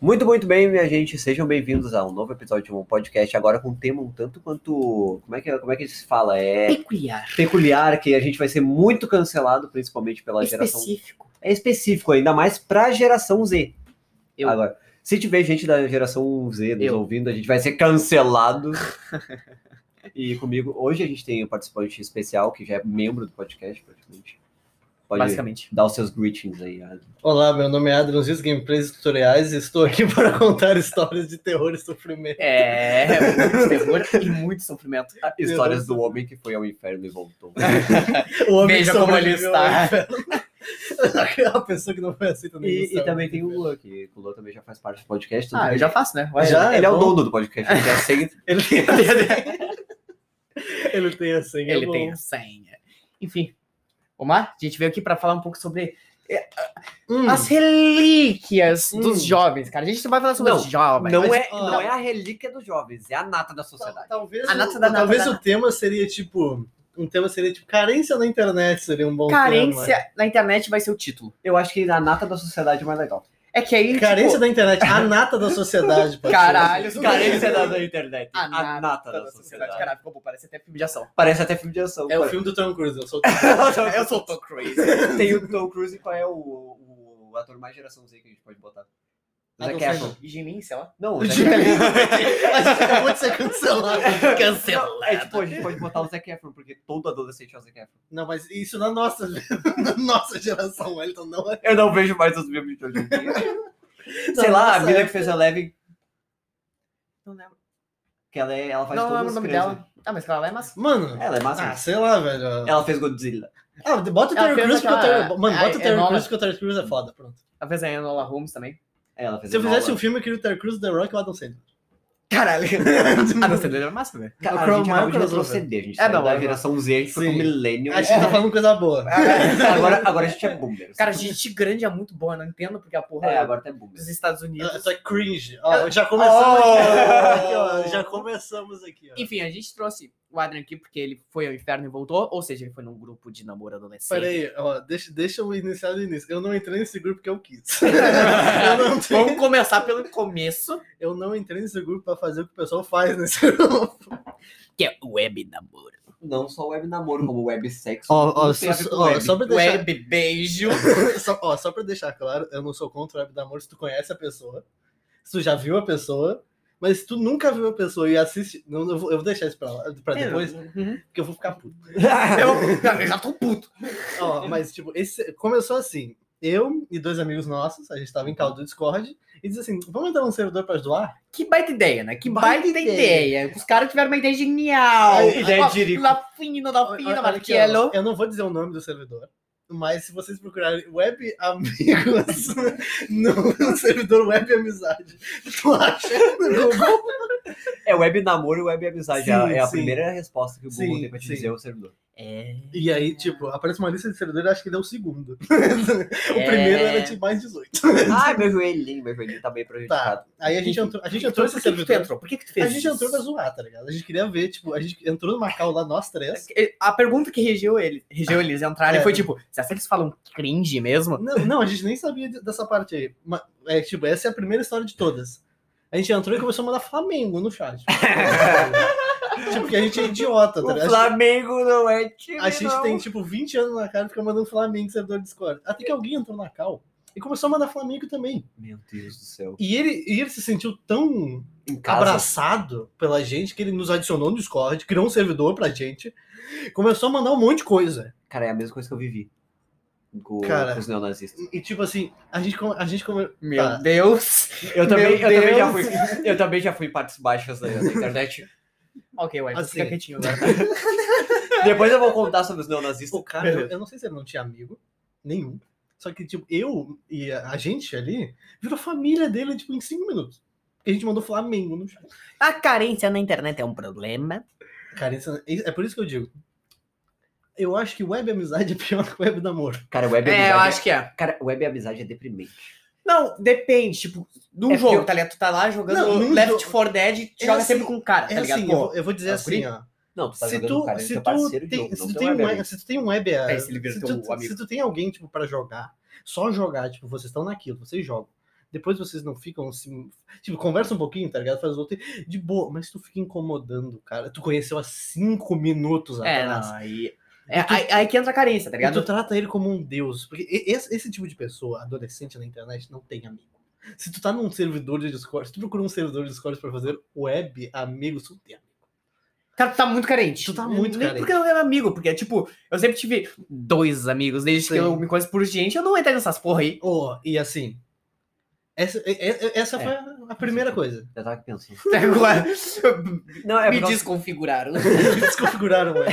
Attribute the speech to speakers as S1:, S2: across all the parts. S1: Muito, muito bem, minha gente. Sejam bem-vindos a um novo episódio de um podcast. Agora com um tema um tanto quanto. Como é que, como é que se fala? É
S2: Peculiar.
S1: peculiar, que a gente vai ser muito cancelado, principalmente pela geração.
S2: Específico.
S1: É específico, ainda mais pra geração Z.
S2: Eu.
S1: Agora, se tiver gente da geração Z nos
S2: Eu.
S1: ouvindo, a gente vai ser cancelado. e comigo, hoje a gente tem um participante especial que já é membro do podcast, praticamente. Pode
S2: Basicamente.
S1: dar os seus greetings aí, Adam.
S3: Olá, meu nome é Adrian Ziz, Gameplays e Tutoriais, e estou aqui para contar histórias de terror e sofrimento.
S2: É, muito terror e muito sofrimento.
S1: Histórias do homem que foi ao inferno e voltou.
S3: O
S2: Veja
S3: que
S2: como ele
S3: sobreviveu ao inferno. Aquela pessoa que não foi aceita no
S1: E,
S3: inferno.
S1: e também tem o Luan, que o Luan também já faz parte do podcast. tudo
S2: Ah,
S1: bem.
S2: eu já faço, né?
S3: Mas já
S1: ele é,
S3: é
S1: o
S3: bom.
S1: dono do podcast, ele já aceita.
S3: Ele tem a senha. ele tem a senha. é
S2: Ele
S3: bom.
S2: tem a senha. Enfim, Omar, a gente veio aqui pra falar um pouco sobre
S3: Hum,
S2: as relíquias
S3: Hum.
S2: dos jovens, cara. A gente não vai falar sobre
S1: Não,
S2: os jovens.
S1: Não,
S2: mas-
S1: é,
S3: ó.
S1: não é a relíquia dos jovens, é a nata da
S3: tal-
S1: sociedade.
S3: talvez
S2: A
S3: o,
S2: nata da nata
S3: talvez
S2: da
S3: o
S2: nata.
S3: tema seria tipo. Um tema seria tipo carência na internet, seria um bom tema.
S2: Carência na internet vai ser o título.
S1: Eu acho que a nata da sociedade é mais legal.
S2: É que aí.
S3: Carência
S2: tipo,
S3: da internet, a nata da sociedade. pode ser.
S2: Caralho,
S1: Carência da, da internet.
S2: A
S1: da,
S2: nata da
S1: sociedade.
S2: sociedade. Caralho, ficou bom, parece até filme de ação.
S1: Parece até filme de ação.
S3: É o
S1: parece.
S3: filme do Tom Cruise, eu sou
S2: Eu sou tão crazy.
S1: Tem o Tom Cruise e qual é o, o- o ator mais geração Z que a gente pode botar? O Zac
S2: Adam
S1: Efron.
S2: Sandler. E Jimin, sei lá.
S1: Não, o
S3: A
S1: Zac
S3: gente
S1: Efron.
S2: é
S3: acabou de tipo, ser cancelado. assim.
S1: Não, É tipo, a gente pode botar o Zac Efron, porque todo adolescente é o Zac Efron.
S3: Não, mas isso na nossa, na nossa geração, Wellington, não é.
S1: Eu não vejo mais os memes de hoje em dia. Sei
S3: Não,
S1: lá, a
S3: nossa,
S1: mina
S3: é-
S1: que fez a Eleven,
S2: Não lembro.
S1: que ela, é, ela faz
S2: Não
S1: todas
S2: lembro o
S1: as
S2: nome
S1: crianças.
S2: dela. Ah, mas ela é massa.
S3: Mano,
S1: Ela é massa.
S3: ah, sei lá, velho.
S1: Ela fez Godzilla.
S3: Ah, bota o
S1: é
S2: Ela
S3: Terry
S2: fez
S3: Crews porque o Terry.
S2: aquela-
S3: Mano,
S2: a-
S3: bota o Terry
S2: Enola.
S3: Crews porque o Terry Crews é foda, pronto.
S2: Ela fez a Enola Holmes também.
S1: Ela fez
S3: Se eu fizesse um
S1: Enola.
S3: filme, eu queria o Terry Crews, The Rock e o Adam Sandler.
S2: Caralho. a dança dele era massa, velho.
S1: Cara,
S3: o
S1: a
S3: Crow
S1: gente acabou de
S3: Michael,
S1: retroceder, a gente
S2: é,
S1: saiu
S2: não,
S1: da
S2: agora-
S1: geração Z, a gente foi pro
S3: Sim.
S1: millennium.
S3: Acho que tá falando coisa
S1: É
S3: boa.
S1: Agora, agora a gente é boomer.
S2: Cara, gente grande é muito boa, não entendo porque a porra
S1: É,
S2: é,
S1: agora tá
S2: dos
S1: boomer.
S2: Estados Unidos.
S3: Isso é cringe. Ó,
S1: Oh!
S3: já começamos aqui. ó.
S2: Oh.
S3: Já começamos aqui, ó.
S2: Enfim, a gente trouxe o Adrian aqui porque ele foi ao inferno e voltou, ou seja, ele foi num grupo de namoro adolescente.
S3: Peraí, ó, deixa, deixa eu iniciar do início. Eu não entrei nesse grupo que eu quis. eu, não entrei-
S2: Vamos começar pelo começo,
S3: eu não entrei nesse grupo pra fazer o que o pessoal faz nesse grupo.
S2: que é web namoro.
S1: Não só web namoro, como web sexo.
S3: Ó, ó,
S1: tudo tem
S3: só,
S1: a ver com
S3: ó,
S1: web.
S3: só pra deixar,
S2: Web beijo.
S3: só, ó, só pra deixar claro, eu não sou contra o web namoro se tu conhece a pessoa, se tu já viu a pessoa, mas se tu nunca viu a pessoa e assiste. Não, eu, vou, eu vou deixar isso pra, lá, pra
S1: É,
S3: depois,
S2: Uhum.
S3: porque É, eu vou ficar puto.
S2: Eu, eu já tô puto.
S3: Ó, mas, tipo, esse, começou assim. Eu e dois amigos nossos, a gente tava em caldo do Discord, e diz assim: vamos entrar num servidor pra ajudar?
S2: Que baita ideia, né? Que
S3: Baita
S2: baita, ideia.
S3: ideia.
S2: Os caras tiveram uma ideia genial.
S3: Aí,
S1: ideia
S2: Ó,
S1: de rico.
S2: La fina, la
S3: Olha
S2: fina,
S3: aqui, ó,
S2: Marcelo.
S3: eu não vou dizer o nome do servidor. Mas se vocês procurarem web amigos no servidor web amizade, tu acha no Google?
S1: É web namoro e web amizade. é a-
S3: Sim,
S1: é a
S3: sim.
S1: primeira resposta que o Google
S3: Sim,
S1: tem pra te
S3: sim.
S1: dizer o servidor.
S2: É.
S3: E aí, tipo, aparece uma lista de servidores, acho que ele é o segundo.
S1: É.
S3: O primeiro
S2: É.
S3: era de mais 18.
S1: Ai, meu joelhinho, meu joelhinho tá bem prejudicado.
S3: Tá. Aí a gente
S2: Enfim.
S3: entrou, a gente
S2: Por
S3: entrou
S2: que
S3: nesse
S2: que tu
S3: servidor.
S2: entrou? Por que, que tu fez
S3: A gente
S2: isso?
S3: entrou pra zoar, tá ligado? A gente queria ver, tipo, a gente entrou no Macau lá, nós três.
S2: É, A pergunta que regeu, ele, regeu eles entrarem
S3: É.
S2: foi tipo, será que eles falam cringe mesmo?
S3: Não, não, a gente nem sabia de- dessa parte aí. Mas, é, tipo, essa é a primeira história de todas. A gente entrou e começou a mandar Flamengo no chat. tipo, porque a gente é idiota, tá
S1: O
S3: ligado?
S1: Flamengo não é time,
S3: A gente
S1: não.
S3: tem, tipo, 20 anos na cara e fica mandando Flamengo no servidor Discord. Até que alguém entrou na Cal e começou a mandar Flamengo também.
S1: Meu Deus do céu.
S3: E ele, e ele se sentiu tão
S1: Em casa,
S3: abraçado pela gente, que ele nos adicionou no Discord, criou um servidor pra gente, começou a mandar um monte de coisa.
S1: cara, é a mesma coisa que eu vivi. Com,
S3: Cara.
S1: com os neonazistas.
S3: E tipo assim, a gente come- a gente come-
S2: Meu
S3: Tá.
S2: Deus.
S1: Eu
S2: Meu
S1: também, eu também já fui.
S2: Deus.
S1: Eu também já fui em partes baixas da, da internet.
S2: Ok, ué,
S3: Assim.
S2: fica quietinho agora.
S1: Depois eu vou contar sobre os neonazistas.
S3: o cara, eu,
S2: Beleza.
S3: eu não sei se ele não tinha amigo nenhum. Só que tipo, eu e a a gente ali virou família dele tipo em cinco minutos. Porque a gente mandou Flamengo no chat.
S2: A carência na internet é um problema.
S3: Cara, isso- é por isso que eu digo. Eu acho que web amizade é pior que web namoro.
S1: Cara, web amizade.
S2: É, eu acho que é.
S1: Cara, web amizade é deprimente.
S2: Não, depende, tipo, de um
S1: É
S2: jogo,
S1: porque eu-
S2: tá ligado? Tu tá lá
S3: Não,
S2: jogando
S3: num
S2: Left
S3: jogo-
S2: 4 Dead e tu
S3: É
S2: joga
S3: assim,
S2: sempre com um cara,
S3: É
S2: tá ligado?
S3: assim, eu
S2: Pô,
S3: vou, eu vou dizer
S1: tá
S3: assim, ó.
S1: Não, tu tá
S3: se
S1: jogando
S3: tu,
S1: com cara, ele é
S3: se
S1: teu
S3: tu
S1: parceiro de
S3: tem,
S1: jogo,
S3: se
S1: não
S3: tu
S1: teu
S3: tem
S1: web
S3: um,
S1: amigo.
S3: se tu tem um web,
S2: Peraí,
S3: é,
S2: se ele vira
S3: se,
S2: teu
S3: tu,
S2: amigo.
S3: se tu tem alguém tipo para jogar, só jogar, tipo vocês estão naquilo, vocês jogam. Depois vocês não ficam assim. Tipo, conversa um pouquinho, tá ligado? Faz outro. De boa, mas tu fica incomodando, cara. Tu conheceu há cinco minutos
S2: É,
S3: atrás.
S1: tá
S2: não, aí. É, aí, aí que entra a carência, tá
S3: E tu
S2: ligado?
S3: trata ele como um deus. Porque e- esse, esse tipo de pessoa, adolescente na internet, não tem amigo. Se tu tá num servidor de Discord, se tu procura um servidor de Discord pra fazer web, amigo, tu não tem amigo.
S2: Cara, tu tá muito carente.
S3: Tu tá muito
S2: Nem
S3: carente.
S2: porque não é amigo, porque, tipo, eu sempre tive dois amigos, desde que
S3: Sim.
S2: eu me conheço por gente, eu não entrei nessas porra aí.
S3: Oh, e assim. Essa, e- e- essa
S2: É.
S3: foi a- a primeira coisa.
S1: Eu tava aqui pensando.
S2: Até agora,
S1: Não, é,
S2: me
S1: porque-
S2: desconfiguraram.
S3: Desconfiguraram o web.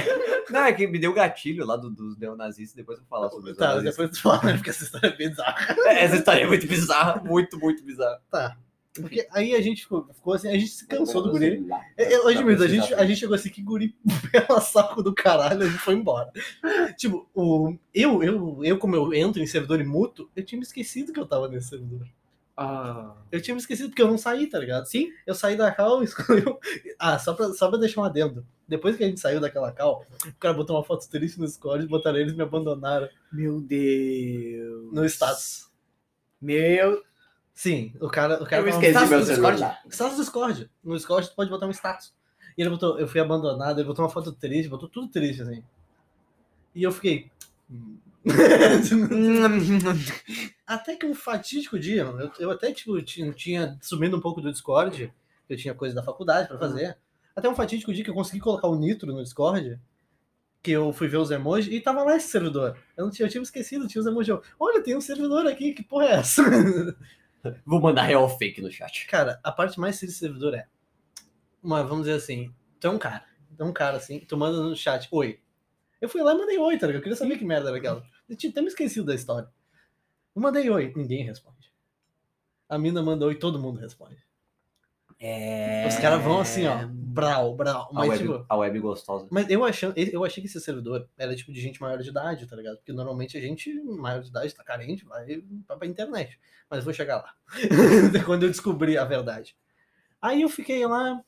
S1: não, é que me deu gatilho lá do- dos neonazistas, depois eu vou falar sobre os
S3: Tá,
S1: neonazistas.
S3: depois tu fala, né, porque essa história é bizarra.
S1: Essa história é muito bizarra, muito, muito bizarra.
S3: Tá. Porque aí a gente ficou, ficou assim, a gente se cansou do guri. É, é, Hoje
S1: Tá,
S3: mesmo, a
S1: vocês
S3: gente, a
S1: já-
S3: gente chegou assim, que guri pela saco do caralho, a gente foi embora. tipo, o, eu, eu, eu, como eu entro em servidor e muto, eu tinha me esquecido que eu tava nesse servidor.
S2: Ah,
S3: Eu tinha me esquecido porque eu não saí, tá ligado?
S2: sim,
S3: Eu saí da cal e escolhi. um- Ah, só pra, só pra deixar um adendo. Depois que a gente saiu daquela cal, o cara botou uma foto triste no Discord, botaram eles e me abandonaram
S2: Meu Deus.
S3: no status.
S2: Meu.
S3: Sim, o cara. O cara
S2: Eu
S3: tava-
S2: esqueci
S3: status
S2: meu
S3: do
S2: celular.
S3: tá Discord? Status do Discord. No Discord tu pode botar um status. E ele botou, eu fui abandonado, ele botou uma foto triste, botou tudo triste, assim. E eu fiquei. "Hum." até que um fatídico dia, eu, eu até tipo, tinha, tinha sumido um pouco do Discord, eu tinha coisa da faculdade pra fazer. Até um fatídico dia que eu consegui colocar o Nitro no Discord, que eu fui ver os emojis, e tava lá esse servidor. Eu, não tinha, eu tinha me esquecido, tinha os emojis. Eu, Olha, tem um servidor aqui, que porra é essa?
S1: Vou mandar real fake no chat.
S3: Cara, a parte mais triste do servidor é. Mas vamos dizer assim, tu é um cara. Tu é um cara assim, tu manda no chat, oi. Eu fui lá e mandei oi, tá ligado? Eu queria saber que merda era aquela. Eu tinha até me esquecido da história. Eu mandei oi, ninguém responde. A mina manda oi, todo mundo responde.
S2: É...
S3: Os caras vão assim, ó, brau, brau.
S1: A
S3: Mas,
S1: web,
S3: tipo,
S1: a web gostosa.
S3: mas eu, achando, eu achei que esse servidor era tipo de gente maior de idade, tá ligado? Porque normalmente a gente, maior de idade, tá carente, vai pra, pra internet. Mas vou chegar lá. Quando eu descobri a verdade. Aí eu fiquei lá.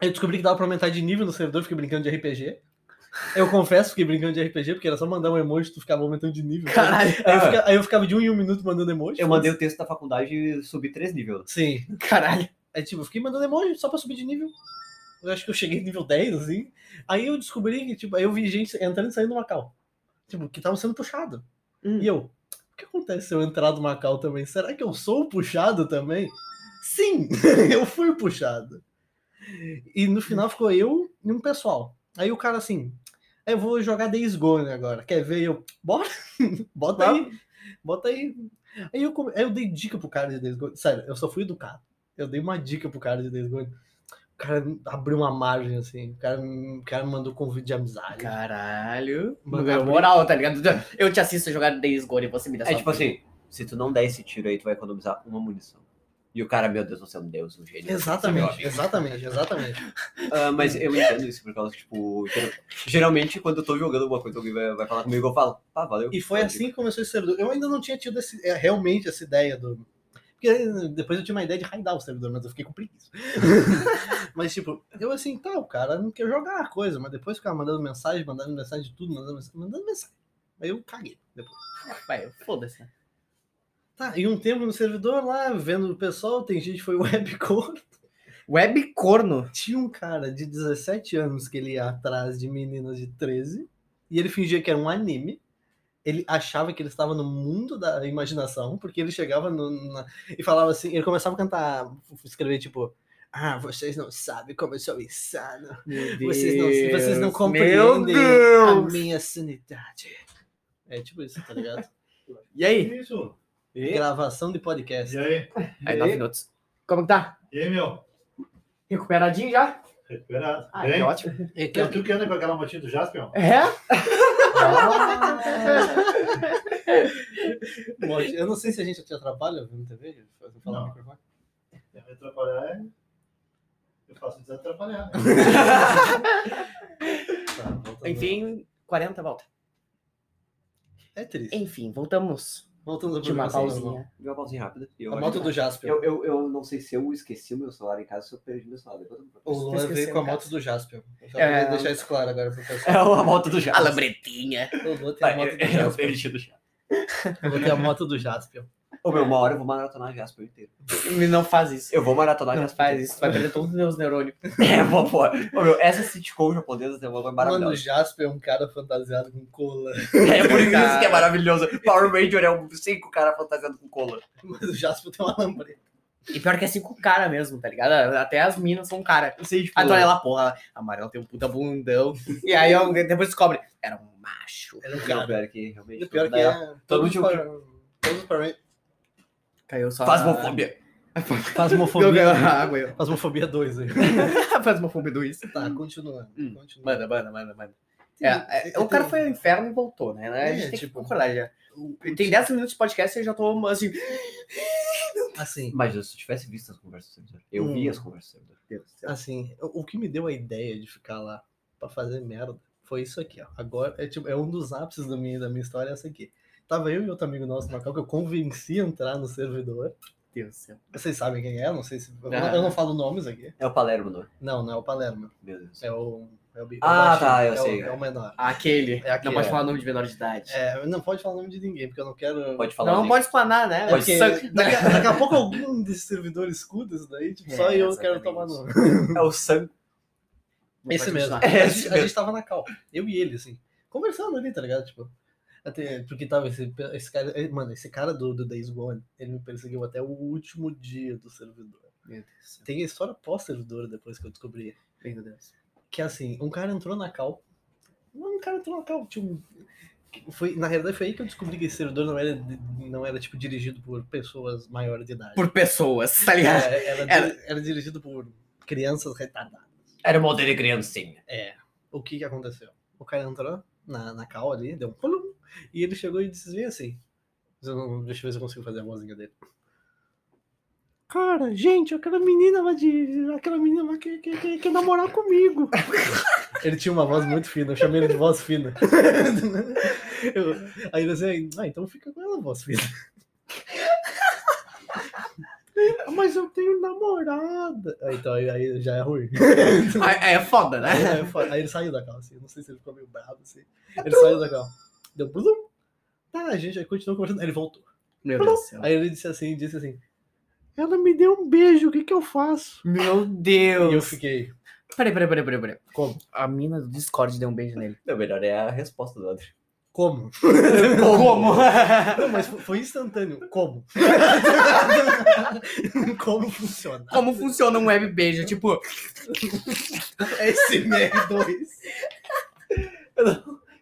S3: Eu descobri que dava pra aumentar de nível no servidor, fiquei brincando de RPG. Eu confesso, fiquei brincando de RPG, porque era só mandar um emoji e tu ficava aumentando de nível.
S2: Caralho,
S3: Aí eu, fica- aí eu ficava de um em um minuto mandando emoji.
S1: Eu mandei o texto da faculdade e subi três níveis.
S3: Sim.
S2: caralho.
S3: Aí, tipo, eu fiquei mandando emoji só pra subir de nível. Eu acho que eu cheguei no nível 10, assim. Aí eu descobri que, tipo, aí eu vi gente entrando e saindo do Macau. Tipo, que tava sendo puxado.
S2: Hum.
S3: E eu, o que acontece se eu entrar do Macau também? Será que eu sou puxado também? Sim, eu fui puxado. E no final ficou eu e um pessoal. Aí o cara assim, eu vou jogar Days Gone agora. Quer ver? Eu, bora, bota aí, bota aí. Aí eu, come- aí eu dei dica pro cara de Days Gone. Sério, eu só fui educado. Eu dei uma dica pro cara de Days Gone. O cara abriu uma margem, assim. O cara, o cara me mandou convite de amizade.
S2: Caralho.
S3: Mano,
S2: Mano, é
S3: eu-
S2: moral, tá ligado? Eu te assisto jogar Days Gone e você me dá
S1: É
S2: sua
S1: tipo
S2: vida.
S1: assim, se tu não der esse tiro aí, tu vai economizar uma munição. E o cara, meu Deus, você é um deus, um gênio.
S3: Exatamente, exatamente, exatamente.
S1: Ah, mas eu entendo isso, por causa que, tipo, geral- geralmente quando eu tô jogando alguma coisa, alguém vai, vai falar comigo, eu falo, tá, valeu.
S3: E foi
S1: Valeu.
S3: assim que começou esse servidor. Eu ainda não tinha tido esse- é, realmente essa ideia do. Porque eh, depois eu tinha uma ideia de raidar o servidor, mas eu fiquei com preguiça. mas, tipo, eu assim, tá, o cara não quer jogar a coisa, mas depois ficava mandando mensagem, mandando mensagem de tudo, mandando mensagem, mandando mensagem. Aí eu caguei. Depois.
S2: Vai, foda-se.
S3: Tá, e um tempo no servidor lá, vendo o pessoal, tem gente que foi webcore.
S2: Web corno.
S3: Tinha um cara de 17 anos que ele ia atrás de meninas de 13 e ele fingia que era um anime. Ele achava que ele estava no mundo da imaginação, porque ele chegava no- na- e falava assim, ele começava a cantar, escrever tipo, ah, vocês não sabem como eu sou insano,
S2: Meu
S3: vocês não, vocês não
S2: Meu
S3: compreendem a
S2: Deus.
S3: minha sanidade. É tipo isso, tá ligado?
S2: E aí?
S4: Isso.
S1: E-
S3: Gravação de podcast.
S4: E aí?
S2: Aí, nove minutos. Como que tá?
S4: E aí, meu?
S2: Recuperadinho já?
S4: Recuperado.
S2: Ah,
S4: Bem?
S2: que ótimo.
S3: É que
S4: É
S3: eu-
S4: tu que anda com aquela motinha do Jasper? ó?
S2: É?
S3: Eu não sei se a gente te atrapalha ouvindo TV, falar
S4: Não.
S3: no microfone.
S4: Se me atrapalhar, é- eu faço desatrapalhar. Né?
S3: Tá, voltando.
S2: Enfim, 40 volta.
S3: É triste.
S2: Enfim, voltamos.
S3: Voltando ao
S2: De uma
S3: programa sem
S2: pausinha.
S1: Deu uma pausinha rápida. e eu
S3: A
S1: acho
S3: moto
S1: que-
S3: do Jasper.
S1: Eu, eu, eu não sei se eu esqueci o meu celular em casa, se eu perdi meu celular. Depois eu vou
S3: O
S1: procurar.
S3: Luan veio
S2: esquecendo,
S3: com a
S2: cara.
S3: moto do Jasper. Eu Só
S2: É.
S3: queria deixar isso claro agora pro
S1: É
S3: pessoal.
S1: uma moto do Jato.
S2: A lambretinha.
S1: Ah,
S3: É
S1: Tá,
S3: O Luan tem a moto do Jasper.
S1: do Jato.
S3: O Luan tem a moto do Jasper.
S1: Ou meu, uma hora eu vou maratonar Jasper inteiro.
S2: Não faz isso.
S1: Eu vou maratonar
S2: Não
S1: Jasper
S2: faz isso. Tu vai perder todos os meus neurônios.
S1: É, vou pô. Ô, meu, essa sitcom japonesa tem uma
S3: Mano, o
S1: maravilhosa.
S3: Jasper é um cara fantasiado com cola.
S1: é por isso que é
S2: cara.
S1: maravilhoso. Power Ranger é um cinco cara fantasiado com cola.
S3: Mas o Jasper tem uma lambreta.
S2: E pior que é cinco cara mesmo, tá ligado? Até as minas são cara.
S1: Eu sei, tipo,
S2: Aí tu olha lá, porra, a amarela tem um puta bundão. E aí ó, depois descobre, era um macho.
S3: Era um
S1: não,
S3: cara.
S1: pior que realmente.
S3: E o pior
S1: não
S3: que
S1: dá.
S3: é. Todos os
S1: mundo
S3: Power- todos os Power Rangers-
S2: Caiu só.
S1: Faz bofobia.
S2: Eu ganho
S3: Fasmofobia.
S2: água, eu.
S3: Fasmofobia 2 aí.
S2: Faz bofobia do isso.
S3: Tá, continuando.
S2: Hum.
S3: continuando.
S2: Manda, manda, manda, manda.
S3: Tem-
S2: É, é,
S3: tem-
S2: o cara foi ao inferno e voltou, né? A gente
S3: É,
S2: tem que
S3: tipo,
S2: concordar já.
S3: o- o
S2: Tem 10 minutos de podcast e eu já tô assim.
S3: Assim,
S1: Mas se eu tivesse visto as conversas do servidor, eu vi
S3: Hum.
S1: as conversas do servidor.
S3: assim, o o que me deu a ideia de ficar lá pra fazer merda foi isso aqui, ó. Agora é, tipo, é um dos ápices do minha, da minha história, é essa aqui. Tava eu e outro amigo nosso no Macau que eu convenci a entrar no servidor.
S2: Deus do céu.
S3: Vocês sabem quem é, não sei se. Eu,
S2: Ah.
S3: eu não falo nomes aqui.
S1: É o Palermo, não é?
S3: Não, não é o Palermo.
S1: Meu Deus.
S3: É o. É o, bi- é o
S1: Ah,
S3: baixinho,
S1: tá, eu
S3: é
S1: sei.
S3: O, é o menor.
S2: Aquele.
S3: É aquele,
S2: Não pode
S3: é.
S2: falar nome de menor de idade.
S3: É, não pode falar o nome de ninguém, porque eu não quero.
S1: Pode falar.
S2: Não,
S1: né?
S2: pode explanar, né?
S3: É
S1: Pode
S3: porque
S2: Sangue-
S3: daqui, a- daqui a pouco algum desses servidores escuta isso daí, tipo, só
S2: É,
S3: eu quero
S2: exatamente.
S3: tomar no.
S1: É o sangue.
S2: Não
S3: Esse
S2: pode
S3: mesmo.
S2: continuar.
S1: É,
S3: a,
S1: esse
S3: gente, a
S1: mesmo.
S3: gente tava na cal. Eu e ele, assim, conversando ali, tá ligado? Tipo, até porque tava esse, pe- esse cara. eh, Mano, esse cara do, do Days Gone, ele me perseguiu até o último dia do servidor.
S2: Meu Deus do céu.
S3: Tem a história pós-servidor depois que eu descobri.
S2: Meu Deus.
S3: Que assim, um cara entrou na cal. Um cara entrou na cal, tinha um. Foi, na realidade, foi aí que eu descobri que esse servidor não era, não era tipo, dirigido por pessoas maiores de idade. É,
S2: Por pessoas, tá ligado?
S3: Era, era di-
S2: Era-
S3: era dirigido por crianças retardadas.
S1: Era o modelo de criancinha.
S3: É. O que que aconteceu? O cara entrou na, na cal ali, deu um pulo, e ele chegou e disse "Vem assim. Mas eu não- deixa eu ver se eu consigo fazer a vozinha dele. Cara, gente, aquela menina lá de. Aquela menina lá que quer que, quer namorar comigo. ele tinha uma voz muito fina, eu chamei ele de voz fina. Eu- aí ele assim, ah, então fica com ela, voz fina. Mas eu tenho namorada. Ah, Então aí- aí já é ruim.
S2: É, é foda,
S3: Aí,
S2: né?
S3: aí eu fa- aí ele saiu da cal, assim. eu Não sei se ele ficou meio bravo, assim. Ele saiu da cal. Deu blum. Tá, a gente aí continuou conversando. Aí ele voltou.
S2: Meu Deus do céu.
S3: Aí ele disse assim, disse assim. Ela me deu um beijo, o que que eu faço?
S2: Meu
S3: E eu
S2: Deus.
S3: fiquei.
S2: Peraí, peraí, peraí, peraí, peraí.
S3: Como?
S2: A mina do Discord deu um beijo nele.
S1: Não, melhor é a resposta do André.
S3: Como?
S2: Como?
S3: Não, mas fo- foi instantâneo. Como? Como funciona?
S2: Como funciona um web beijo? Tipo,
S3: SMR2.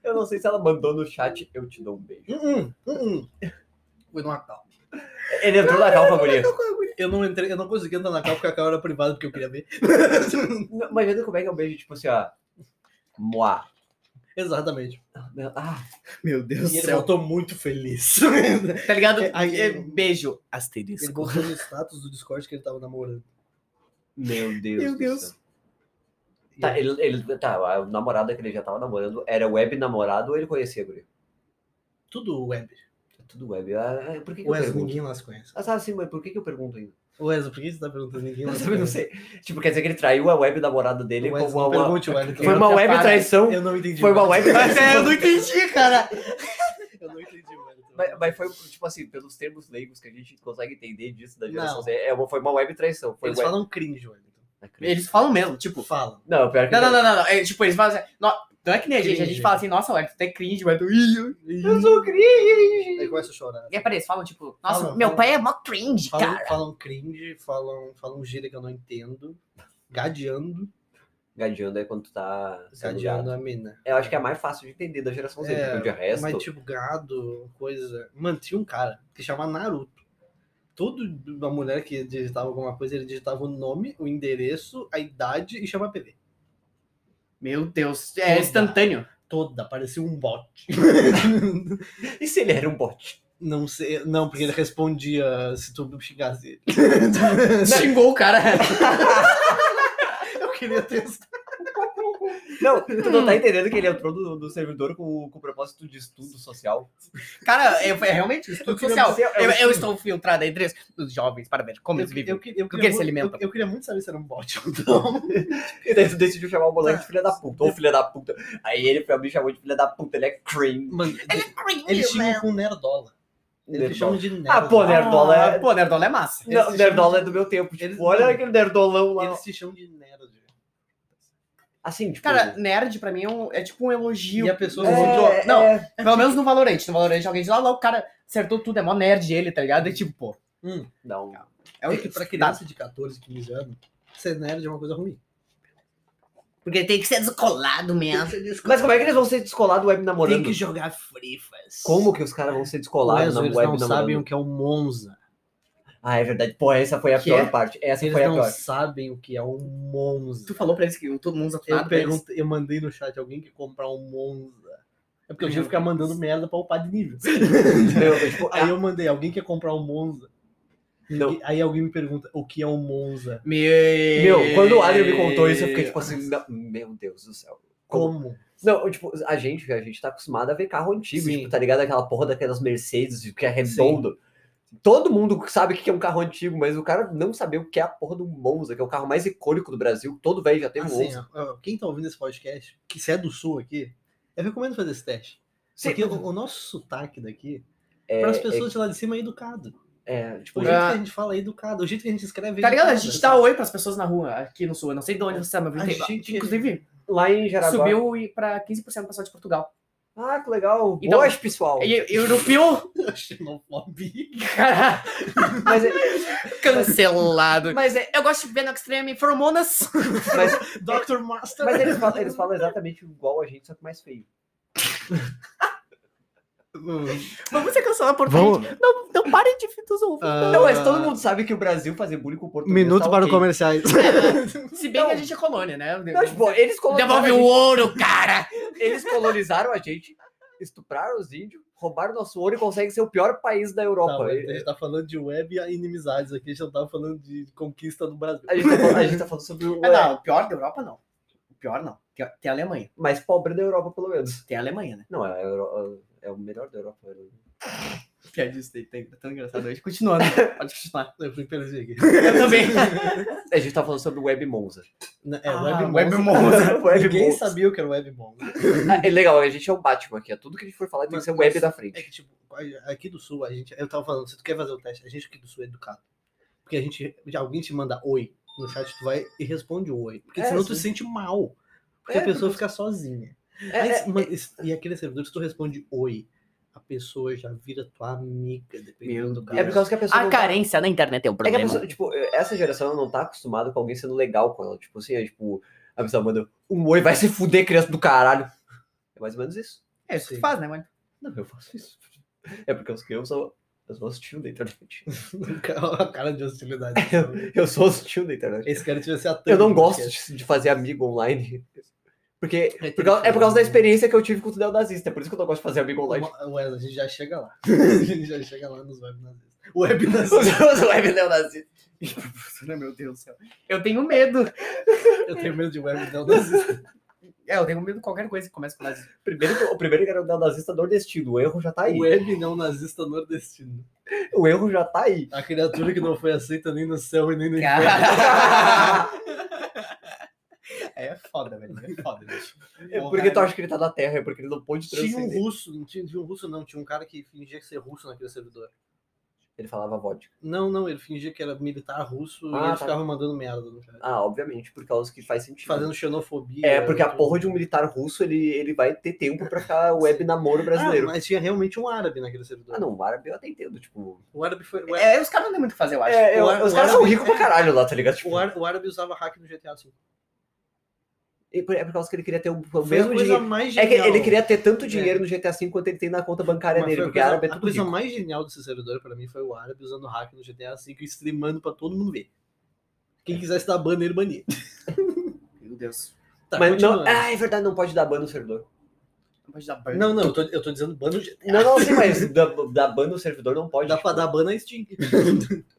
S1: Eu não sei se ela mandou no chat, eu te dou um beijo.
S3: Hum, hum, hum. Foi no Natal.
S1: Ele entrou na calma, guria.
S3: Eu não entrei, eu não consegui entrar na cal porque a cal era privada porque eu queria ver.
S1: Não, Imagina como é que é um beijo, tipo assim, ó. Moá.
S3: Exatamente.
S1: Ah,
S2: meu Deus
S3: E
S2: do
S3: ele
S2: céu.
S3: voltou muito feliz.
S2: Tá ligado?
S3: É, aí-
S2: É, beijo.
S3: Ele
S2: Asterisco.
S3: botou no status do Discord que ele tava namorando.
S1: meu Deus.
S2: Meu
S1: do
S2: Deus.
S1: céu. Tá, ele, ele- tá, a namorada que ele já tava namorando era web namorado ou ele conhecia a guria?
S3: Tudo web.
S1: É tudo web. Ah, ah, por que, que eu
S3: Wes,
S1: pergunto?
S3: ninguém lá se conhece.
S1: Ah, tá, sim, mas por que, que eu pergunto ainda?
S3: Wes, por que você tá perguntando ninguém lá
S1: Eu
S3: se
S1: também não
S3: conhece?
S1: sei. Tipo, quer dizer que ele traiu a web namorada dele
S3: Wes,
S1: como
S3: não
S1: uma.
S3: pergunte, Wellington.
S1: Foi uma web
S2: Para.
S1: traição.
S3: Eu não entendi.
S1: Foi uma web traição.
S2: É, entendi, cara.
S3: Eu não entendi, Wellington.
S1: Mas, mas foi, tipo assim, pelos termos leigos que a gente consegue entender disso da geração
S3: Não.
S1: Z, é uma- foi uma web traição. Foi
S3: Eles
S1: web...
S3: falam cringe, Wellington.
S2: Eles falam mesmo, tipo.
S3: Tipo, falam.
S1: Não, pior que
S2: Não, não, não, não. não. É, tipo, eles falam assim. Não, não é que nem a gente, a gente
S3: Cringe.
S2: fala assim, nossa, ué, tu é cringe, ué. tu- Ih, eu-
S1: Eu sou cringe!
S3: Aí começa a chorar.
S2: E aí, peraí, eles falam, tipo, nossa,
S3: Falam,
S2: meu
S3: falam.
S2: pai é mó cringe, cara.
S3: Falam, falam cringe, falam, falam gíria que eu não entendo. Gadeando.
S1: Gadeando é quando tu tá. sendo
S3: Gadeando
S1: gato.
S3: a mina.
S1: Eu acho que é a mais fácil de entender da geração Z.
S3: É,
S1: porque de resto.
S3: Mas tipo, gado, coisa. Mano, tinha um cara que chamava Naruto. Toda a mulher que digitava alguma coisa, ele digitava o nome, o endereço, a idade e chama PV.
S2: Meu Deus, é
S3: Toda.
S2: instantâneo.
S3: Toda, parecia um bot.
S1: E se ele era um bot?
S3: não sei, não, porque ele respondia se tu xingasse ele.
S2: Xingou o cara.
S3: Eu queria testar.
S1: Não, tu
S3: Hum.
S1: não tá entendendo que ele entrou no, no servidor com, com o propósito de estudo social.
S2: cara, é, é realmente isso, tudo
S3: queria
S2: social.
S1: ser-
S2: Eu, eu estou filtrada entre os- os jovens para ver como
S3: Eu,
S2: eles vivem.
S3: eu, eu,
S2: que
S3: queria
S2: ele se
S3: mu-
S2: alimenta?
S3: eu- eu queria muito saber se era um bot ou não.
S1: E daí tu decidiu chamar o moleque de filha da puta. Ou filha da puta. Aí ele pra mim chamou de filha da puta, ele é cringe.
S3: Mano,
S2: Cringe,
S3: ele
S2: né?
S3: tinha com nerdola. Eles chamam de
S1: Ah, pô,
S3: nerdola.
S1: nerdola é.
S2: Pô, Nerdola é massa.
S3: eles
S1: Não,
S3: se
S1: nerdola
S3: chamam
S1: é do meu tempo. Tipo,
S3: Eles-
S1: olha aquele nerdolão lá.
S3: Eles se chamam de nerd.
S1: Assim, tipo.
S2: Cara, nerd pra mim é, um- é tipo um elogio.
S3: E a pessoa
S2: É,
S3: se-
S2: não,
S1: é,
S2: pelo menos no Valorant. No Valorant alguém diz "Ah, lá, lá o cara acertou tudo, é mó nerd ele, tá ligado? É tipo, pô.
S1: não.
S2: É, o
S3: É que
S1: Tá.
S3: pra criança de 14, 15 anos, ser nerd é uma coisa ruim.
S2: Porque tem que ser descolado mesmo.
S1: Mas como é que eles vão ser descolados web
S2: Tem
S1: namorando?
S2: que jogar frifas.
S1: Como que os caras vão ser descolados
S3: Mas
S1: na
S3: eles
S1: web
S3: não
S1: namorando?
S3: sabem o que é um Monza.
S1: Ah, é verdade. Pô, essa foi a
S2: Que
S1: pior
S2: é?
S1: parte. Essa
S3: Eles
S1: foi a
S3: não
S1: pior.
S3: sabem o que é um Monza.
S2: Tu falou pra eles que todo mundo usa
S3: Eu, perguntei- eu mandei no chat alguém que comprar um Monza. É porque eu tinha que ficar mandando merda pra upar de nível.
S1: Eu, tipo,
S3: Aí eu mandei, alguém quer comprar um Monza?
S1: não.
S3: E aí alguém me pergunta, o que é um Monza?
S2: Meu...
S1: Meu, quando o Adrian me contou isso, eu fiquei tipo assim, não, meu Deus do céu. Como?
S3: Como?
S1: Não, tipo, a gente, a gente tá acostumado a ver carro antigo,
S3: Sim.
S1: tipo, tá ligado? Aquela porra daquelas Mercedes que é redondo. Todo mundo sabe o que é um carro antigo, mas o cara não sabia o que é a porra do Monza, que é o carro mais icônico do Brasil. Todo velho já tem um
S3: Assim,
S1: Monza.
S3: ó, ó, quem tá ouvindo esse podcast, que se é do sul aqui, eu recomendo fazer esse teste.
S1: Sim,
S3: porque é. o, o nosso sotaque daqui,
S1: é,
S3: para as pessoas de lá de cima, é educado.
S1: é, é, tipo,
S3: O
S2: Ah.
S3: jeito que a gente fala é educado, o jeito que a gente escreve é
S2: Tá ligado? A
S3: educado,
S2: gente
S3: sabe?
S2: dá oi pras pessoas na rua aqui no sul. Eu não sei de onde você tá, mas
S3: A
S2: tem-
S3: gente-
S2: inclusive
S1: lá em Jaraguá.
S2: subiu e pra 15% do pessoal de Portugal.
S1: Ah, que legal.
S2: Então-
S1: Boas, pessoal.
S3: é.
S2: E e europeu,
S3: Xenofobia.
S2: cara,
S1: Mas, é-
S2: cancelado.
S1: mas, é-
S2: Eu gosto de ver no Extreme Formonas.
S1: mas
S3: Dr. Master.
S1: Mas é- eles falam, eles falam exatamente igual a gente, só que mais feio.
S3: Hum,
S2: Vamos ser cancelados por
S3: Vamos.
S2: Não, não parem de nos ouvir.
S3: Ah,
S1: Não, mas todo mundo sabe que o Brasil fazer bullying com o português.
S3: Minuto
S1: tá
S3: para os
S1: ok.
S3: comerciais.
S2: Se bem
S1: Não.
S2: que a gente é colônia, né?
S1: Não, tipo, eles colonizaram,
S3: um,
S2: Devolve
S1: a
S2: o
S1: gente,
S2: ouro, cara!
S1: eles colonizaram a gente, estupraram os índios, roubaram nosso ouro e conseguem ser o pior país da Europa.
S3: Tá, mas a
S1: E-
S3: gente tá falando de web e inimizades aqui, a gente não tá falando de conquista do Brasil.
S1: a, gente tá falando, a gente tá falando sobre o
S3: É,
S2: Mas não, o pior da Europa não. O pior não. Tem, tem a Alemanha.
S1: mais pobre da Europa, pelo menos.
S2: Tem a Alemanha, né?
S1: Não, é, a Euro- é o melhor da Europa.
S2: Piadista, tá tão engraçado hoje. Continuando, pode continuar.
S3: Eu fui perdido aqui.
S2: Eu também.
S1: A gente tá falando sobre o Web Monza.
S3: Na- É,
S2: Ah,
S3: web,
S2: web
S3: Monza.
S1: Monza, web
S3: Ninguém
S1: Monza.
S3: sabia o que era web Monza.
S1: Ah, É legal, a gente é o Batman aqui. É tudo que a gente for falar tem que
S3: Mas-
S1: ser o Web
S3: mas-
S1: da
S3: É
S1: frente.
S3: que, tipo, aqui do sul, a gente. Eu tava falando, se tu quer fazer o teste, a gente aqui do sul é educado. Porque a gente. Alguém te manda oi no chat, tu vai e responde oi. Porque
S1: É,
S3: senão
S1: sim.
S3: tu se sente mal. Porque
S1: É,
S3: a pessoa fica sozinha.
S1: É,
S3: Aí,
S1: é,
S3: mano, esse- e aquele servidor, se tu responde oi, a pessoa já vira tua amiga, dependendo
S2: Meu
S3: do
S1: é por causa que a pessoa.
S2: A
S1: não tá-
S2: carência na internet é
S1: É que a
S2: o problema.
S1: pessoa, tipo, essa geração não tá acostumada com alguém sendo legal com ela. Tipo assim, é tipo, a pessoa manda um oi, vai se fuder, criança do caralho. É mais ou menos isso.
S2: É isso que tu faz, né, mano?
S1: Não, eu faço isso. É porque os crianças são. Eu sou hostil da internet.
S3: A cara de hostilidade.
S1: Eu sou hostil da internet.
S3: Esse cara tivesse a
S1: Eu não gosto de, de fazer amigo online. Porque.
S3: É
S1: por causa- é por causa da
S3: triste,
S1: experiência que eu tive com o Tudel nazista. É por isso que eu não gosto de fazer amigo online.
S3: Uma- Ué, a gente já chega lá. a gente já chega lá nos web nazistas. Web nazistas.
S1: Os web neonazistas.
S2: né, Meu Deus do céu. Eu tenho medo.
S3: Eu tenho medo de web nazistas.
S2: É, eu tenho medo de qualquer coisa que comece com nazismo.
S1: Primeiro, que- o primeiro que era o neonazista nordestino. O erro já tá aí.
S3: Web não nazista nordestino.
S1: O erro já tá aí.
S3: A criatura que não foi aceita nem no céu e nem no inferno.
S2: Cara. É foda, velho. É foda, bicho.
S1: É porque tu acha que ele tá na Terra, é porque ele não pôde
S3: Tinha um
S1: transcender.
S3: russo, não tinha, tinha um russo não, tinha um cara que fingia ser russo naquele servidor.
S1: Ele falava vodka.
S3: Não, não, ele fingia que era militar russo
S1: Ah,
S3: e ele
S1: tá.
S3: ficava mandando merda no cara.
S1: Ah, obviamente, por causa que faz sentido.
S3: Fazendo xenofobia.
S1: É, porque a
S3: tudo.
S1: porra de um militar russo, ele, ele vai ter tempo pra ficar web namoro
S3: Ah,
S1: brasileiro.
S3: mas tinha realmente um árabe naquele servidor.
S1: Ah, não, o árabe eu até entendo, tipo...
S3: O árabe foi. O árabe,
S2: É, os caras não têm muito o que fazer, eu acho.
S1: É, eu-
S3: o ar-
S1: os
S3: o
S1: caras são
S3: árabe-
S1: ricos pra caralho lá, tá ligado? Tipo,
S3: o ar- o árabe usava hack no GTA V.
S1: e por- É por causa que ele queria ter o, o
S3: Foi a
S1: mesmo
S3: coisa
S1: dinheiro.
S3: mais
S1: É que
S3: genial.
S1: ele queria ter tanto dinheiro no GTA V quanto ele tem na conta bancária
S3: Mas foi
S1: dele,
S3: a
S1: porque
S3: coisa-
S1: árabe é
S3: A
S1: tudo
S3: coisa
S1: rico.
S3: mais genial desse servidor pra mim foi o árabe usando hack no GTA V e streamando pra todo mundo ver.
S1: É.
S3: Quem quisesse dar ban nele, bania.
S2: Meu Deus.
S3: Tá,
S1: Mas não...
S3: continuando.
S1: Ah, é verdade, não pode dar ban no servidor.
S2: Não pode dar banho.
S3: Não, não, eu tô, eu tô dizendo ban no GTA.
S1: Não, não, sim, mas da- dar ban no servidor não pode.
S3: É. Dá
S1: tipo,
S3: pra dar ban na Steam.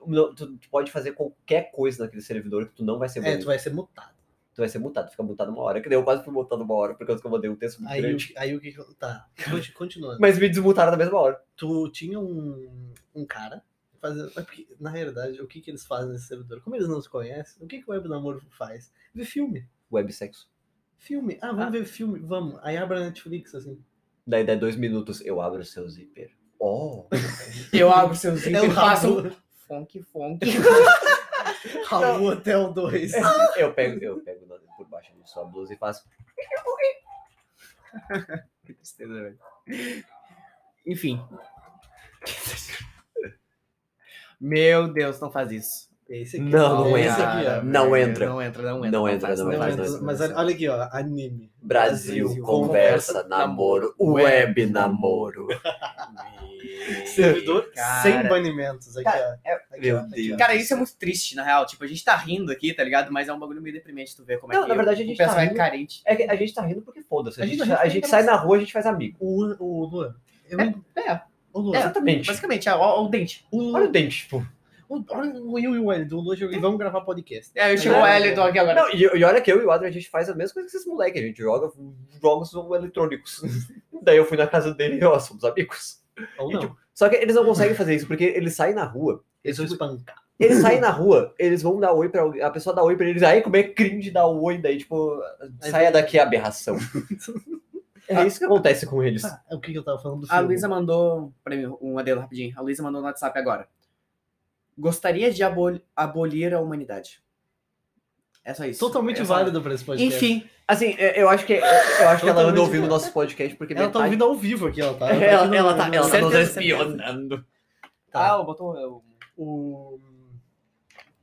S1: não, tu, tu pode fazer qualquer coisa naquele servidor que tu não vai ser
S3: É,
S1: banido.
S3: tu vai ser mutado.
S1: tu vai ser mutado, fica mutado uma hora. Que daí eu quase fui mutado uma hora, por causa que eu mandei um texto muito
S3: Aí,
S1: grande.
S3: o- aí o que que. eu- Tá, conti- continuando.
S1: Mas me desmutaram na mesma hora.
S3: Tu tinha um, um cara fazendo. é porque, na realidade, o que, que eles fazem nesse servidor? Como eles não se conhecem, o que, que o Web Namoro faz? Vê filme.
S1: Websexo.
S3: Filme.
S1: Ah.
S3: Ah, vamos ver filme. Vamos. Aí abre a Netflix, assim.
S1: Daí dá dois minutos, eu abro o seu zíper. Oh.
S2: Eu abro seu zíper
S3: É o
S2: e faço
S3: Rabu,
S2: um funk, funk.
S3: Rabu Hotel 2.
S1: Eu pego, eu pego na- por baixo da sua blusa e faço.
S2: Que tristeza, velho. Enfim. Meu Deus, não faz isso.
S3: Esse aqui,
S1: Não,
S3: ó,
S1: não
S3: esse
S1: entra.
S3: aqui, ó.
S1: Não entra.
S2: Não entra, não entra.
S1: Não entra,
S2: faz,
S1: não é
S3: Não,
S1: entra, não
S3: mas,
S2: faz,
S1: entra.
S3: mas
S2: faz.
S3: olha aqui, ó, anime.
S1: Brasil,
S3: Brasil,
S1: conversa,
S2: conversa,
S1: namoro,
S2: namoro,
S1: web namoro.
S3: Servidor
S2: Cara.
S3: sem banimentos aqui, ó. Aqui,
S1: Meu
S3: ó, aqui,
S1: Deus.
S3: ó.
S2: Cara, isso é muito triste, na real. Tipo, a gente tá rindo aqui, tá ligado? Mas é um bagulho meio deprimente tu ver como é
S1: Não,
S2: que
S1: na verdade, a
S2: o
S1: gente tá
S2: pessoal é
S1: rindo.
S2: carente.
S1: É que a gente tá rindo porque foda-se. A,
S3: A
S1: gente,
S3: gente-
S1: a gente sai na rua, a gente faz amigo.
S3: O, o Luan. Eu,
S2: É,
S3: O Luan.
S1: Exatamente.
S2: basicamente, é, ó, ó o dente.
S3: O
S1: Olha o
S3: Luan.
S1: dente, tipo.
S3: O, olha o Will e o Wellington. O Luan chegou e vamos gravar podcast.
S2: É, eu chegou o
S3: É.
S2: Elton aqui agora.
S1: Não, e, e olha que eu e o Adri, a gente faz a mesma coisa que esses moleques. A gente joga jogos eletrônicos. Daí eu fui na casa dele e, ó, somos amigos.
S3: Ou
S1: E,
S3: não.
S1: tipo, só que eles não conseguem fazer isso, porque eles saem na rua.
S3: Eles vão espancar.
S1: Eles saem na rua, eles vão dar oi pra alguém. A pessoa dá oi pra eles. Aí como é cringe dar oi, daí, tipo, saia daqui aberração. É isso que acontece com eles.
S3: Ah, é o que que eu tava falando do
S2: A
S3: filme?
S2: Luísa mandou pra mim um adendo rapidinho. A Luísa mandou no WhatsApp agora. Gostaria de abol- abolir a humanidade. É só isso.
S3: Totalmente
S2: É só-
S3: válido pra esse podcast.
S2: Enfim,
S1: Assim, é- eu acho que, eu acho que ela anda
S3: Totalmente.
S1: ouvindo o nosso podcast, porque
S3: Ela tá
S1: metade-
S3: ouvindo ao vivo aqui, ela tá.
S1: Ela, ela tá, ela tá nos
S2: Certeza, certeza.
S1: espionando.
S3: Tá.
S2: ah, ela botou eu-
S3: o.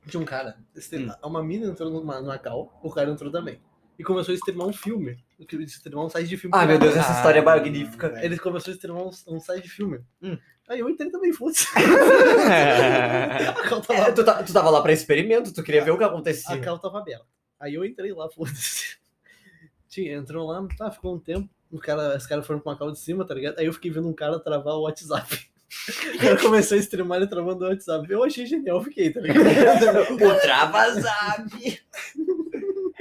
S3: De um cara.
S1: Hum.
S3: Streamar. Uma mina entrou numa, numa cal, o cara entrou também. E começou a streamar um filme. O que- Streamar um site de filme.
S1: Ah, meu Deus, essa
S2: Ah,
S1: história é magnífica.
S2: velho.
S3: Eles começaram a streamar um, um site de filme.
S2: Hum.
S3: Aí eu entrei também, foda-se. a cal tava,
S1: É, tu, tá- tu tava lá pra experimento, tu queria ver o que
S3: a
S1: acontecia.
S3: cal tava aberta. Aí eu entrei lá, foda-se. Tia, entrou lá, tá, ficou um tempo. O cara, os caras foram pra uma cal de cima, tá ligado? Aí eu fiquei vendo um cara travar o WhatsApp. O cara começou a streamar ele travando o WhatsApp. Eu achei genial, fiquei, tá ligado?
S1: o Travazab.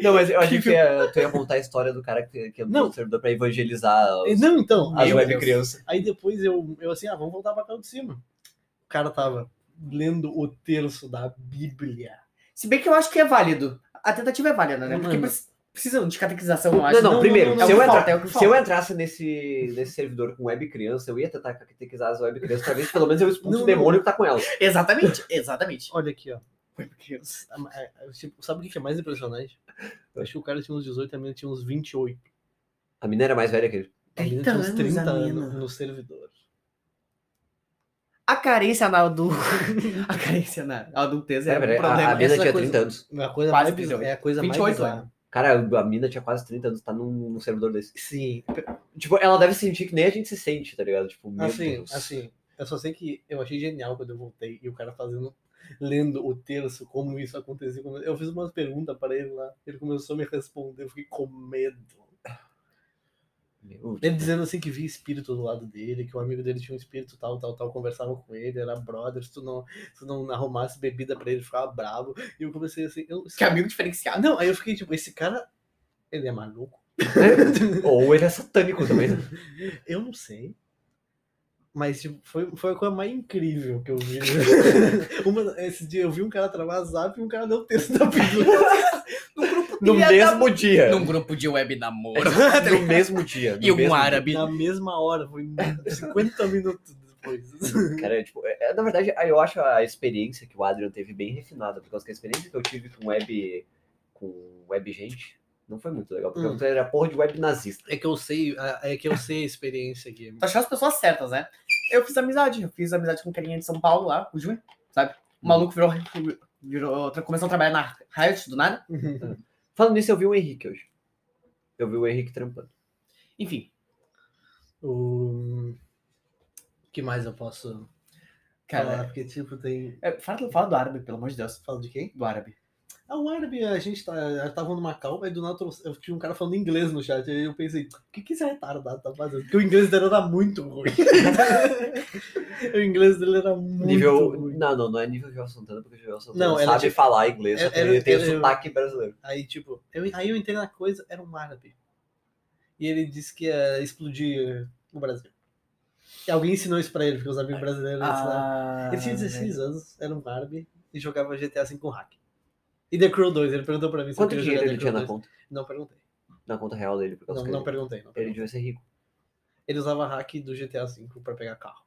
S1: Não, mas eu achei que tu ia, tu ia montar a história do cara que, que entrou
S3: Não.
S1: no servidor pra evangelizar os-
S3: Não, então.
S1: as
S3: aí eu-
S1: web crianças.
S3: Aí depois eu, eu assim, ah, vamos voltar pra cá de cima. O cara tava lendo o terço da Bíblia.
S2: Se bem que eu acho que é válido. A tentativa é válida, né? Porque
S3: Mano.
S2: pre- precisam de catequização, eu acho.
S1: Não, não,
S3: não,
S1: primeiro,
S3: não, não,
S1: se, eu
S2: é o que
S1: entra-
S2: falta, é o que
S1: se eu
S2: falta.
S1: entrasse nesse, nesse servidor com web criança, eu ia tentar catequizar as web crianças pra ver se pelo menos eu expulso
S3: Não,
S1: o
S3: não.
S1: demônio que tá com elas.
S2: Exatamente, exatamente.
S3: Olha aqui, ó.
S2: Meu Deus.
S3: A- a- a- tipo, Sabe o que que é mais impressionante? Eu acho que o cara tinha uns 18, a mina tinha uns 28.
S1: A mina era mais velha que ele.
S3: A
S2: 30
S3: mina tinha uns
S2: anos,
S3: 30
S2: a
S3: anos,
S2: mina.
S3: no servidor.
S2: A carência na adul... a carência na adultez é,
S1: É,
S2: um
S1: velho, a,
S2: problema.
S1: a mina
S3: essa
S1: tinha
S3: coisa-
S1: 30 anos.
S3: É a coisa
S2: Quase
S3: mais
S2: 18.
S3: bizarra. É a coisa
S2: 28
S3: mais bizarra.
S1: Cara, a mina tinha quase 30 anos, tá num, num servidor desse.
S3: Sim.
S1: Tipo, ela deve sentir que nem a gente se sente, tá ligado? Tipo, meu
S3: Assim,
S1: Deus.
S3: assim. Eu só sei que eu achei genial quando eu voltei e o cara fazendo. Lendo o terço, como isso acontecia. como- Eu fiz umas perguntas pra ele lá. Ele começou a me responder. Eu fiquei com medo.
S1: Meu
S3: Ele dizendo assim que via espírito do lado dele, que um amigo dele tinha um espírito tal, tal, tal, conversava com ele, era brother, se tu não, se tu não arrumasse bebida pra ele, ficava bravo. E eu comecei assim, eu,
S2: Que amigo
S3: Ah,
S2: diferenciado.
S3: não, aí eu fiquei tipo, esse cara, ele é maluco?
S1: Ou ele é satânico também. né?
S3: Eu não sei. Mas tipo, foi, foi a coisa mais incrível que eu vi. Uma- esse dia eu vi um cara travar zap e um cara deu texto da Bíblia.
S1: No
S2: Filha da-
S1: mesmo dia.
S2: Num grupo de web namoro.
S1: É tipo, No mesmo dia. no
S2: e um
S1: mesmo
S2: árabe.
S3: Na mesma hora, foi 50 minutos depois.
S1: dia. Cara, é, tipo, é- é, na verdade, aí eu acho a experiência que o Adrian teve bem refinada, porque a experiência que eu tive com web. com web gente não foi muito legal, porque
S3: Hum.
S1: eu era porra de web nazista.
S3: É que eu sei, a- é que eu sei a experiência aqui.
S2: Tu achou as pessoas certas, né? Eu fiz amizade, eu fiz amizade com um carinha de São Paulo lá, o Júnior, sabe? O maluco virou. virou começou a trabalhar na Riot do nada.
S1: Falando nisso, eu vi o Henrique hoje. Eu vi o Henrique trampando.
S2: Enfim,
S3: O que mais eu posso falar?
S2: cara.
S3: Porque, tipo, tem.
S2: é, Fala, fala do árabe, pelo amor de Deus.
S3: Fala de quem?
S2: Do árabe.
S3: Ah, o árabe, a gente tá, eu tava numa calma e do nada trouxe- eu tinha um cara falando inglês no chat. Aí eu pensei, o que, que esse retardado tá fazendo? Porque o inglês dele era muito ruim. o inglês dele era muito
S1: nível.
S3: ruim.
S1: Não, não, não é nível Joel Santana, porque o Joel Santana
S3: Não,
S1: não,
S3: ela
S1: sabe
S3: tinha- é,
S1: falar inglês, só
S3: Ela-
S1: que ele
S3: ela-
S1: tem o
S3: ela-
S1: sotaque brasileiro.
S3: Aí, tipo, eu- aí eu entrei na coisa, era um árabe. E ele disse que ia explodir o Brasil. E alguém ensinou isso pra ele, porque os amigos brasileiros ensinaram.
S2: Ah,
S3: Ele tinha 16 anos, era um árabe e jogava GTA V com hack. E The Crew 2, ele perguntou pra mim se
S1: Quanto
S3: eu queria
S1: dinheiro
S3: jogar
S1: ele
S3: The Crew
S1: tinha na
S3: 2.
S1: conta?
S3: Não perguntei.
S1: Na conta real dele, porque eu
S3: Não,
S1: acho que
S3: não
S1: ele,
S3: perguntei. não
S1: ele
S3: perguntei.
S1: devia ser rico.
S3: Ele usava hack do GTA V pra pegar carro.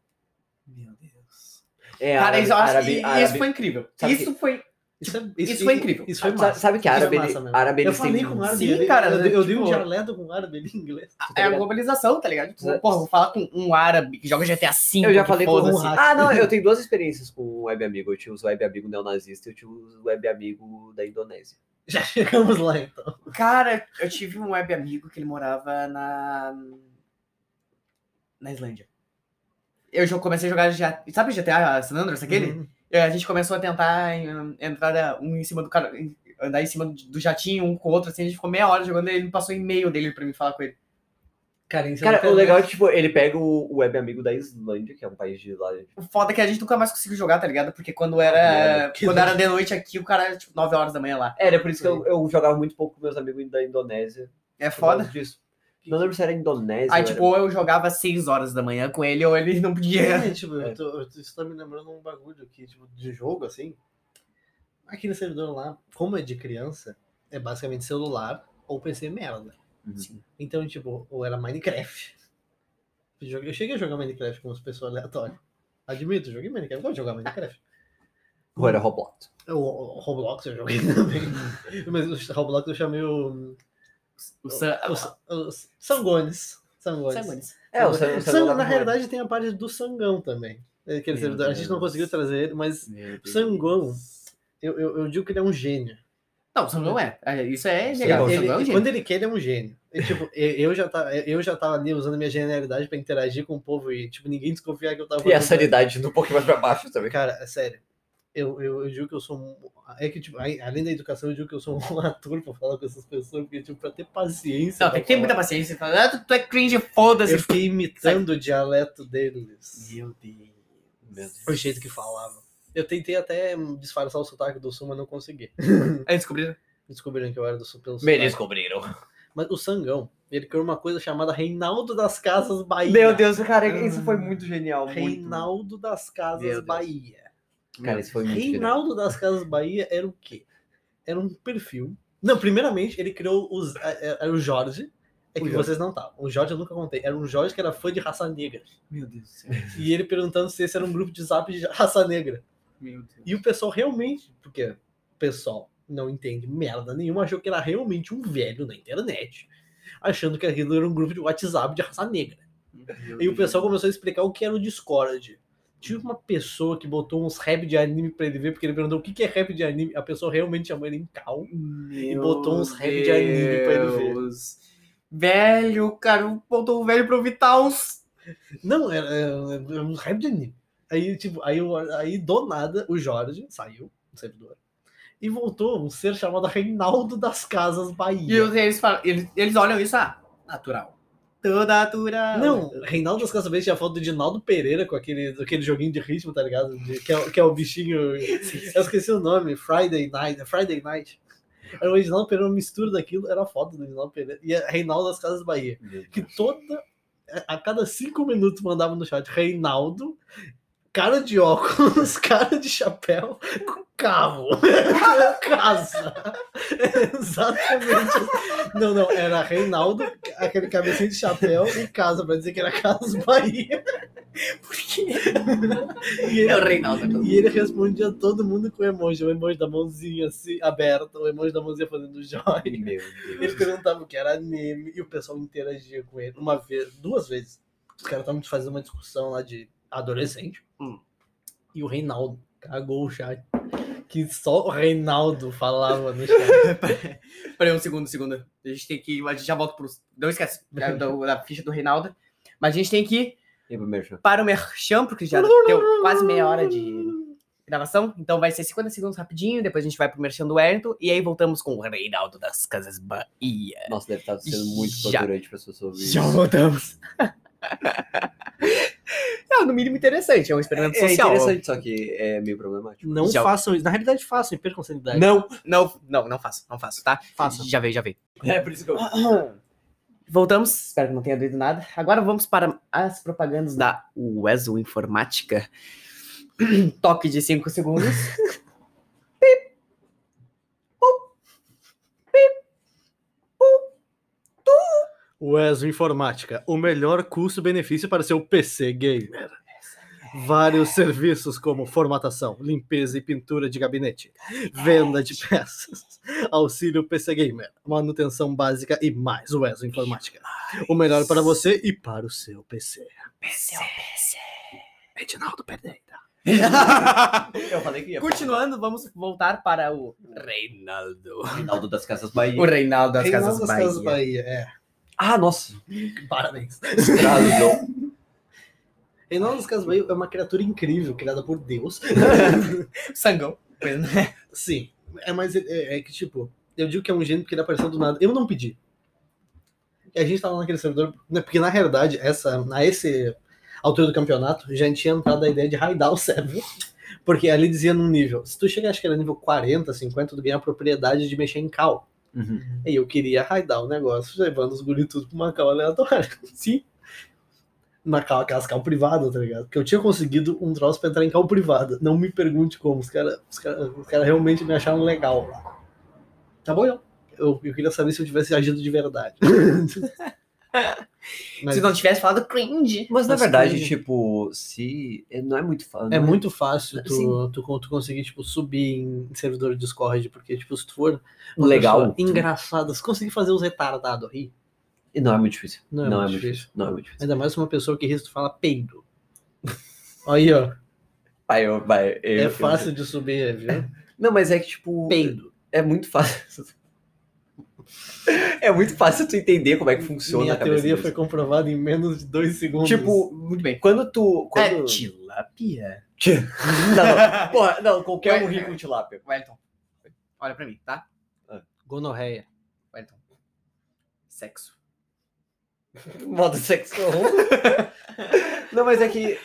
S3: Meu Deus.
S1: É,
S2: Cara,
S1: árabe,
S2: isso, eu acho
S1: árabe-
S2: que
S1: árabe-
S2: isso foi incrível.
S1: Sabe tá
S2: isso foi.
S3: Isso, é,
S1: Tipo,
S2: Isso foi incrível.
S3: Isso foi
S1: Sabe-
S3: massa.
S1: Sabe que
S3: Isso é
S1: árabe,
S3: massa
S1: ele-
S3: mesmo.
S1: árabe
S3: Eu
S1: eles
S3: falei
S1: têm...
S3: com o árabe.
S2: Sim,
S3: ele-
S2: cara,
S3: Eu,
S2: né,
S3: eu dei um
S2: tipo-
S3: dialeto com o árabe ele em inglês.
S2: É a globalização, tá ligado? Tipo,
S1: Exato.
S2: porra, vou falar com um árabe que joga GTA V.
S1: Eu já
S2: que
S1: falei com um
S2: foda-se.
S3: foda-se.
S1: Ah, não, eu tenho duas experiências com o web amigo. Eu tinha os web amigo neonazista e eu tinha os web amigo da Indonésia.
S3: Já chegamos lá então.
S2: Cara, eu tive um web amigo que ele morava na. Na Islândia. Eu jo- comecei a jogar GTA. Sabe GTA San Andreas, aquele?
S3: Uhum.
S2: E A gente começou a tentar em- entrar um em cima do cara. em- Andar em cima do jatinho, um com o outro, assim, a gente ficou meia hora jogando e ele me passou e-mail dele pra mim falar com ele.
S3: Carência da
S1: Cara, o
S3: internet.
S1: legal é que, tipo, ele pega o o web amigo da Islândia, que é um país de lá.
S2: O foda é que a gente nunca mais conseguiu jogar, tá ligado? Porque quando era.
S3: Ah, Que
S2: quando era de noite aqui, o cara era tipo 9 horas da manhã lá.
S1: Era É, né, por isso que eu, eu jogava muito pouco com meus amigos da Indonésia.
S2: É
S1: por causa
S2: foda.
S1: Disso. Não lembro se era Indonésia.
S2: Aí,
S1: ou
S2: tipo, ou eu jogava 6 horas da manhã com ele, ou ele não podia.
S3: É, tipo,
S1: É.
S3: eu tô- eu tô- isso tá me lembrando um bagulho aqui, tipo, de jogo, assim. Aquele servidor lá, como é de criança, é basicamente celular ou PC merda.
S1: Uhum.
S3: Sim. Então, tipo, ou era Minecraft. Eu joguei- eu cheguei a jogar Minecraft com as pessoas aleatórias. Admito, eu joguei Minecraft, eu gosto de jogar Minecraft.
S1: Ou era Roblox.
S3: O, o Roblox eu joguei também. Mas o Roblox eu chamei o.
S2: O Sam.
S3: o, o Sangones. Sangones.
S2: Sam-
S1: Tá É, o San- o
S3: Sangones.
S1: San-
S3: Sang-
S1: San-
S3: na realidade tem a parte do Sangão também. É, Aquele
S1: Meu
S3: servidor. A gente não
S1: Deus.
S3: conseguiu trazer ele, mas
S1: Meu Deus.
S2: é um
S3: Sangão, eu, eu, eu digo que ele é um gênio.
S2: Não, o Sangão é. É, Isso é
S1: Sim,
S2: legal.
S1: o
S2: O
S3: Ele-
S2: Sangão é um gênio.
S3: quando ele quer, ele é um gênio. E, tipo, eu, eu já tava, eu já tava ali usando minha genialidade pra interagir com o povo e, tipo, ninguém desconfiar que eu tava.
S1: E a
S3: fazendo-
S1: sanidade um pouquinho mais pra baixo também.
S3: Cara, é sério. Eu, eu, eu digo que eu sou um. É que, tipo, a- além da educação, eu digo que eu sou um ator pra falar com essas pessoas, porque, tipo, pra ter paciência.
S2: Não,
S3: pra
S2: tem que ter
S3: falar.
S2: muita paciência. Fala, ah, tu, tu é cringe,
S3: Eu
S2: foda-se.
S3: fiquei imitando o dialeto deles.
S2: Meu Deus.
S1: Meu Deus.
S3: O jeito que falava. Eu tentei até disfarçar o sotaque do sul, mas não consegui.
S2: Aí descobriram.
S3: Descobriram que eu era do sul pelo
S1: Me
S3: sotaque.
S1: descobriram.
S3: Mas o Sangão, ele criou uma coisa chamada Reinaldo das Casas Bahia.
S1: Meu Deus, cara, isso foi muito genial. Muito.
S3: Reinaldo das Casas
S1: Meu Deus.
S3: Bahia.
S1: Cara, isso foi muito genial.
S3: Reinaldo das Casas Bahia era o quê? Era um perfil. Não, primeiramente, ele criou os, a- a- era o Jorge. É
S1: O
S3: que
S1: Jorge.
S3: vocês não estavam. O Jorge eu nunca contei. Era um Jorge que era fã de raça negra.
S2: Meu Deus do céu.
S3: E ele perguntando se esse era um grupo de zap de raça negra.
S2: Meu Deus.
S3: E o pessoal realmente, porque o pessoal não entende merda nenhuma, achou que era realmente um velho na internet. Achando que aquilo era um grupo de WhatsApp de raça negra. E o pessoal começou a explicar o que era o Discord. Tinha uma pessoa que botou uns rap de anime pra ele ver, porque ele perguntou o que que é rap de anime. A pessoa realmente chamou ele em cal.
S2: E
S3: botou uns rap de anime pra ele ver.
S2: Velho, o cara um, botou o velho pro Vitals.
S3: Não, é, era, era um rap de anime. Aí, tipo, aí, eu- aí do nada o Jorge saiu do servidor e voltou um ser chamado Reinaldo das Casas
S2: E
S3: Bahia.
S2: eu- eles, falam, eles, eles olham isso, ah, natural. Tô natural.
S3: Não, Reinaldo das Casas Bahia tinha foto do Dinaldo Pereira com aquele, aquele joguinho de ritmo, tá ligado? De- que, é, que é o bichinho. Eu esqueci o nome, Friday Night. é Friday Night. Era o Reginaldo Pereira, uma mistura daquilo, era a foto do Reginaldo Pereira. E é Reinaldo das Casas Bahia. Que toda. A cada cinco minutos mandava no chat Reinaldo, cara de óculos, cara de chapéu, com carro, casa. Exatamente. Não, não, era Reinaldo, aquele cabecinho de chapéu e casa, pra dizer que era Casas Bahia.
S2: Por quê?
S3: E ele
S2: É o Reinaldo.
S3: e ele respondia todo mundo com emoji, o emoji da mãozinha assim, aberta, o emoji da mãozinha fazendo joia.
S1: Meu
S3: Ele
S1: Deus.
S3: perguntava o que era anime e o pessoal interagia com ele uma vez, duas vezes. Os caras estavam fazendo uma discussão lá de adolescente.
S2: Hum.
S3: E o Reinaldo cagou o chat. Que só o Reinaldo falava no chat.
S2: Peraí, um segundo, um segundo. A gente tem que. A gente já volta pro. Não esquece da, da- da ficha do Reinaldo. Mas a gente tem que ir
S1: E pro merchan?
S2: para o Merchan, porque já deu quase meia hora de gravação. Então vai ser 50 segundos rapidinho, depois a gente vai pro Merchan do Wellington. E aí voltamos com o Reinaldo das Casas Bahia.
S1: Nossa, deve estar sendo muito
S2: Já.
S1: torturante pra pessoas ouvir
S2: Já
S1: isso.
S2: voltamos. é, no mínimo interessante, é um experimento
S1: É
S2: social.
S1: interessante, só que é meio problemático.
S3: Não
S2: Já-
S3: façam isso. Na realidade, façam e percam a sanidade.
S2: Não, não, não, não faço, não faço, tá?
S3: Façam.
S2: Já veio, já veio.
S1: É por isso que eu.
S2: Voltamos, espero que não tenha doído nada. Agora vamos para as propagandas da Weso Informática. Toque de 5 segundos. Pip. Pup. Pip. Pup. Tu.
S3: Weso Informática, o melhor custo-benefício para seu PC gamer. vários serviços como formatação, limpeza e pintura de gabinete, venda de peças, auxílio PC Gamer, manutenção básica e mais o ESO Informática. O melhor para você e para o seu PC. Edinaldo Pereira.
S1: Eu falei que ia.
S2: Continuando, vamos voltar para o Reinaldo.
S1: Reinaldo das Casas Bahia.
S2: O Reinaldo das
S3: Reinaldo
S2: Casas
S3: das
S2: Bahia.
S3: Casas Bahia, é.
S1: Ah, nossa.
S3: Parabéns.
S1: Trazou.
S3: Reinaldo das Casas Bahia é uma criatura incrível, criada por Deus.
S2: Sangão. Pois, né?
S3: Sim, é mais. É, é que, tipo, eu digo que é um gênio porque ele apareceu do nada. Eu não pedi. E a gente tava naquele servidor. né, Porque, na realidade, essa, a esse altura do campeonato, já tinha entrado a ideia de raidar o server. Porque ali dizia num nível. Se tu chegar, acho que era nível 40, 50, tu ganha a propriedade de mexer em cal.
S1: Uhum.
S3: E eu queria raidar o negócio, levando os guri tudo pra uma cal aleatória. Sim. Uma cal, aquelas cal privada, tá ligado? Porque eu tinha conseguido um troço pra entrar em cal privada. Não me pergunte como, os caras os cara, os cara realmente me acharam legal lá. Tá bom, eu. Eu, eu queria saber se eu tivesse agido de verdade. Mas
S2: Se não tivesse falado cringe.
S1: Mas na
S3: Nossa,
S1: verdade,
S3: que-
S1: tipo, se. é, Não é muito fácil.
S3: é
S1: né?
S3: muito fácil tu,
S1: Sim.
S3: tu, con- tu conseguir, tipo, subir em servidor de Discord, porque, tipo, se tu for uma
S1: legal.
S3: pessoa engraçada, se conseguir fazer os retardados rir,
S1: E não é muito difícil. Não é, muito
S3: difícil.
S1: difícil. Não é muito difícil.
S3: Ainda mais uma pessoa que riso fala peido. Aí, ó.
S1: Vai, eu- vai, eu-
S3: É
S1: eu-
S3: fácil de subir, viu?
S1: Não, mas é que, tipo.
S3: Peido.
S1: É muito fácil. é muito fácil tu entender como é que funciona
S3: Minha
S1: a cabeça.
S3: teoria
S1: deles.
S3: foi comprovada em menos de dois segundos.
S1: Tipo,
S2: Muito bem.
S1: quando tu. Quando...
S2: É tilápia.
S1: não, não. Porra, não, qualquer um
S2: Ué.
S1: ri com tilápia.
S2: Wellington. Olha pra mim, tá?
S3: gonorreia.
S2: Wellington. Sexo.
S1: Modo sexo. não, mas é que.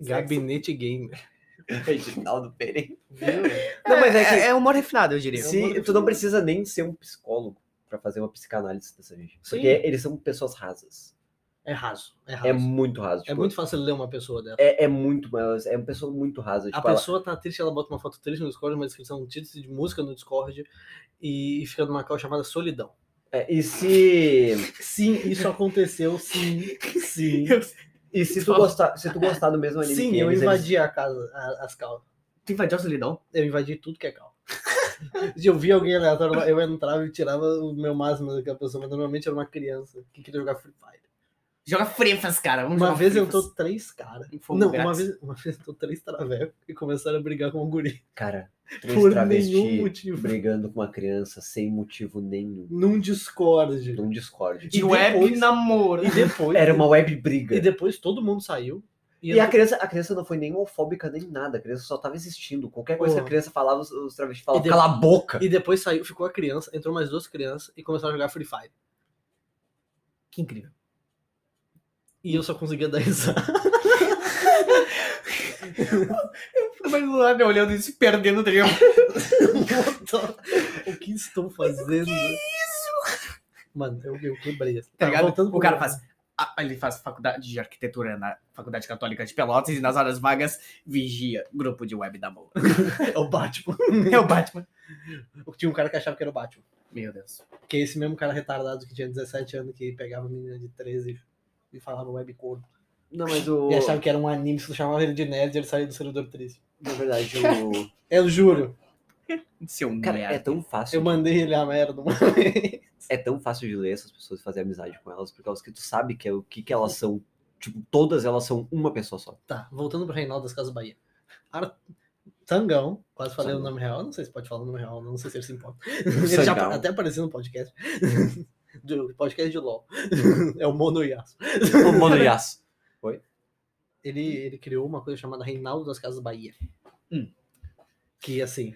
S3: Gabinete gamer.
S1: Reginaldo Pereira.
S3: Viu?
S1: Não, mas é que-
S2: É, humor refinado, eu diria. É um humor
S1: Se, tu não precisa nem ser um psicólogo pra fazer uma psicanálise dessa gente.
S3: Sim.
S1: Porque eles são pessoas rasas.
S3: É raso. É raso.
S1: É muito raso.
S3: É
S1: tipo,
S3: muito fácil ler uma pessoa dela.
S1: É, é muito, mas é uma pessoa muito rasa.
S3: A
S1: tipo, ela-
S3: pessoa tá triste, ela bota uma foto triste no Discord, uma descrição, um título de música no Discord e fica numa cal chamada Solidão.
S1: é, e se.
S3: Sim, isso aconteceu, sim, sim.
S1: E se tu
S2: Fala.
S1: gostar, se tu gostar do mesmo anime
S3: Sim,
S1: que
S3: eu
S1: eles,
S3: invadi a casa, a- as cal.
S2: Tu invadiu a solidão?
S3: Eu invadi tudo que é cal. Se eu via alguém aleatório, lá, eu entrava e tirava o meu máximo daquela pessoa, mas normalmente era uma criança que queria jogar Free Fire.
S2: Joga frefas, cara. Vamos
S3: Uma
S2: jogar
S3: vez
S2: frefas.
S3: entrou três caras.
S2: Em fogo
S3: Não,
S2: grátis.
S3: uma vez, uma vez entrou três travecos e começaram a brigar com o guri.
S1: eles- Cara,
S3: Por
S1: três
S3: nenhum
S1: travestis
S3: motivo.
S1: brigando com uma criança sem motivo nenhum.
S3: Num Discord.
S1: Num Discord.
S2: De
S3: E
S2: web
S3: depois-
S2: namoro.
S3: E depois.
S1: Era uma web
S3: E
S1: briga.
S3: depois todo mundo saiu. E,
S1: E a criança, a criança não foi nem homofóbica nem nada, a criança só tava existindo. Qualquer coisa que
S3: Pô.
S1: a criança falava, os, os travestis falavam,
S3: E de-
S1: cala a boca!
S3: e depois saiu, ficou a criança, entrou mais duas crianças e começaram a jogar Free Fire.
S2: Que incrível.
S3: E eu só conseguia dar risada.
S2: Mas o Lado olhando isso e perdendo tá o trio.
S3: o que estou fazendo? Mano, eu, eu quebrei. assim.
S2: Tá ligado?
S3: voltando pro
S2: o cara
S3: meu-
S2: faz. a- Ah, Ele faz faculdade de arquitetura na Faculdade Católica de Pelotas e nas horas vagas vigia grupo de web da boa.
S3: É o Batman.
S2: É o Batman.
S3: Tinha um cara que achava que era o Batman.
S2: Meu Deus.
S3: Que é esse mesmo cara retardado que tinha 17 anos que pegava menina de 13 e falava webcorno.
S1: Não, mas o.
S3: E achava que era um anime, se chamava ele de nerd e ele saía do servidor triste.
S1: Na verdade, o.
S3: Eu juro,
S2: Seu
S1: Cara,
S2: merda.
S1: é tão fácil.
S3: eu mandei ele a merda. Mano.
S1: É tão fácil de ler essas pessoas e fazer amizade com elas, por causa que tu sabe que é o que, que elas são. Tipo, todas elas são uma pessoa só.
S3: Tá, voltando pro Reinaldo das Casas Bahia. Ar... Sangão, quase falei o
S1: Sangão.
S3: nome real, não sei se pode falar o nome real, não sei se ele se importa. Ele já
S1: Sangão.
S3: até apareceu no podcast. Do podcast de LOL. É o Mono Yasuo.
S1: O Monoyasu.
S3: ele, ele criou uma coisa chamada Reinaldo das Casas Bahia.
S2: Hum.
S3: Que, assim,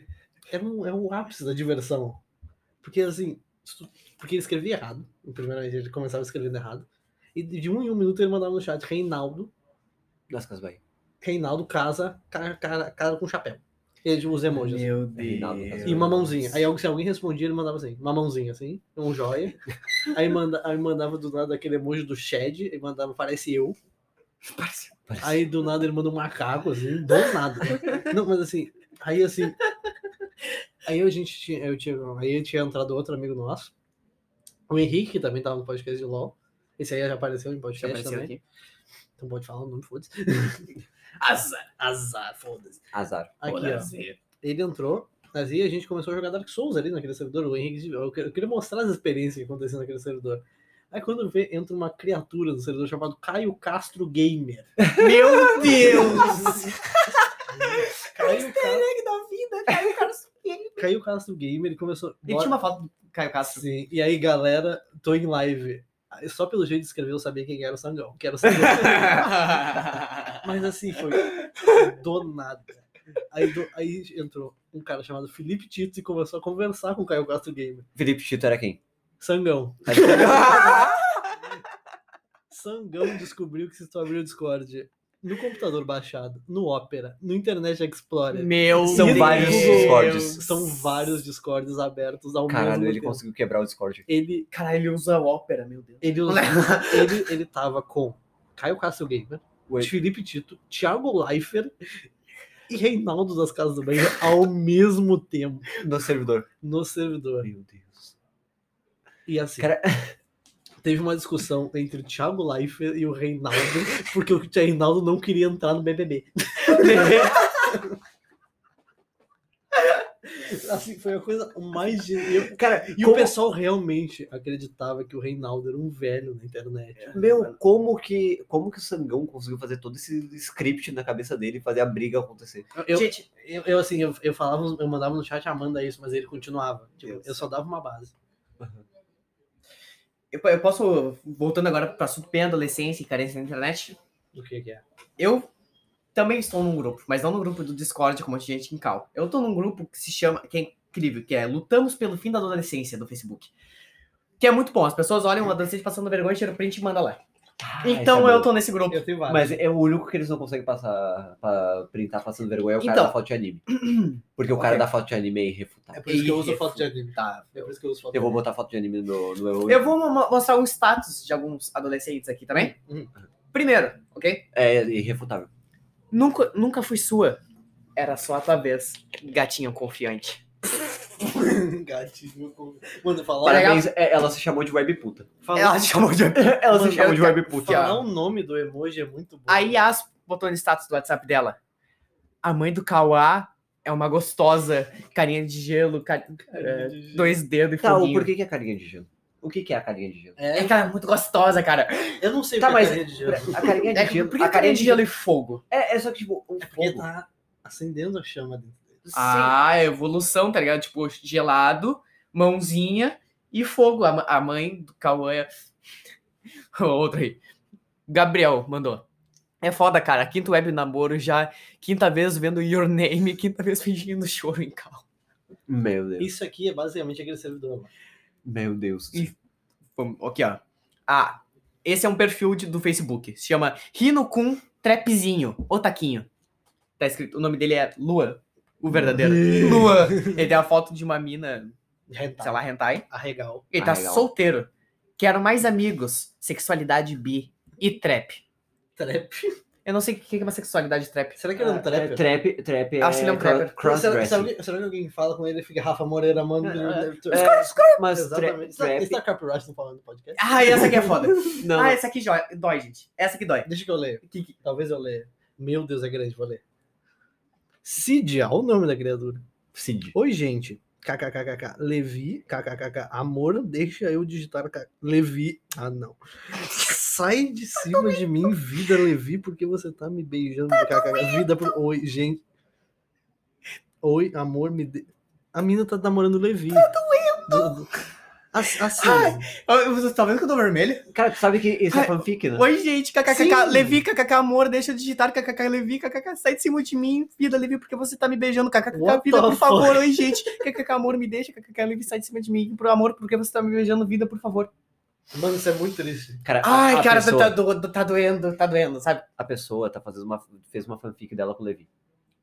S3: era um, era um ápice da diversão. Porque, assim, se tu- porque ele escrevia errado. Primeiramente, ele começava escrevendo errado. E de de um em um minuto ele mandava no chat Reinaldo,
S1: Nas casas Bahia.
S3: Reinaldo casa, cara, cara, cara com chapéu. Ele os emojis.
S2: Meu
S1: Reinaldo Casablanca.
S3: E uma mãozinha. Aí
S2: Aí
S3: alguém- se alguém respondia, ele mandava assim, uma mãozinha assim, um joia. aí, manda, aí mandava do nada aquele emoji do Shed, e mandava, parece eu.
S1: Parece-
S3: Aí do nada ele manda um macaco, assim, do nada. Não, mas assim, aí assim. Aí a gente tinha. Eu tinha aí eu tinha entrado outro amigo nosso. O Henrique que também tava no podcast de LOL. Esse aí já apareceu em podcast também.
S2: aqui.
S3: Então pode falar o nome, foda-se.
S2: Azar, azar, foda-se.
S1: Azar.
S3: Aqui, ó.
S2: foda-se.
S3: Ele entrou, mas aí a gente começou a jogar Dark Souls ali naquele servidor. O Henrique, eu que- eu queria mostrar as experiências que aconteciam naquele servidor. Aí quando vê, entra uma criatura do servidor chamado Caio Castro Gamer.
S2: Meu Deus!
S3: Caio, Ca...
S2: Pega da vida, Caio Castro. Ele
S3: Caio Castro Gamer começou.
S2: tinha uma foto do Caio Castro.
S3: Sim, e aí, galera, tô em live. Aí, Só pelo jeito de escrever, eu sabia quem era o Sangão. Que era o Sangão. Mas assim, foi do nada. Aí, do- aí entrou um cara chamado Felipe Tito e começou a conversar com o Caio Castro Gamer.
S1: Felipe Tito era quem?
S3: Sangão. Sangão descobriu que se tu abrir o Discord no computador baixado, no Opera, no Internet Explorer,
S2: Meu
S1: São
S2: Deus.
S1: vários Discords.
S3: são vários Discords abertos ao
S1: Caralho,
S3: mesmo
S1: ele
S3: tempo.
S1: conseguiu quebrar o Discord.
S3: Ele,
S2: Caralho, ele usa ópera, meu Deus.
S3: ele, usou- ele, ele tava com Caio Castro Gamer,
S1: Oi.
S3: Felipe Tito, Thiago Leifert e Reinaldo das Casas do Banho ao mesmo tempo
S1: No servidor.
S3: no servidor.
S1: Meu Deus.
S3: E assim.
S1: Cara-
S3: Teve uma discussão entre o Thiago Leifert e o Reinaldo, porque o Reinaldo não queria entrar no BBB. Assim, foi a coisa mais. de- eu-
S1: Cara,
S3: E o
S1: como-
S3: pessoal realmente acreditava que o Reinaldo era um velho na internet.
S1: Meu, como que, como que o Sangão conseguiu fazer todo esse script na cabeça dele e fazer a briga acontecer?
S3: Eu,
S2: Gente,
S3: eu, eu, assim, eu, eu falava, eu mandava no chat Amanda isso, mas ele continuava. Tipo,
S1: Deus.
S3: eu só dava uma base.
S2: eu, eu posso, voltando agora para assunto bem adolescência e carência na internet,
S3: Do que, que é?
S2: eu também estou num grupo, mas não no grupo do Discord com um monte de gente em cal. Eu estou num grupo que se chama, que é incrível, que é Lutamos pelo Fim da Adolescência, do Facebook. Que é muito bom, as pessoas olham um adolescente passando vergonha, tira o print e manda lá. então eu tô nesse grupo.
S3: Eu tenho várias.
S1: Mas é o único que eles não conseguem passar pra printar passando vergonha é o cara
S2: Então.
S1: da foto de anime. Porque o cara
S2: Ok.
S1: da foto de anime é irrefutável.
S3: É por isso que eu uso
S2: E-
S3: foto de anime.
S2: Tá,
S3: É por isso que eu uso foto
S1: Eu vou botar foto de anime no, no meu.
S2: Eu vou mo- mostrar um status de alguns adolescentes aqui também.
S3: Hum.
S2: Primeiro, ok?
S1: É irrefutável.
S2: Nunca, nunca fui sua. Era só a tua vez, gatinho confiante.
S3: Gatinho. com- Mano, falar,
S2: Para-
S1: Parabéns, é, ela se chamou de web puta.
S3: falar,
S2: Ela se chamou de.
S1: Ela se
S2: Mano,
S1: chamou de
S2: eu-
S1: web puta.
S3: falar o nome do emoji é muito bom.
S2: A Yas botou no status do WhatsApp dela. A mãe do Kauá é uma gostosa. Carinha de gelo, ca- é, dois dedos e
S1: Tá, o
S2: foguinho.
S1: por que, que é carinha de gelo? O que, que é a carinha de gelo?
S2: É que ela é muito gostosa, cara.
S3: Eu não sei
S1: Tá,
S3: o que é
S1: mas-
S3: carinha de gelo.
S1: A carinha
S2: É
S1: de
S2: que,
S1: gelo.
S2: por que
S1: a
S2: carinha de gelo e fogo?
S1: É, é só que, tipo, um
S3: Porque
S1: fogo.
S3: tá acendendo a chama dele.
S1: Sim.
S2: Ah, é evolução, tá ligado? Tipo, gelado, mãozinha e fogo. A, ma- a mãe do Cauã é... Outra aí. Gabriel mandou. É foda, cara. Quinto web namoro já. Quinta vez vendo Your Name. Quinta vez fingindo choro em cal.
S1: Meu Deus.
S3: Isso aqui é basicamente aquele servidor. mano.
S1: Meu Deus. do céu.
S2: Vamos- Aqui, ó. Ah, esse é um perfil de- do Facebook. Se chama Rinocun Trapzinho. Otaquinho. Tá escrito... O nome dele é Lua. O verdadeiro. Lua. Ele tem a foto de uma mina,
S3: Rentar.
S2: sei lá, hentai.
S3: Arregal.
S2: Ele
S1: Ah,
S2: tá
S1: legal.
S2: solteiro. Quero mais amigos, sexualidade bi e trap.
S3: Trap.
S2: Eu não sei o que é uma sexualidade trap.
S3: Será que ele é um
S1: É,
S3: trap?
S1: trap, trap é
S2: Acho que ele é um
S1: cro-
S2: trapper.
S3: Será, será,
S1: crossdressing.
S3: que- será que alguém fala com ele e fica Rafa Moreira, mano?
S1: É,
S3: tu-
S1: É, mas tra-
S3: Exatamente. Será-
S1: trap.
S3: Está é copyright não falando do podcast?
S2: Ah, essa aqui é foda.
S1: Não,
S2: Ah, essa aqui jo- dói, gente. Essa aqui dói.
S3: Deixa que eu leia.
S2: Que- que-
S3: Talvez eu leia. Meu Deus, é grande, vou ler. Cid, olha o nome da criatura.
S1: Cid.
S3: Oi, gente. KKKKK. Levi. KKKK. Amor, deixa eu digitar. K- Levi. Ah, não. Sai de cima de mim, vida, Levi, porque você tá me beijando. KKK. Vida por. Oi, gente. Oi, amor, me. De... A mina tá namorando o Levi. Tá doendo. Assim.
S2: Tá vendo que eu tô vermelho?
S1: Cara, tu sabe que esse é
S2: Ai,
S1: fanfic, né?
S2: Oi, gente. KKKK.
S3: Sim.
S2: Levi, KKK, amor. Deixa eu digitar. KKK, Levi, KKK. Sai de cima de mim, vida, Levi, porque você tá me beijando. KKK,
S3: What
S2: vida,
S3: the
S2: por favor. Oi, gente. KKK, amor, me deixa. KKK, Levi, sai de cima de mim. Por amor, porque você tá me beijando, vida, por favor.
S3: Mano, isso é muito triste.
S1: Cara, a-
S2: Ai,
S1: a
S2: cara,
S1: pessoa,
S2: tá, do- tá doendo, tá doendo, sabe?
S1: a pessoa tá fazendo uma, fez uma fanfic dela com o Levi.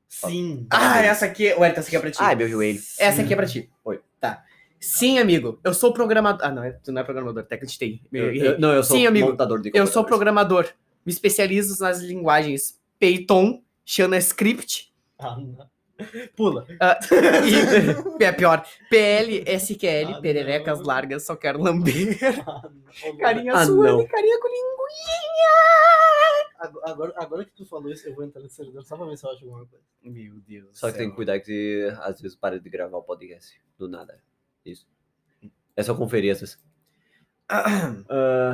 S3: Sim.
S2: Ah, essa aqui. Ué, essa aqui é pra ti.
S1: Ai, meu joelho.
S2: essa aqui é pra ti.
S1: Oi.
S2: Tá. Sim, amigo. Eu sou programador. Ah, não, é- tu não é programador, até acreditei. Me
S1: Eu-
S2: errei.
S1: eu- não, eu sou
S2: Sim, amigo.
S1: montador de
S2: Eu sou
S1: computadores.
S2: programador. Me especializo nas linguagens Python, Shanna Script,
S3: Ah, não. Pula.
S2: E é pior. PL, SQL,
S3: Ah,
S2: pererecas
S3: não.
S2: largas, só quero lamber. Carinha
S1: Ah,
S2: suando,
S1: não.
S2: carinha com linguiça.
S3: Agora, agora- agora que tu falou isso, eu vou entrar nesse servidor só pra ver se eu acho alguma coisa.
S2: Meu Deus.
S1: Só que tem que cuidar que às vezes para de gravar o podcast. Do nada. Isso. É só conferir essas. Ah,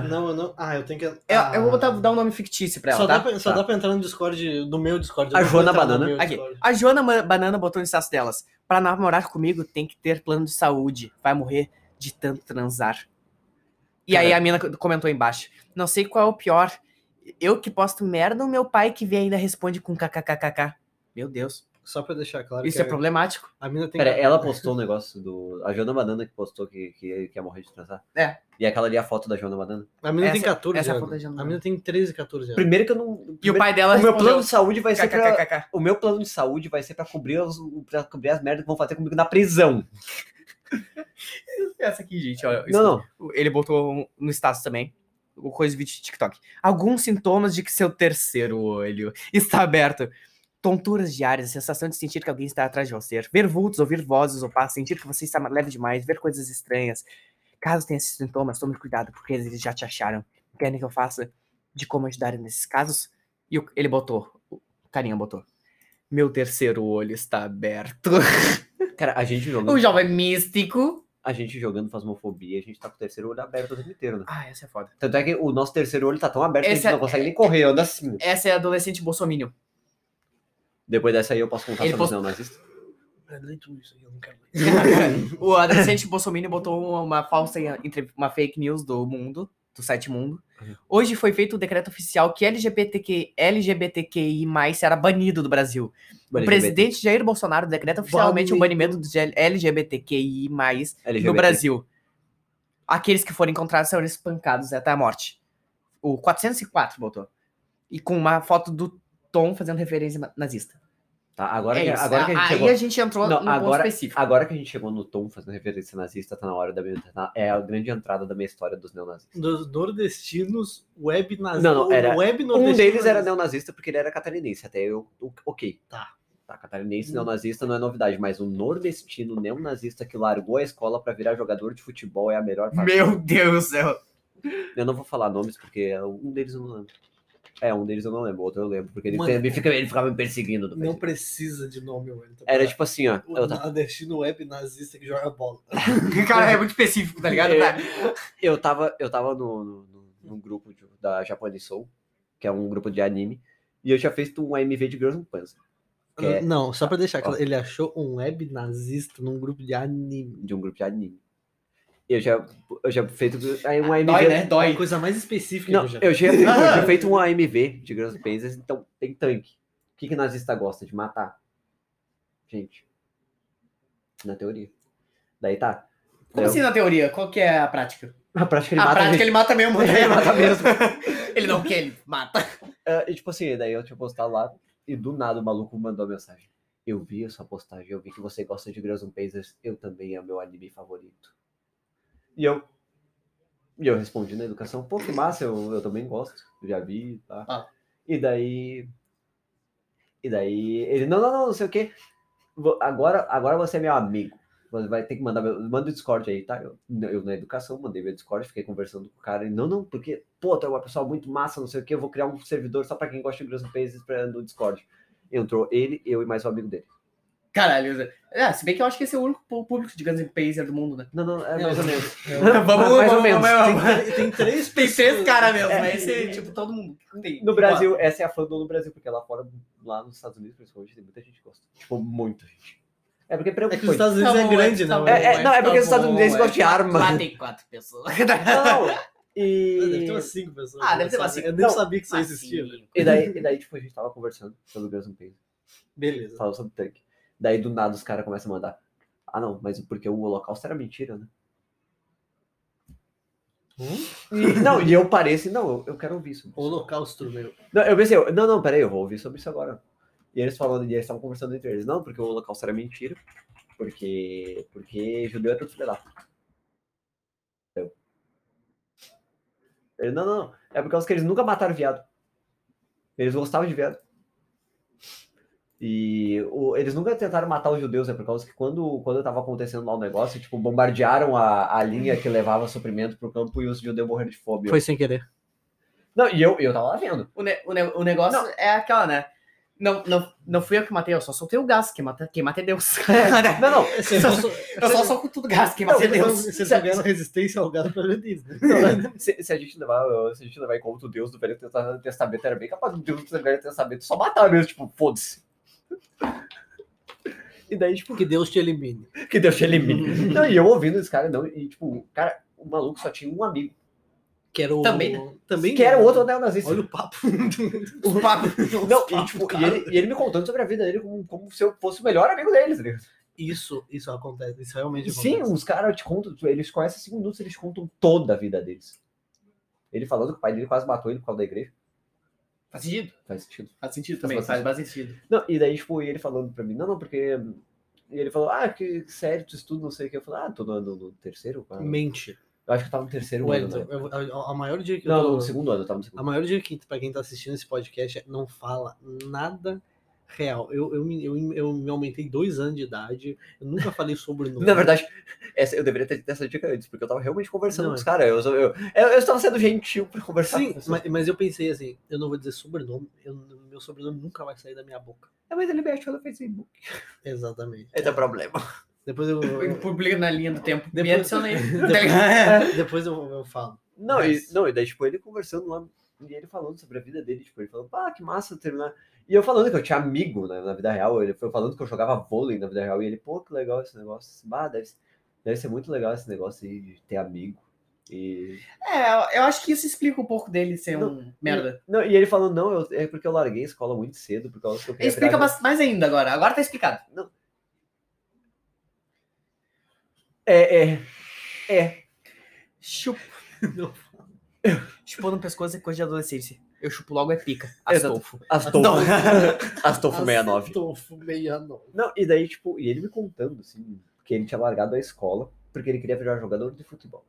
S3: Não, eu não. Ah, eu tenho que.
S2: Eu,
S3: ah.
S2: eu vou botar, dar um nome fictício pra ela,
S3: só
S2: tá?
S3: dá pra, só
S1: Tá.
S3: dá pra entrar no Discord, do meu Discord. eu
S1: A
S3: não vou
S1: Joana
S3: entrar no
S1: Banana.
S3: meu
S2: Aqui.
S3: Discord.
S2: A Joana Ma- Banana botou no status delas. Pra namorar comigo tem que ter plano de saúde. Vai morrer de tanto transar. E aí
S1: Cara.
S2: a mina co- comentou embaixo. Não sei qual é o pior. Eu que posto merda ou meu pai que vê ainda responde com kkkk. Meu Deus.
S3: Só pra deixar claro
S2: Isso
S3: que
S2: é problemático.
S3: a mina tem
S1: Pera,
S3: que-
S1: ela postou um negócio do. A Joana Banana que postou que, que, que ia morrer de transar.
S2: É.
S1: E aquela ali é a foto da Joana Banana.
S3: A mina tem
S2: essa-
S3: 14
S2: essa é a
S3: anos.
S2: foto da Joana
S3: A mina tem 13, 14 anos.
S1: Primeiro que eu não.
S2: E o
S1: primeiro-
S2: pai dela
S1: o meu plano
S2: respondeu
S1: de saúde vai ser pra,
S2: kkkk.
S1: O meu plano de saúde vai ser pra cobrir, os, pra cobrir as merdas que vão fazer comigo na prisão.
S2: Essa aqui, gente, olha.
S1: Não, não.
S2: Ele botou um- no status também. o Coisa de vídeo de TikTok. Alguns sintomas de que seu terceiro olho está aberto. Tonturas diárias, a sensação de sentir que alguém está atrás de você. Ver vultos, ouvir vozes ou passos, sentir que você está leve demais, ver coisas estranhas. Caso tenha esses sintomas, tome cuidado, porque eles já te acharam. Querem que eu faça de como ajudar nesses casos? E o- ele botou, o carinha botou. Meu terceiro olho está aberto.
S1: Cara, a gente
S2: O
S1: jogando,
S2: jovem místico.
S1: a gente jogando fasmofobia, a gente tá com o terceiro olho aberto o tempo inteiro, né?
S2: Ah, essa é foda.
S1: Tanto é que o nosso terceiro olho tá tão aberto que
S2: Esse
S1: a
S2: é-
S1: gente não consegue nem correr, anda assim.
S2: Essa é adolescente bolsominion.
S1: Depois dessa aí eu posso contar
S2: Ele
S1: sobre
S2: post-
S1: não nazista.
S3: Eu leio tudo isso aí, eu não quero ler.
S2: o adolescente Bolsonaro botou uma, uma falsa entre uma fake news do mundo, do site Mundo.
S1: Uhum.
S2: Hoje foi feito o decreto oficial que LGBTQ, LGBTQI será banido do Brasil.
S1: é
S2: O presidente Jair Bolsonaro decreta oficialmente o banimento do LGBTQI
S1: LGBT.
S2: no Brasil. Aqueles que forem encontrados serão espancados até a morte. O 404 botou. E com uma foto do Tom fazendo referência ma- nazista.
S1: Tá, agora,
S2: É
S1: que,
S2: isso.
S1: agora que a gente
S2: Aí
S1: chegou.
S2: a gente entrou
S1: Não,
S2: num
S1: agora-
S2: ponto específico.
S1: Agora que a gente chegou no tom fazendo referência nazista, tá na hora da minha. tá- É a grande entrada da minha história dos neonazistas.
S3: Dos nordestinos web nazis.
S1: Não, não, era-
S3: Web
S1: Um
S3: nordestino
S1: deles era
S3: nazista.
S1: neonazista porque ele era catarinense, até eu, o- ok.
S3: Tá.
S1: Tá,
S2: Hum.
S1: catarinense neonazista não é novidade, mas um nordestino neonazista que largou a escola pra virar jogador de futebol é a melhor parte.
S2: Meu Deus do céu.
S1: Eu não vou falar nomes porque um deles eu não lembro. É, um deles eu não lembro, outro eu lembro, porque ele,
S3: Mano.
S1: ele fica- ele ficava me perseguindo do
S3: Não
S1: Facebook.
S3: precisa de nome, Wellington.
S1: Era tipo assim, ó.
S3: O
S1: Eu, ta-
S3: nordestino web nazista que joga bola.
S2: Cara, é muito específico, tá ligado? Pra-
S1: eu tava, eu tava no, no- no- num grupo de- da Japanese Soul, que é um grupo de anime, e eu tinha feito um AMV de Girls and Panzer, Que é-
S3: Não, só pra deixar
S1: Ó.
S3: claro, ele achou um web nazista num grupo de anime.
S1: de um grupo de anime. E Eu já, eu já feito aí um AMV.
S3: É a
S2: Dói.
S3: coisa mais específica
S1: Não,
S3: que eu já.
S1: eu já, eu já feito um AMV de Girls and Panzers, então tem tanque. O que, que nazista gosta de matar? Gente. Na teoria. Daí tá.
S2: Como
S1: Eu-
S2: assim na teoria? Qual que é a prática?
S1: Na prática ele
S2: a
S1: mata
S2: prática
S1: gente.
S2: ele mata mesmo.
S1: Ele mata mesmo.
S2: ele não quer, ele mata.
S1: Ah, e tipo assim, daí eu tinha postado lá e do nada o maluco mandou a mensagem. Eu vi a sua postagem, eu vi que você gosta de Girls and Panzers, eu também é o meu anime favorito. E eu. E eu respondi na educação, pô, que massa, eu, eu também gosto, eu já vi, tá?
S2: Ah.
S1: E daí. E daí. Ele, não, não, não, não sei o quê. Vo- Agora, agora você é meu amigo. Você vai ter que mandar meu. Manda o Discord aí, tá? Eu, eu na educação, mandei meu Discord, fiquei conversando com o cara. Ele, não, não, porque, pô, tu é uma pessoa muito massa, não sei o quê, eu vou criar um servidor só pra quem gosta de Girls and Panzers pra- no Discord. Entrou ele, eu e mais um amigo dele.
S2: Caralho. É, se bem que eu acho que esse é o único pú- público de Guns N' Pazer do mundo, né?
S1: Não, não, é mais ou menos.
S2: Vamos,
S1: mais ou menos.
S3: Tem, tem três
S2: Tem três
S3: pessoas-
S2: caras mesmo,
S3: É.
S2: mas esse é tipo todo mundo. Tem.
S1: No Brasil, essa é a fandom no Brasil, porque lá fora, lá nos Estados Unidos, principalmente, tem muita gente que gosta. Tipo, muita gente. É porque
S3: É que
S1: preocupa.
S3: os Estados Unidos
S2: Tá
S3: é
S2: bom,
S3: grande,
S2: tá
S3: não.
S2: bom.
S3: é?
S1: É, é, não, é porque os
S2: Tá bom,
S1: estadunidenses
S2: é.
S1: gostam de arma.
S2: Lá tem quatro pessoas.
S1: Não,
S3: Ah, Deve ter umas
S1: E,
S3: cinco pessoas.
S2: É, Ah, deve ter umas
S3: sabe?
S2: cinco.
S3: Eu nem
S1: Não,
S3: sabia que isso
S2: Ah,
S3: existia.
S2: sim.
S1: e, daí, e daí, tipo, a gente tava conversando sobre o Guns N' Panzers,
S3: Beleza.
S1: falando sobre tanque. Daí, do nada, os caras começam a mandar. Ah, não, mas porque o holocausto era mentira, né?
S3: Hum?
S1: E, não, e eu parei assim, não, eu, eu quero ouvir sobre isso.
S3: Holocausto, meu.
S1: Não, eu pensei, eu- não, não, peraí, eu vou ouvir sobre isso agora. E eles falando, e eles estavam conversando entre eles. Não, porque o holocausto era mentira, porque, porque judeu é tudo filho da puta." Eu. Ele, não, não, não, é por causa que eles nunca mataram viado. Eles gostavam de viado. E o- eles nunca tentaram matar os judeus, é por causa que quando, quando tava acontecendo lá o negócio, tipo, bombardearam a, a linha que levava suprimento pro campo e os judeus morreram de fome.
S3: Foi sem querer.
S1: Não, e eu, eu tava lá vendo.
S2: O, ne- o ne- o negócio é aquela, né? Não, não, não fui eu que matei, eu só soltei o gás. Quem mata, quem mata é Deus.
S1: Não, não,
S3: Vocês
S2: Só-
S3: não são-
S2: eu só solto tudo gás, quem mata é
S3: vocês não-
S2: Deus.
S3: tá vocês não ganham resistência ao gado pela Disney.
S1: se, se a gente levar, se a gente levar em conta o Deus do Velho Testa- Testamento, era bem capaz do Deus do Velho Testamento só matar mesmo, tipo, foda-se. E daí, tipo,
S3: Que Deus te elimine.
S1: que Deus te
S3: Uhum.
S1: elimine. Não, e eu ouvindo esse cara, não, e tipo, cara, o maluco só tinha um amigo.
S3: Que era o...
S2: Também, né?
S3: Também
S1: que era o outro anel nazista.
S3: Olha o papo.
S2: O um papo.
S1: Não, e, tipo, e ele, e ele me contando sobre a vida dele como, como se eu fosse o melhor amigo deles. Né?
S3: Isso, isso acontece. Isso realmente
S1: Sim,
S3: acontece.
S1: os caras te contam, tipo, eles conhecem cinco minutos, eles contam toda a vida deles. Ele falando que o pai dele quase matou ele por causa da igreja.
S2: Faz sentido?
S1: Faz sentido.
S2: Faz sentido também,
S1: Faz
S2: faz bastante sentido.
S1: Não, e daí, tipo, ele falando pra mim, não, não, porque. E ele falou, ah, que sério, tu estuda, não sei o que. Eu falei, ah, tô no, no- no terceiro? quarto?"
S3: Mente.
S1: Eu acho que eu tava no terceiro ano.
S3: Wellington,
S1: Né?
S3: eu- a, a maior dica que eu
S1: Não,
S3: dou-
S1: no segundo ano, eu tava no segundo
S3: A maior dica que, pra quem tá assistindo esse podcast é não fala nada real. Eu, eu, me- eu, eu me aumentei dois anos de idade, eu nunca falei sobre
S1: Na verdade, essa, eu deveria ter tido essa dica antes, porque eu tava realmente conversando
S3: Não,
S1: com os caras. Eu, eu, eu, eu estava sendo gentil pra conversar
S3: Sim,
S1: com as pessoas.
S3: mas, mas eu pensei assim, eu não vou dizer sobrenome, eu- meu sobrenome nunca vai sair da minha boca.
S1: É, mas ele me achou no Facebook.
S3: Exatamente.
S1: Esse é o problema.
S3: Depois eu,
S2: Eu
S3: eu-
S2: Publica na linha do tempo.
S3: Depois-
S2: Me adicionei. Tá
S3: depois eu, eu falo.
S1: Não,
S3: Mas-
S1: e, não, e daí, tipo, ele conversando lá, e ele falando sobre a vida dele, tipo, ele falando, ah, que massa terminar. E eu falando que eu tinha amigo né, na vida real, ele foi falando que eu jogava vôlei na vida real, e ele, pô, que legal esse negócio. Bah, deve, deve ser muito legal esse negócio aí de ter amigo. E,
S2: É, eu acho que isso explica um pouco dele ser um merda.
S1: não, e ele falou, não, eu- é porque eu larguei a escola muito cedo, por causa que eu queria
S2: Explica
S1: virar-
S2: bas- mais ainda agora. Agora tá explicado.
S1: É, é, é.
S2: Chupa.
S3: Não.
S2: Chupou no pescoço é coisa de adolescência. Eu chupo logo é pica.
S1: Exato.
S2: Astolfo.
S1: Astolfo.
S2: Não.
S1: Astolfo 69.
S3: Astolfo 69.
S1: Não, e daí, tipo, e ele me contando, assim, que ele tinha largado a escola porque ele queria virar jogador de futebol.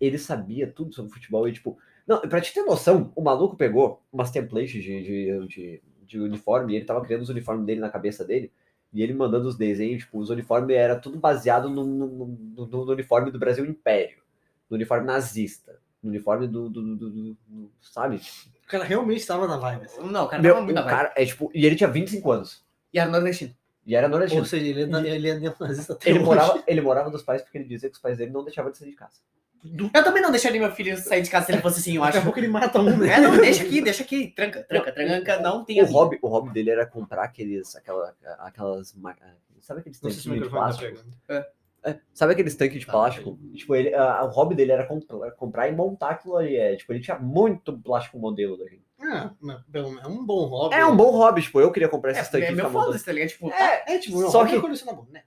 S1: Ele sabia tudo sobre futebol e, tipo, não, pra te ter noção, o maluco pegou umas templates de, de, de, de uniforme e ele tava criando os uniformes dele na cabeça dele e ele mandando os desenhos, tipo, os uniformes era tudo baseado no, no, no- no- no uniforme do Brasil Império, no uniforme nazista, no uniforme do, do, do- do- do- do- sabe?
S3: O cara realmente estava na vibe. assim.
S2: Não, o cara,
S1: Meu,
S2: tava
S1: o
S2: muito na vibe.
S1: cara, é tipo, e ele tinha 25 anos
S2: E era nordestino.
S1: e era
S3: Ou
S1: nordestino.
S3: seja, ele é, na- ele é neonazista até
S1: Ele
S3: hoje.
S1: morava, ele morava dos pais porque ele dizia que os pais dele não deixavam de sair de casa.
S3: Do-
S2: Eu também não deixaria meu filho sair de casa se ele fosse assim, eu
S3: Daqui
S2: acho.
S3: a pouco ele mata um, né?
S2: É, não, deixa aqui, deixa aqui. Tranca, tranca, tranca. Não tem assim.
S1: O
S2: amigo.
S1: hobby, o hobby dele era comprar aqueles, aquela, aquelas, ma- sabe aqueles
S3: Não
S1: tanques
S3: sei se o
S1: de
S3: microfone tá
S1: plástico?
S3: pegando.
S1: É, sabe aqueles tanques de
S3: Tá,
S1: plástico? Tipo, ele, a- o hobby dele era comprar, comprar e montar aquilo ali. É, tipo, ele tinha muito plástico modelo daqui.
S3: Ah, mas pelo menos é um bom hobby.
S1: É um bom hobby, tipo, eu queria comprar esses
S2: É,
S1: tanques
S2: é
S1: e
S2: meu
S1: ficar montando.
S2: foda-se, tá ligado? Tipo,
S1: É,
S3: É, tipo, não,
S1: Só
S3: só que
S1: que-
S3: coleciona bom, né?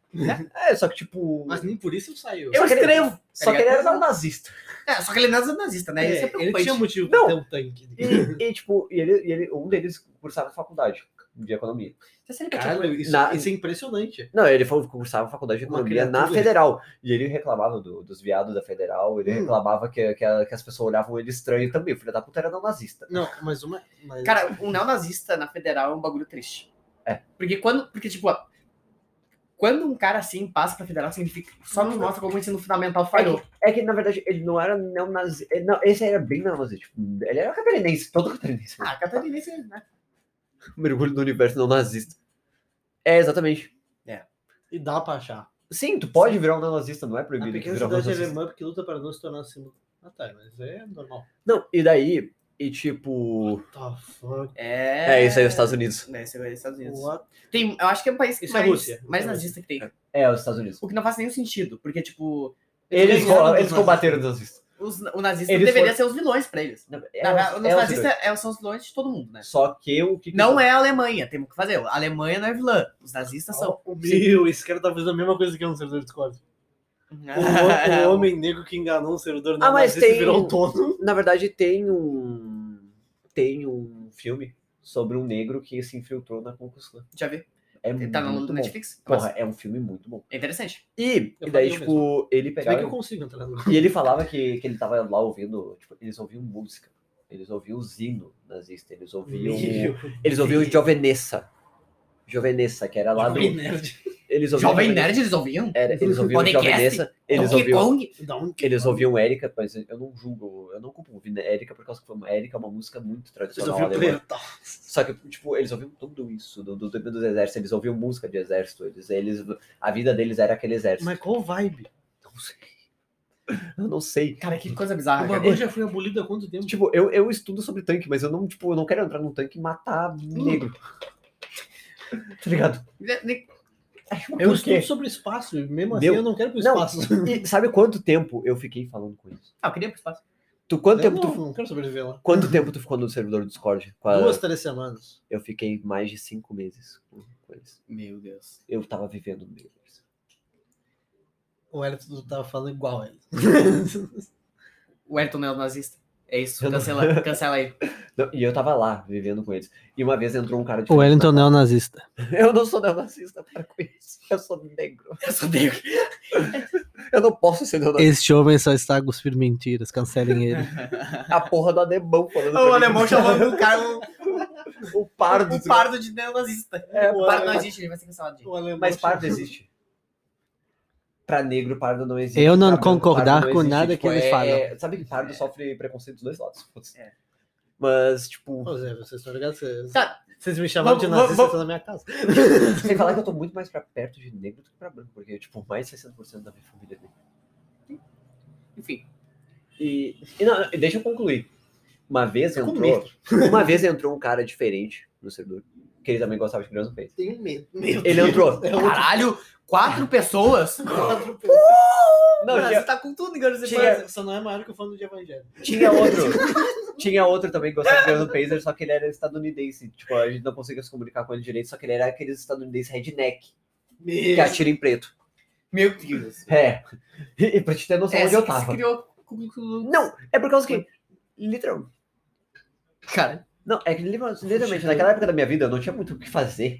S1: é, só que tipo...
S3: Mas nem por isso saiu.
S2: Eu
S1: só que ele-
S2: escrevo, tá
S1: Só que ele
S2: ligado?
S1: era nazista.
S2: é, só que ele não é nazista, né? Isso é
S3: ele
S2: preocupante.
S3: tinha motivo
S1: Não.
S3: pra ter um tanque.
S1: E, e, tipo, e ele, e ele- um deles cursava faculdade de economia.
S2: Você sabe que eu tinha-
S3: Caralho, isso,
S1: Na-
S3: isso é impressionante.
S1: Não, ele foi, cursava faculdade de
S3: Uma
S1: economia na
S3: criatura.
S1: federal. E ele reclamava do- dos viados da federal, ele
S3: Hum.
S1: reclamava que, que, a- que as pessoas olhavam ele estranho também. O filho da puta era não nazista.
S3: Não, mas uma. Mas...
S2: Cara, um neonazista na federal é um bagulho triste.
S1: É.
S2: Porque quando. Porque, tipo, ó, quando um cara assim passa pra federal, significa. Só nos mostra como o ensino fundamental falhou.
S1: É que, na verdade, ele não era neonazista. Não, esse era bem neonazista. Tipo, ele era catarinense, todo catarinense.
S2: Ah, catarinense, né?
S1: Mergulho no universo não nazista. É, exatamente.
S3: E dá pra achar.
S1: Sim, tu pode virar um neonazista, não é
S3: A
S1: proibido
S3: pequena
S1: virar um
S3: cidade
S1: neonazista.
S3: alemã que luta para não se tornar símbolo. Ah tá, mas é normal.
S1: Não, e daí, e tipo...
S3: Tá, fuck.
S2: É.
S1: É, isso aí, os Estados Unidos.
S2: É, isso aí é os Estados Unidos.
S3: What?
S2: Tem, eu acho que é um país que
S3: Isso é
S2: mais,
S3: Rússia.
S2: mais
S3: É Rússia.
S2: nazista que tem.
S1: É, os Estados Unidos.
S2: O que não faz nenhum sentido, porque, tipo,
S1: Eles,
S3: ganharam
S1: ro-
S3: dos
S1: eles combateram os nazistas.
S2: os- o nazista
S1: Eles
S2: deveria
S1: foram-
S2: ser os vilões pra eles.
S1: Não,
S2: Na
S1: é
S2: real,
S1: os-
S2: os
S1: é os
S2: nazistas
S1: dois.
S2: é- são os vilões de todo mundo, né?
S1: Só que o que... que
S2: Não é a Alemanha, temos que fazer. A Alemanha não é vilã, os nazistas são.
S3: O meu, esse cara tá fazendo a mesma coisa que eu no servidor Discord. O, ho- o homem negro que enganou um servidor
S1: Ah, mas
S3: nazista e
S1: tem-
S3: virou um autônomo.
S1: Na verdade, tem um. Tem um filme sobre um negro que se infiltrou na Ku Klux Klan.
S2: Já vi.
S1: É
S2: Tá no
S1: muito
S2: do
S1: bom.
S2: Netflix?
S1: Porra, é um filme muito bom.
S2: É interessante.
S1: E,
S3: Eu
S1: e daí,
S3: falei eu
S1: tipo, ele
S3: Como é
S1: pegava.
S3: que eu consigo entrar no.
S1: E ele falava que, que ele tava lá ouvindo. Tipo, eles ouviam música. Eles ouviam Zino nazista, eles ouviam.
S3: um
S1: Eles ouviam Jovenessa. Jovenessa, que era lá do.
S3: Jovem Nerd.
S1: Eles ouviam
S2: Jovem Nerd, eles ouviam?
S1: Era, eles ouviam
S2: Podcast. É
S1: Jovenessa, eles
S2: Donkey
S1: ouviam.
S2: Kong?
S3: Da onde que-
S1: Eles ouviam Erika, mas eu não julgo, eu não culpo ouvir Erika por causa que foi- Erika é uma música muito
S3: Vocês
S1: tradicional
S3: ouviram
S1: alemã.
S3: Preto.
S1: Só que, tipo, eles ouviam tudo isso do, do tempo dos exércitos, eles ouviam música de exército, eles, eles, a vida deles era aquele exército.
S3: Mas qual vibe?
S1: Não sei. Eu não sei.
S2: Cara, que coisa bizarra.
S3: O
S2: cara.
S3: bagulho já foi abolido há quanto tempo?
S1: Tipo, eu, eu estudo sobre tanque, mas eu não, tipo, eu não quero entrar num tanque e matar negro. Tá ligado?
S2: é-
S3: Eu
S1: Por quê?
S3: estudo sobre espaço, e mesmo assim
S1: Meu-
S3: eu não quero pro
S1: Não.
S3: espaço.
S1: E sabe quanto tempo eu fiquei falando com isso?
S2: Ah, eu queria ir pro espaço.
S1: Tu, quanto,
S3: Eu
S1: tempo
S3: não,
S1: tu,
S3: não quero sobreviver lá.
S1: quanto tempo tu ficou no servidor do Discord? Com a-
S3: Duas, três semanas.
S1: Eu fiquei mais de cinco meses com, com eles.
S2: Meu Deus.
S1: Eu tava vivendo meio.
S3: O Elton tava falando igual a ele.
S2: O Ayrton é o nazista. É isso.
S1: Eu não-
S2: Cancela, cancela aí.
S1: Não, E eu tava lá, vivendo com eles. E uma vez entrou um cara de.
S3: neonazista.
S1: Eu não sou neonazista, para com isso. Eu sou negro.
S2: Eu sou meio.
S1: Eu não posso ser neonazista.
S3: Este homem só está a cuspir mentiras, cancelem ele.
S1: A porra do alemão falando. pra
S2: O
S1: mim.
S2: alemão chamando o cara o,
S1: O pardo.
S2: o pardo de neonazista.
S1: É,
S2: O pardo não existe, ele vai ser cancelado. gente.
S1: Mas pardo existe. Pra negro, pardo não existe.
S3: Eu não
S1: Pra branco,
S3: concordar
S1: pardo
S3: com nada que eles
S1: é-
S3: falam.
S1: Sabe que pardo
S2: É.
S1: sofre preconceito dos dois lados. foda-se.
S2: É.
S1: Mas, tipo,
S3: Ô Zé, é, vocês estão ligados? Vocês,
S2: Tá.
S3: vocês me chamaram de
S2: Vamos-
S3: nazista
S2: vamos-
S3: tá na minha casa.
S1: sem falar que eu tô muito mais pra perto de negro do que pra branco, porque, tipo, mais de 60% da minha família é negra.
S2: Enfim.
S1: E, e não, não, deixa eu concluir. Uma vez
S3: Tô com
S1: entrou, uma vez entrou um cara diferente no servidor, que ele também gostava de criança fez.
S3: Tenho medo. Meu
S1: Ele um
S3: Deus.
S1: entrou.
S3: É outro
S2: Caralho, quatro pessoas?
S1: Não,
S2: Mas
S1: tinha,
S2: tá com tudo em Guns N'
S1: Tinha-
S2: Roses.
S3: Mas Só não é maior que o fã do Evangelho.
S1: tinha outro. Tinha outro também que gostava de criança Pacer, só que ele era estadunidense. Tipo, a gente não conseguia se comunicar com ele direito, só que ele era aqueles estadunidenses redneck, que
S3: Meu
S1: atira em preto.
S2: Meu Deus.
S1: É. E, e pra te ter noção
S2: É,
S1: onde eu
S2: se- se
S1: tava.
S2: criou currículo.
S1: Não, é por causa que. Literal.
S2: Cara,
S1: Não, é que literalmente, naquela época da minha vida eu não tinha muito o que fazer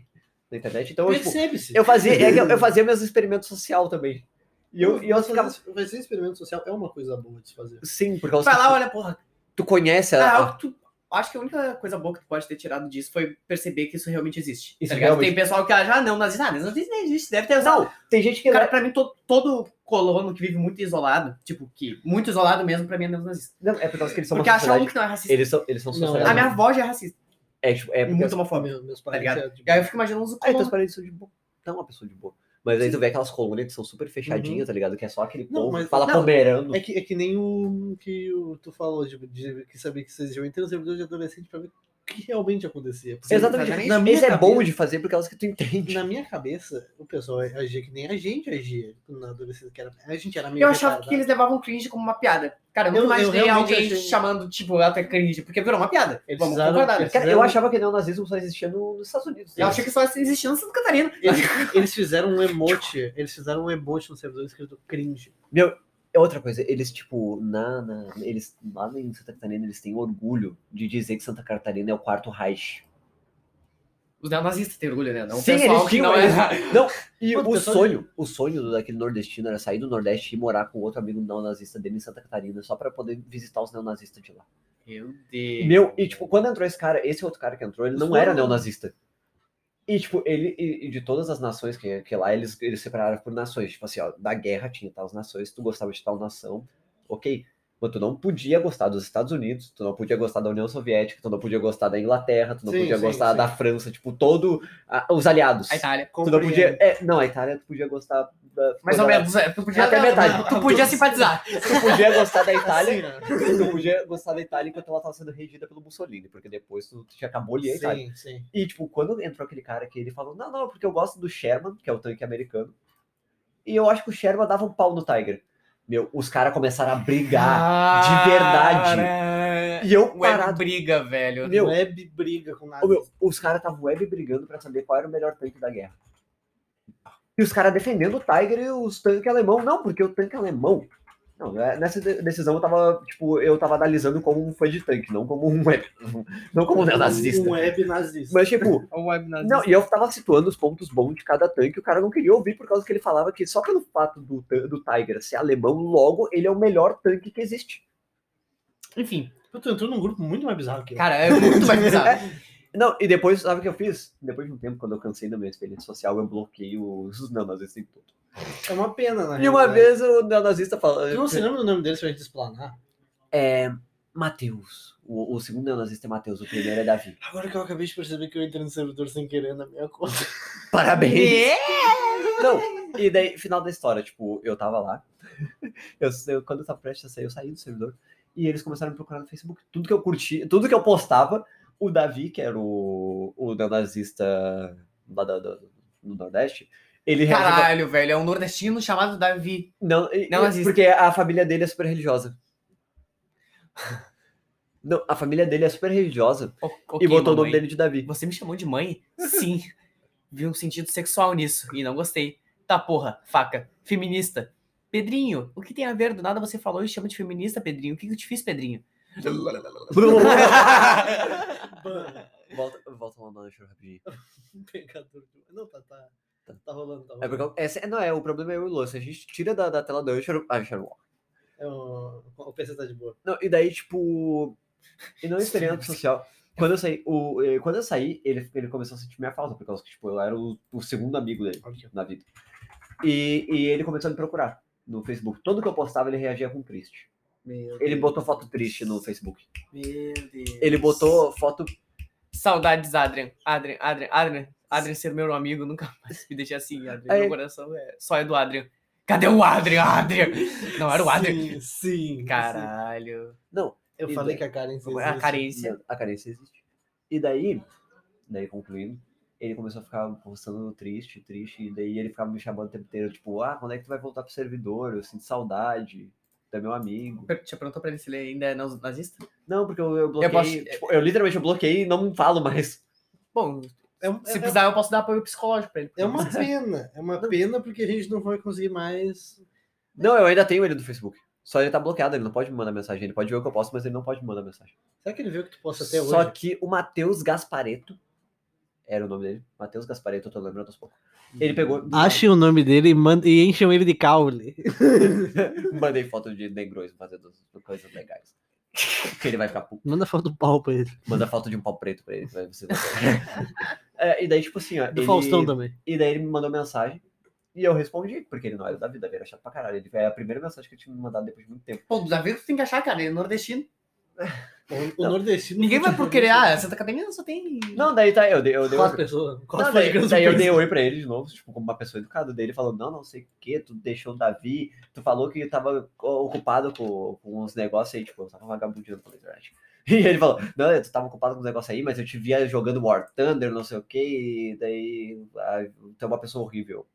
S1: na internet, então eu, tipo,
S3: Percebe-se.
S1: Eu fazia, é que eu, eu fazia meus experimentos social também. E eu, e eu ficava
S3: Vai ser experimento social é uma coisa boa de se fazer.
S1: sim, por causa
S2: vai lá,
S1: que
S2: olha, Ah, porra.
S1: tu conhece
S2: Cara,
S1: É, a, a-
S2: algo que tu- Acho que a única coisa boa que tu pode ter tirado disso foi perceber que isso realmente existe.
S1: Isso
S2: tá ligado?
S1: realmente-
S2: Tem pessoal que acha, ah, não, nazista, ah, nazista nem existe, deve ter usado.
S1: Não, é- tem gente que
S2: Cara, pra mim, to- todo colono que vive muito isolado, tipo, que muito isolado mesmo, pra mim é neonazista.
S1: não, é por causa que eles são
S2: Porque
S1: uma
S2: acha um
S1: sociedade.
S2: que não é racista.
S1: Eles são, eles são
S3: Não,
S1: sociedade.
S2: A
S3: é-
S2: minha avó já é racista.
S1: É, tipo, é
S2: É
S1: porque
S2: muito
S1: as-
S2: homofóvel.
S3: Meu-
S1: Tá
S3: meus parentes.
S2: ligado?
S3: é de
S2: E aí eu
S3: boa.
S2: fico imaginando os
S1: Ah, então
S2: colonos.
S1: os parentes são de boa. Não é uma pessoa de boa. Mas aí tu vê aquelas colunas que são super fechadinhas, tá ligado? Que é só aquele
S3: Não,
S1: povo
S3: mas-
S1: que fala
S2: Uhum. não,
S1: pomerano.
S3: É que, é que nem o que o, tu falou, de, de- que sabia que vocês iam entrar no servidor de adolescente pra ver o que realmente acontecia.
S2: assim,
S3: Porque
S1: Exatamente.
S2: exatamente.
S1: Na
S3: Na minha
S1: Isso é bom
S3: cabeça-
S1: de fazer por causa que tu entende.
S3: Na minha cabeça, o pessoal agia que nem a gente agia na adolescência. Que era, a gente era meio
S2: Eu achava que
S3: retardado.
S2: eles levavam cringe como uma piada. Cara, eu nunca
S3: Eu- eu
S2: imaginei
S3: realmente
S2: alguém
S3: achei-
S2: chamando, tipo, até cringe, porque virou uma piada.
S3: Eles
S2: Vamos
S3: precisaram-
S2: concordar. né?
S3: eles-
S1: Cara, eu
S3: fizeram-
S1: achava que neonazismo só existia no- nos Estados Unidos.
S2: Eu achei que só existia no Santa Catarina.
S3: Eles, eles fizeram um emote, eles fizeram um emote no servidor escrito cringe.
S1: É outra coisa, eles, tipo, na, na- eles, lá em Santa Catarina, eles têm orgulho de dizer que Santa Catarina é o quarto Reich.
S2: Os neonazistas têm orgulho, né? Não, o
S1: Sim,
S2: pessoal
S1: eles
S2: que
S1: tinham,
S2: não
S1: eles-
S2: é...
S1: Não, e
S3: Mano,
S1: o
S3: pessoal-
S1: sonho, o sonho daquele nordestino era sair do Nordeste e morar com outro amigo neonazista dele em Santa Catarina, só pra poder visitar os neonazistas de lá.
S2: Meu Deus.
S1: Meu, e tipo, quando entrou esse cara, esse outro cara que entrou, ele não
S3: Os
S1: era
S3: foram-
S1: neonazista. E tipo, ele, e, e de todas as nações que, que lá, eles, eles separaram por nações. Tipo assim, ó, da guerra tinha tais nações, tu gostava de tal nação, ok. Mas tu não podia gostar dos Estados Unidos, tu não podia gostar da União Soviética, tu não podia gostar da Inglaterra, tu não
S3: Sim,
S1: podia
S3: sim,
S1: gostar
S3: sim.
S1: da França, tipo, todo a- os aliados.
S2: A Itália.
S1: Tu não podia. é, não, a Itália tu podia gostar. da-
S2: Mais ou
S1: da-
S2: menos, é, tu podia...
S1: Até metade.
S2: Tu podia simpatizar.
S1: Tu podia gostar da Itália.
S3: Itália.
S1: tu podia gostar da Itália enquanto ela tava sendo regida pelo Mussolini, porque depois tu já acabou ali a Itália.
S3: Sim, sim.
S1: E, tipo, quando entrou aquele cara que ele falou: não, não, porque eu gosto do Sherman, que é o tanque americano. E eu acho que o Sherman dava um pau no Tiger. Meu, os caras começaram a brigar. Ah, de verdade.
S2: Cara,
S1: E eu
S2: Web
S1: parado.
S2: briga, velho.
S1: Meu,
S3: Web briga com nada.
S1: Ô, meu, os caras estavam web brigando pra saber qual era o melhor tanque da guerra. E os caras defendendo o Tiger e os tanques alemão. Não, porque o tanque alemão. Não, né, nessa de- decisão eu tava, tipo, eu tava analisando como um fã de tanque, não como um web. Não como um
S3: Um
S1: neonazista.
S3: web nazista.
S1: Mas, tipo,
S2: O web nazista.
S1: não, e eu tava situando os pontos bons de cada tanque, o cara não queria ouvir por causa que ele falava que só pelo fato do, tan- do Tiger ser alemão, logo ele é o melhor tanque que existe.
S2: Enfim,
S3: Eu tô entrando num grupo muito mais bizarro que eu.
S2: Cara, é muito mais bizarro.
S1: Não, e depois, sabe o que eu fiz? Depois de um tempo, quando eu cansei da minha experiência social, eu bloqueei os neonazistas em tudo.
S3: É uma pena, né?
S1: E uma vez o neonazista falou.
S3: Tu não se lembra do nome dele se a gente explanar?
S1: É. Matheus. O, o segundo neonazista é Matheus, o primeiro é Davi.
S3: Agora que eu acabei de perceber que eu entrei no servidor sem querer na minha conta.
S1: Parabéns!
S2: É?
S1: Não, e daí, final da história, tipo, eu tava lá. Eu, eu- quando eu tava prestes a sair, eu saí do servidor. E eles começaram a me procurar no Facebook. Tudo que eu curti, tudo que eu postava, o Davi, que era o, o neonazista lá da- da- do Nordeste, ele reagiu-
S2: Caralho, velho. É um nordestino chamado Davi.
S1: Não, e-
S2: Não
S1: e-
S2: existe.
S1: porque a família dele é super religiosa. Não, a família dele é super religiosa
S2: O-
S1: e
S2: ok,
S1: botou o nome
S2: mamãe.
S1: dele de Davi.
S2: Você me chamou de mãe? Sim. Vi um sentido sexual nisso e não gostei. Tá porra, faca, feminista. Pedrinho, o que tem a ver? Do nada você falou e chama de feminista, Pedrinho. O que, que eu te fiz, Pedrinho?
S1: volta, volta lá no Anjo rapidinho.
S2: Uhum.
S3: Um pecador de... Não, tá, tá.
S1: Tá.
S3: Tá rolando, tá rolando.
S1: É porque, esse- não, é, o problema é eu e o Lô. Se a gente tira da, da tela do Anjo, a gente não-
S3: É um- O PC tá de boa.
S1: Não, e daí, tipo. E não experimento social. Quando eu saí, o, eh, quando eu saí ele, ele começou a sentir minha falta, porque tipo, eu era o, o segundo amigo dele.
S3: Ok.
S1: na vida. E, e ele começou a me procurar no Facebook. Todo que eu postava, ele reagia com triste.
S3: Meu
S1: Ele
S3: Deus.
S1: botou foto triste no Facebook.
S2: Meu Deus.
S1: Ele botou foto.
S2: Saudades, Adrian. Adrian, Adrian, Adrian. Adrian ser meu amigo, nunca mais me deixei assim, Adrian.
S1: Aí-
S2: Meu coração é só é do Adrian. Cadê o Adrian, Adrian? Não, era o Adrian.
S3: Sim, sim. sim.
S2: Caralho.
S3: Eu
S1: e daí?
S3: falei que a Karen fez
S2: A
S3: isso.
S2: carência.
S1: A carência existe. E daí, daí concluindo, ele começou a ficar postando triste, triste. E daí ele ficava me chamando o tempo inteiro, tipo, ah, quando é que tu vai voltar pro servidor? Eu sinto saudade. Tu é meu amigo.
S2: Per- Te perguntou pra ele se ele ainda é naz- nazista?
S1: Não, porque eu, eu bloqueei.
S2: posso-
S1: tipo, eu literalmente eu bloqueei e não falo mais.
S2: Bom,
S3: É, um-
S2: se
S3: é-
S2: precisar, eu posso dar apoio psicológico pra ele.
S3: é uma pena. É uma pena porque a gente não vai conseguir mais.
S1: Não, eu ainda tenho ele do Facebook. Só ele tá bloqueado, ele não pode me mandar mensagem. Ele pode ver o que eu posto, mas ele não pode me mandar mensagem.
S3: Será que ele viu que tu posta até hoje?
S1: Só que o Matheus Gaspareto, era o nome dele, Matheus Gaspareto, eu tô lembrando aos poucos. Ele pegou,
S3: Achem o nome dele e, manda... e encham ele de caule.
S1: mandei foto de negrões fazendo coisas legais. Porque ele vai ficar puto.
S3: Manda foto do pau pra ele.
S1: Manda foto de um pau preto pra ele. Vai, você vai ver. É, e daí, tipo assim, ó.
S3: Do
S1: ele-
S3: Faustão também.
S1: E daí ele me mandou mensagem. E eu respondi, porque ele não era da vida, ele era chato pra caralho. Ele, é a primeira mensagem que eu tinha me mandado depois de muito tempo.
S2: Pô, do Davi tu tem que achar, cara. Ele é nordestino.
S3: O, o
S1: Não.
S3: nordestino.
S2: Ninguém vai por querer. Ah, Santa Catarina só tem.
S1: Não, daí tá, eu dei, eu dei
S3: Quatro pessoas. Quatro
S1: Não, daí,
S3: pessoas.
S1: daí eu dei oi pra ele de novo, tipo, como uma pessoa educada. Daí ele falou, não, não sei o que, tu deixou o Davi, tu falou que tava o- ocupado com, com uns negócios aí, tipo, eu tava vagabundando pela internet. E ele falou, não, tu tava ocupado com uns negócios aí, mas eu te via jogando War Thunder, não sei o que, e daí ah, tu é uma pessoa horrível.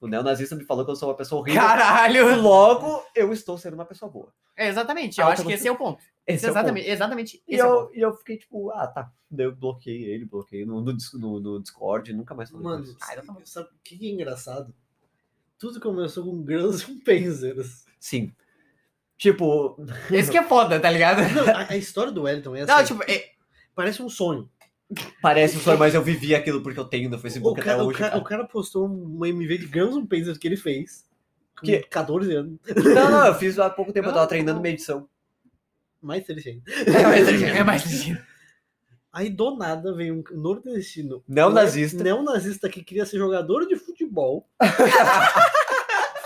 S1: O neonazista me falou que eu sou uma pessoa horrível.
S2: Caralho!
S1: Logo, eu estou sendo uma pessoa boa.
S2: É, exatamente. Eu
S1: Ah,
S2: acho
S1: tá bom.
S2: que esse é o ponto.
S1: Esse é o ponto.
S2: exatamente, exatamente.
S1: E
S2: esse é o ponto.
S1: eu, e eu fiquei tipo, ah, tá. Daí eu bloqueei ele, bloqueei no, no, dis- no- no Discord, nunca mais falei com
S3: Mano,
S1: ele.
S2: Ah, então tá bom.
S3: sabe o que que é engraçado? Tudo começou com um Guns N' Panzers.
S1: Sim. Tipo,
S2: Esse que é foda, tá ligado?
S3: Não, a, a história do Wellington é assim.
S2: Não, tipo, é-
S3: parece um sonho.
S1: Parece um sonho, mas eu vivi aquilo porque eu tenho no Facebook
S3: o,
S1: até
S3: cara, o
S1: hoje.
S3: cara-
S1: cara.
S3: o cara postou uma MV de Guns N' Panzers que ele fez. Com
S1: Que-
S3: 14 anos.
S1: Não, não, eu fiz há pouco tempo, eu tava
S3: Não,
S1: treinando
S3: não.
S1: minha edição.
S3: Mais triste ainda.
S2: é mais ligeiro, é mais ligeiro.
S3: Aí do nada veio um nordestino. né,
S1: Neonazista.
S3: Neonazista que queria ser jogador de futebol.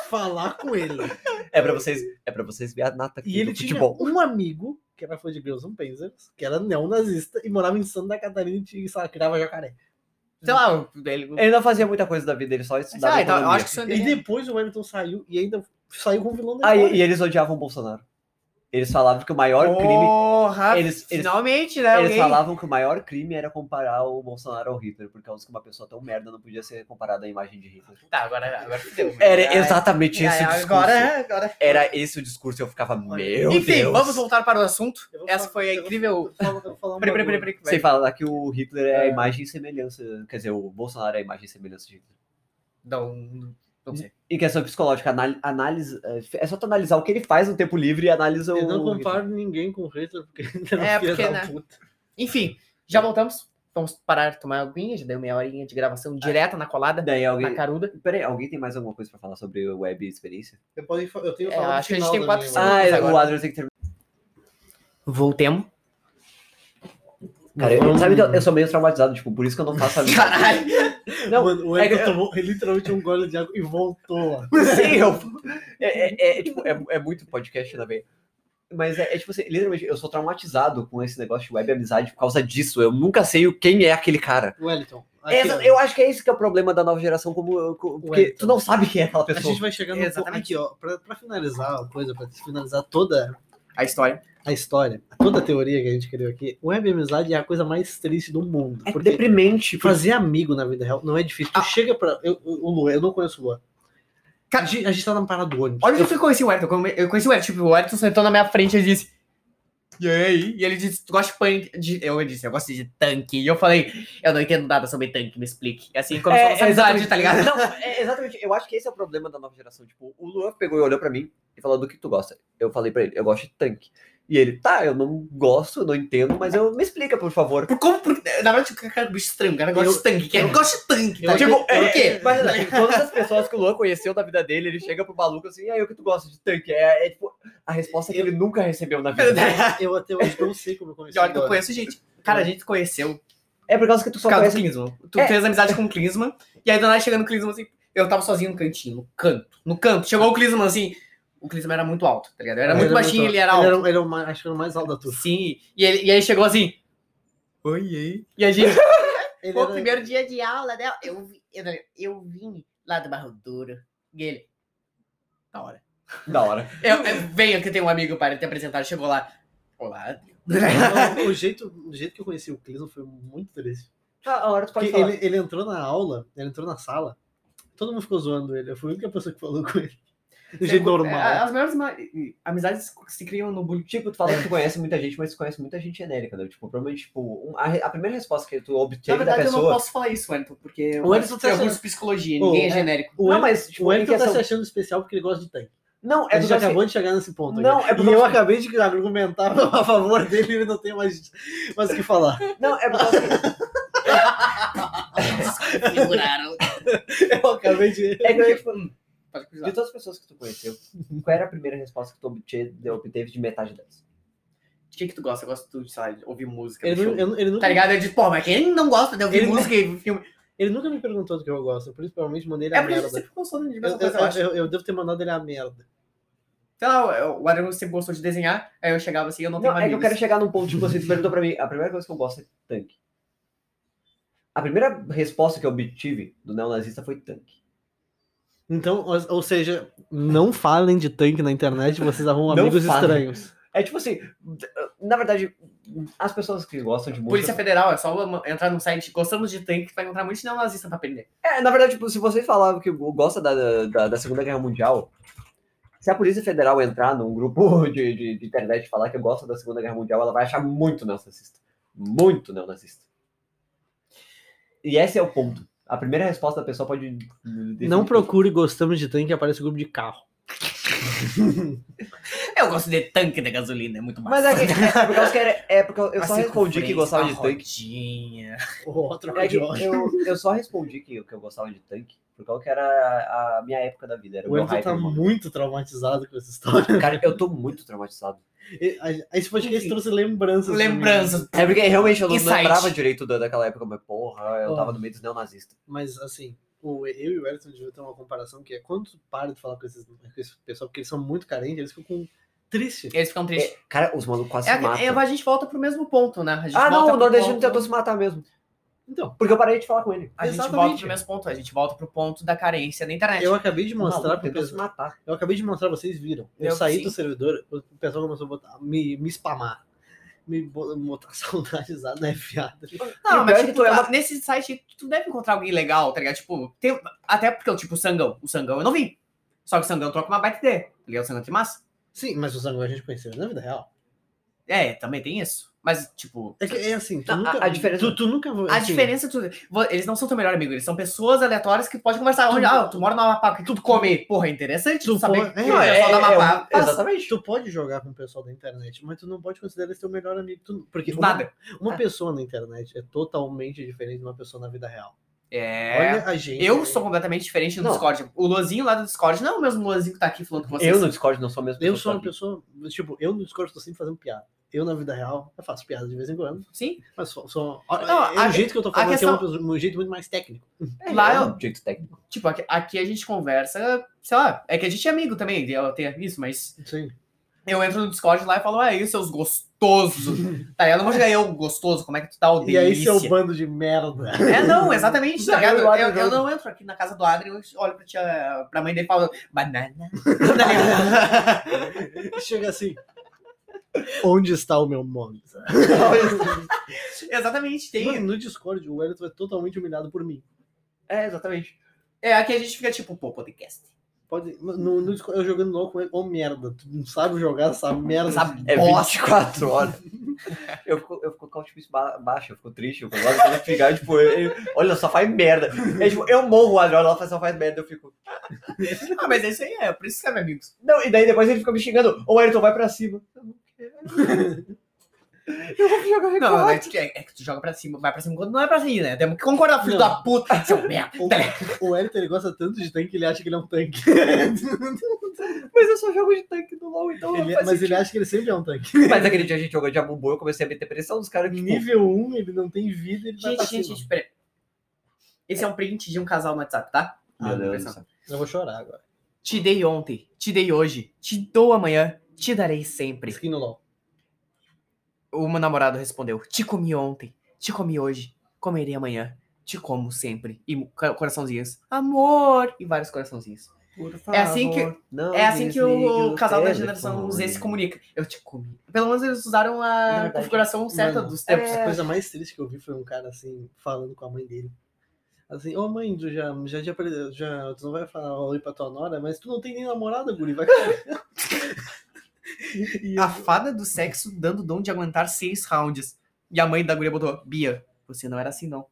S3: falar com ele.
S1: É pra vocês, é pra vocês ver a nata aqui
S3: E ele
S1: do
S3: tinha
S1: futebol.
S3: um amigo que era fã de Guns N' Panzers, que era neonazista e morava em Santa Catarina e tinha, sei lá, criava jacaré.
S2: Sei lá, ele.
S1: Ele não fazia muita coisa da vida, ele só estudava
S2: um- Ah, É, então, eu
S1: economia.
S2: acho que isso
S3: E
S2: é.
S3: depois o Wellington saiu e ainda saiu com o vilão da
S1: Ah,
S3: história.
S1: e, e eles odiavam o Bolsonaro. Eles falavam que o
S2: é
S1: maior
S2: um
S1: crime...
S2: Porra!
S1: Eles- eles-
S2: finalmente, né?
S1: Eles
S2: Oh, alguém-
S1: falavam que o maior crime era comparar o Bolsonaro ao Hitler, por causa que uma pessoa tão merda não podia ser comparada à imagem de Hitler.
S2: Tá, agora, agora fudeu.
S1: Era
S2: Ai,
S1: exatamente
S2: ai,
S1: esse o
S2: ai,
S1: discurso.
S2: Agora, é, agora.
S1: Era esse o discurso, eu ficava, meu
S2: Enfim,
S1: Deus.
S2: vamos voltar para o assunto.
S3: Eu vou
S2: Essa
S3: falar-
S2: foi a
S3: eu vou-
S2: incrível.
S3: eu vou falar- eu vou falar um
S2: Peraí, peraí, peraí,
S3: bagulho.
S2: peraí. que vai-
S1: Sem falar que o Hitler é a
S3: É.
S1: imagem e semelhança, quer dizer, o Bolsonaro é a imagem e semelhança de Hitler.
S2: Não, não sei.
S1: E questão psicológica, anal- análise, é só tu analisar o que ele faz no tempo livre e analisa
S3: Eu
S1: o.
S3: não comparo ninguém com o Hitler, porque ele era
S2: É,
S3: um filho
S2: porque,
S3: da
S2: né?
S3: puta.
S2: Enfim, já voltamos. Vamos parar de tomar aguinha, já deu meia horinha de gravação direta na colada,
S1: Daí
S2: na
S1: alguém.
S2: caruda.
S1: Peraí, alguém tem mais alguma coisa pra falar sobre web experiência?
S3: Eu, podem fa- eu tenho
S2: É,
S3: falado né?
S2: acho que a gente tem quatro
S1: Ah,
S2: Mas
S1: é, o
S2: agora-
S1: Adriano tem que terminar.
S2: Voltemos.
S1: Cara, eu, sabe que eu, eu sou meio traumatizado, tipo, por isso que eu não faço a vida.
S2: Caralho!
S1: Não,
S3: Mano, o
S1: é
S3: Ed
S1: que-
S3: tomou literalmente um gole de água e voltou lá.
S1: Sim, eu. É, é- é, tipo, é, é muito podcast também. Mas é, é tipo assim, literalmente, eu sou traumatizado com esse negócio de web amizade por causa disso. Eu nunca sei o- quem é aquele cara.
S3: Wellington.
S1: Essa-
S3: aqui, ó.
S1: eu acho que é esse que é o problema da nova geração, como, como- porque
S3: Wellington.
S1: tu não sabe quem é aquela
S3: A
S1: pessoa.
S3: gente vai chegar no ponto
S2: Exatamente.
S3: aqui, ó, pra, pra finalizar a coisa, pra finalizar toda
S2: A história.
S3: a história, toda a teoria que a gente criou aqui, web amizade é a coisa mais triste do mundo.
S1: É
S3: porque
S1: deprimente. porque-
S3: fazer amigo na vida real não é difícil. Tu
S2: Ah.
S3: chega pra. Eu, o o Luan, eu não conheço o Luan.
S2: Cara-
S3: a, gente, a gente tá na parada do ônibus.
S2: Olha onde
S3: eu,
S2: eu fui conhecer o Wellington. Quando Eu conheci o Wellington. Tipo, o Wellington sentou na minha frente e disse. E aí? E ele disse, tu gosta de punk? de-" Eu disse, eu gosto de tanque. E eu falei, eu não entendo nada sobre tanque, me explique. E assim começou a nossa amizade,
S1: exatamente.
S2: tá ligado?
S1: Não, é, exatamente. Eu acho que esse é o problema da nova geração. Tipo, o Luan pegou e olhou pra mim e falou do que tu gosta. Eu falei pra ele, eu gosto de tanque. E ele, tá, eu não gosto, eu não entendo, mas eu me explica, por favor.
S2: Por como? por- na verdade, o cara é um bicho estranho, o cara gosta
S3: Eu-
S2: de tanque. Quem gosta de tanque? tá
S3: eu-
S2: ligado?
S1: Tipo, é,
S2: por quê?
S1: Mas assim, todas as pessoas que o Luan conheceu da vida dele, ele chega pro maluco assim, e aí o que tu gosta de tanque? É, é, tipo, a resposta que ele nunca recebeu na vida.
S3: eu até hoje não sei como eu conheci.
S2: E olha que eu
S3: agora.
S2: conheço gente. Cara, a gente conheceu
S1: É por causa que tu
S2: por
S1: só
S2: causa do
S1: conhece.
S2: Klinsmann. Tu
S1: É.
S2: fez amizade com o Klinsmann, e aí do nada chegando o Klinsmann assim. Eu tava sozinho no cantinho, no canto. No canto. Chegou o Klinsmann assim. O Klinsmann era muito alto, tá ligado? Era muito baixinho, ele era alto.
S3: É, Ele era, ele era o mais, acho que era o mais alto da turma.
S2: Sim. E ele, e ele chegou assim. Oi, e aí? E a gente.
S3: Ele
S2: Pô,
S3: era-
S2: primeiro dia de aula dela. Eu, vi- eu, eu vim lá do Barro Duro. E ele. Da hora.
S1: Da hora.
S2: Eu, eu, venho que tem um amigo para te apresentar. Chegou lá. Olá.
S3: Não, o, jeito, o jeito que eu conheci o Cleison foi muito triste.
S1: Tá, a hora tu
S3: Porque
S1: pode falar.
S3: ele, ele entrou na aula, ele entrou na sala, todo mundo ficou zoando ele. Eu fui a única pessoa que falou com ele. Do jeito
S1: É,
S3: normal.
S2: é, As melhores ma- amizades se criam no bullying.
S1: Tipo, tu fala que tu conhece muita gente, mas tu conhece muita gente genérica, né? Tipo, provavelmente, tipo, um- a, re- a primeira resposta que tu
S2: Na
S1: obteve da
S2: verdade, eu não
S1: pessoa.
S2: posso falar isso, Wellington, porque eu
S3: O Wellington
S2: eu
S3: tá
S2: curso
S3: sendo-
S2: psicologia,
S3: Ô,
S2: ninguém é
S3: é-
S2: genérico.
S3: O
S1: Não,
S3: Wellington-
S1: mas
S3: o
S1: tipo, em
S3: Wellington tá se
S1: questão...
S3: achando especial porque ele gosta de tanque.
S1: Não, é
S3: A
S1: do
S3: gente
S1: assim,
S3: acabou de chegar nesse ponto.
S1: Não,
S3: aqui.
S1: é porque
S3: e eu
S1: eu-
S3: acabei de argumentar a favor dele e ele não tem mais, mais o que falar.
S1: Não, é por causa que-
S2: Figuraram.
S3: Eu acabei de.
S1: é que, tipo,
S2: Pode
S1: de
S2: continuar.
S1: todas as pessoas que tu conheceu, qual era a primeira resposta que tu obteve, obteve de metade delas?
S2: O que, que tu gosta? Eu gosto de, sei lá, de ouvir música.
S3: Ele,
S2: no
S3: nu-
S2: show.
S3: eu nu- ele nunca,
S2: Tá ligado? Eu disse, pô, mas quem não gosta de ouvir
S3: Ele-
S2: música e filme?
S3: ele nunca me perguntou do que eu gosto. Principalmente mandei ele
S2: É
S3: a
S2: porque a gente
S3: merda.
S2: sempre gostou de
S3: Eu,
S2: mesma coisa, eu acho.
S3: eu- eu- eu devo ter mandado ele a merda.
S2: Sei lá, o Adriano sempre gostou de desenhar, aí eu chegava assim, eu não
S1: Não,
S2: tenho
S1: é que eu
S2: amigos.
S1: quero chegar num ponto, tipo, você perguntou pra mim, a primeira coisa que eu gosto é tanque. A primeira resposta que eu obtive do neonazista foi tanque.
S3: Então, ou, ou seja, não falem de tanque na internet, vocês arrumam
S1: Não
S3: amigos
S1: falem.
S3: estranhos.
S1: É tipo assim, na verdade, as pessoas que gostam de música...
S2: Polícia Federal, é só uma- entrar num site, gostamos de tanque, tu vai encontrar muito neonazista pra aprender.
S1: É, na verdade, tipo, se você falar que gosta da, da, da Segunda Guerra Mundial, se a Polícia Federal entrar num grupo de, de, de internet e falar que gosta da Segunda Guerra Mundial, ela vai achar muito neonazista. Muito neonazista. E esse é o ponto. A primeira resposta da pessoa pode.
S3: Não procure gostamos de tanque, aparece o grupo de carro.
S2: Eu gosto de tanque de gasolina, é muito mais.
S1: Mas é, que, é porque eu, quero- é porque eu- eu só respondi que gostava de tanque.
S3: Outro
S1: É que eu, eu só respondi que, que eu gostava de tanque, porque eu que era a, a minha época da vida. Era o
S3: O
S1: meu
S3: Elton
S1: um hype.
S3: tá
S1: no momento.
S3: muito traumatizado com essa história.
S1: Cara, eu tô muito traumatizado.
S3: E- a- Esse podcast trouxe lembranças. né? pra mim.
S2: Lembranças.
S1: É porque realmente eu não
S2: Insight.
S1: lembrava direito da- daquela época, mas porra, eu
S3: Oh.
S1: tava no meio dos neonazistas.
S3: Mas assim, o, eu e o Elton deviam ter uma comparação que é quando tu para de falar com, esses, com esse pessoal, porque eles são muito carentes, eles ficam com... triste.
S2: Eles ficam tristes.
S1: É, cara, os malucos quase
S2: É,
S1: se
S2: aqu-
S1: matam.
S2: é, a gente volta pro mesmo ponto, né? A gente
S1: ah,
S2: volta
S1: não, o
S2: pro
S1: nordestino
S2: ponto-
S1: tentou se matar mesmo.
S3: Então,
S1: Porque eu parei de falar com ele.
S2: A gente volta
S3: Exatamente.
S2: pro mesmo ponto, a gente volta pro ponto da carência da internet.
S3: eu acabei de
S1: O
S3: mostrar
S1: É, um maluco
S3: pro
S1: tentou se
S3: pessoal.
S1: matar.
S3: Eu acabei de mostrar, vocês viram. Eu,
S2: Eu
S3: saí
S2: sim.
S3: do servidor, o pessoal começou a botar, me, me spamar. Me bo- botar saudades da neveada.
S1: E
S2: Não,
S1: o
S2: mas
S1: pior é
S2: tipo,
S1: que tu é
S2: tá-
S1: uma-
S2: nesse site tu deve encontrar alguém legal, tá ligado? Tipo, tem- até porque, tipo, o Sangão. O Sangão eu não vi. Só que o Sangão troca uma baita ideia. Tá ligado? O Sangão tem massa.
S3: Sim, mas o Zango a gente conheceu na vida real.
S2: É, também tem isso. Mas, tipo,
S3: É que é assim, tu
S1: Não, Tá, a-
S3: nunca.
S1: a diferença-
S3: Tu, tu nunca
S2: a
S3: assim,
S2: diferença é tudo. vo- Eles não são teu melhor amigo, eles são pessoas aleatórias que tu pode conversar. Onde, ah, tu mora no Amapá, o que tu come? Porra, é interessante tu,
S3: Tu
S2: saber
S3: pode-
S2: que
S3: é,
S2: o pessoal
S1: é,
S2: do
S1: é,
S2: Amapá
S1: é,
S2: faz
S1: exatamente.
S3: Tu pode jogar com o pessoal da internet, mas tu não pode considerar esse teu melhor amigo. Tu- porque uma,
S2: nada.
S3: uma
S2: É.
S3: pessoa na internet é totalmente diferente de uma pessoa na vida real.
S2: É.
S3: Olha a gente.
S2: eu sou completamente diferente no
S1: Não.
S2: Discord. O Luanzinho lá do Discord não é o mesmo Luanzinho que tá aqui falando com vocês.
S1: Eu no Discord não sou mesmo.
S3: Eu sou uma pessoa. Tipo, eu no Discord tô sempre fazendo piada. Eu, na vida real, eu faço piada de vez em quando,
S2: Sim.
S3: mas sou. sou
S2: Não,
S3: é
S2: a-
S3: o jeito que eu tô falando
S2: questão-
S3: aqui é um, um jeito muito mais técnico.
S2: Lá
S1: é
S2: eu,
S1: um jeito técnico.
S2: Tipo, aqui, aqui a gente conversa, sei lá, é que a gente é amigo também, ela tem isso, mas
S3: Sim.
S2: eu entro no Discord lá e falo, ah, e os seus gostosos? tá ligado? Eu não vou chegar eu, gostoso, como é que tu tá, o
S3: E aí, seu
S2: delícia?
S3: bando de merda.
S2: É, não, exatamente, tá
S3: Não,
S2: ligado?
S3: eu olho
S2: Eu,
S3: o
S2: eu
S3: jogo.
S2: não entro aqui na casa do Adrien, eu olho pra, tia, pra mãe dele e falo, banana. Tá ligado?
S3: Chega assim. Onde está o meu mundo?
S2: exatamente,
S3: Mano,
S2: tem.
S3: no Discord, o Wellington é totalmente humilhado por mim.
S1: É, exatamente.
S2: É, aqui a gente fica tipo, pô, podcast.
S3: Pode, no, no Discord, eu jogando LOL com ele, ô merda, tu não sabe jogar essa merda. assim.
S2: Essa
S1: É
S2: bosta.
S1: 24 horas. Eu fico, eu fico com o tipo ba baixo, eu fico triste, eu fico olha, eu vou ficar, tipo, eu- eu- olha, só faz merda. É, tipo, eu morro o Adriano, ela só faz merda, eu fico.
S2: Ah, mas é isso aí, é, por isso que é meu amigo.
S1: Não, e daí depois ele fica me xingando, ô Ayrton, vai pra cima. Eu não quero. Eu vou jogar
S2: Não,
S1: Record.
S2: mas é que, tu- é- é que tu joga pra cima, vai pra cima quando não é pra cima, né? Temos que concordar, filho
S3: Não.
S2: da puta, seu merda.
S3: O, o Wellington, ele gosta tanto de tanque, ele acha que ele é um tanque.
S2: né?
S1: Mas eu só jogo de tanque do LoL, então
S2: é-
S3: Ele-
S1: faz
S3: mas
S1: sentido.
S3: ele acha que ele sempre é um tanque.
S1: Mas aquele dia a gente jogou de Amumbô, eu comecei a meter pressão dos caras. Tipo,
S3: Nível 1, ele não tem vida, ele vai pra
S2: Gente, gente,
S3: cima.
S2: gente, peraí. Esse é um print de um casal no WhatsApp, tá?
S1: Meu Deus do
S2: impressão.
S1: céu.
S3: Eu vou chorar agora.
S2: Te dei ontem, te dei hoje, te dou amanhã, te darei sempre.
S3: Skin no LOL.
S2: O meu namorado respondeu: Te comi ontem, te comi hoje, comerei amanhã, te como sempre. E co- coraçãozinhos, amor! E vários coraçãozinhos. É assim que-
S1: não
S2: é assim que o
S1: desligue
S2: casal da
S1: telefone.
S2: geração Z se comunica. Eu te comi. Pelo menos eles usaram a
S1: verdade,
S2: configuração certa
S3: Mano,
S2: dos tempos.
S3: A coisa mais triste que eu vi foi um cara assim, falando com a mãe dele. Assim, ô mãe, tu já, já, já, já tu não vai falar oi pra tua nora, mas tu não tem nem namorada, guri, vai cagar." E eu-
S2: A fada do sexo dando o dom de aguentar seis rounds. E a mãe da guria botou, Bia, você não era assim, não.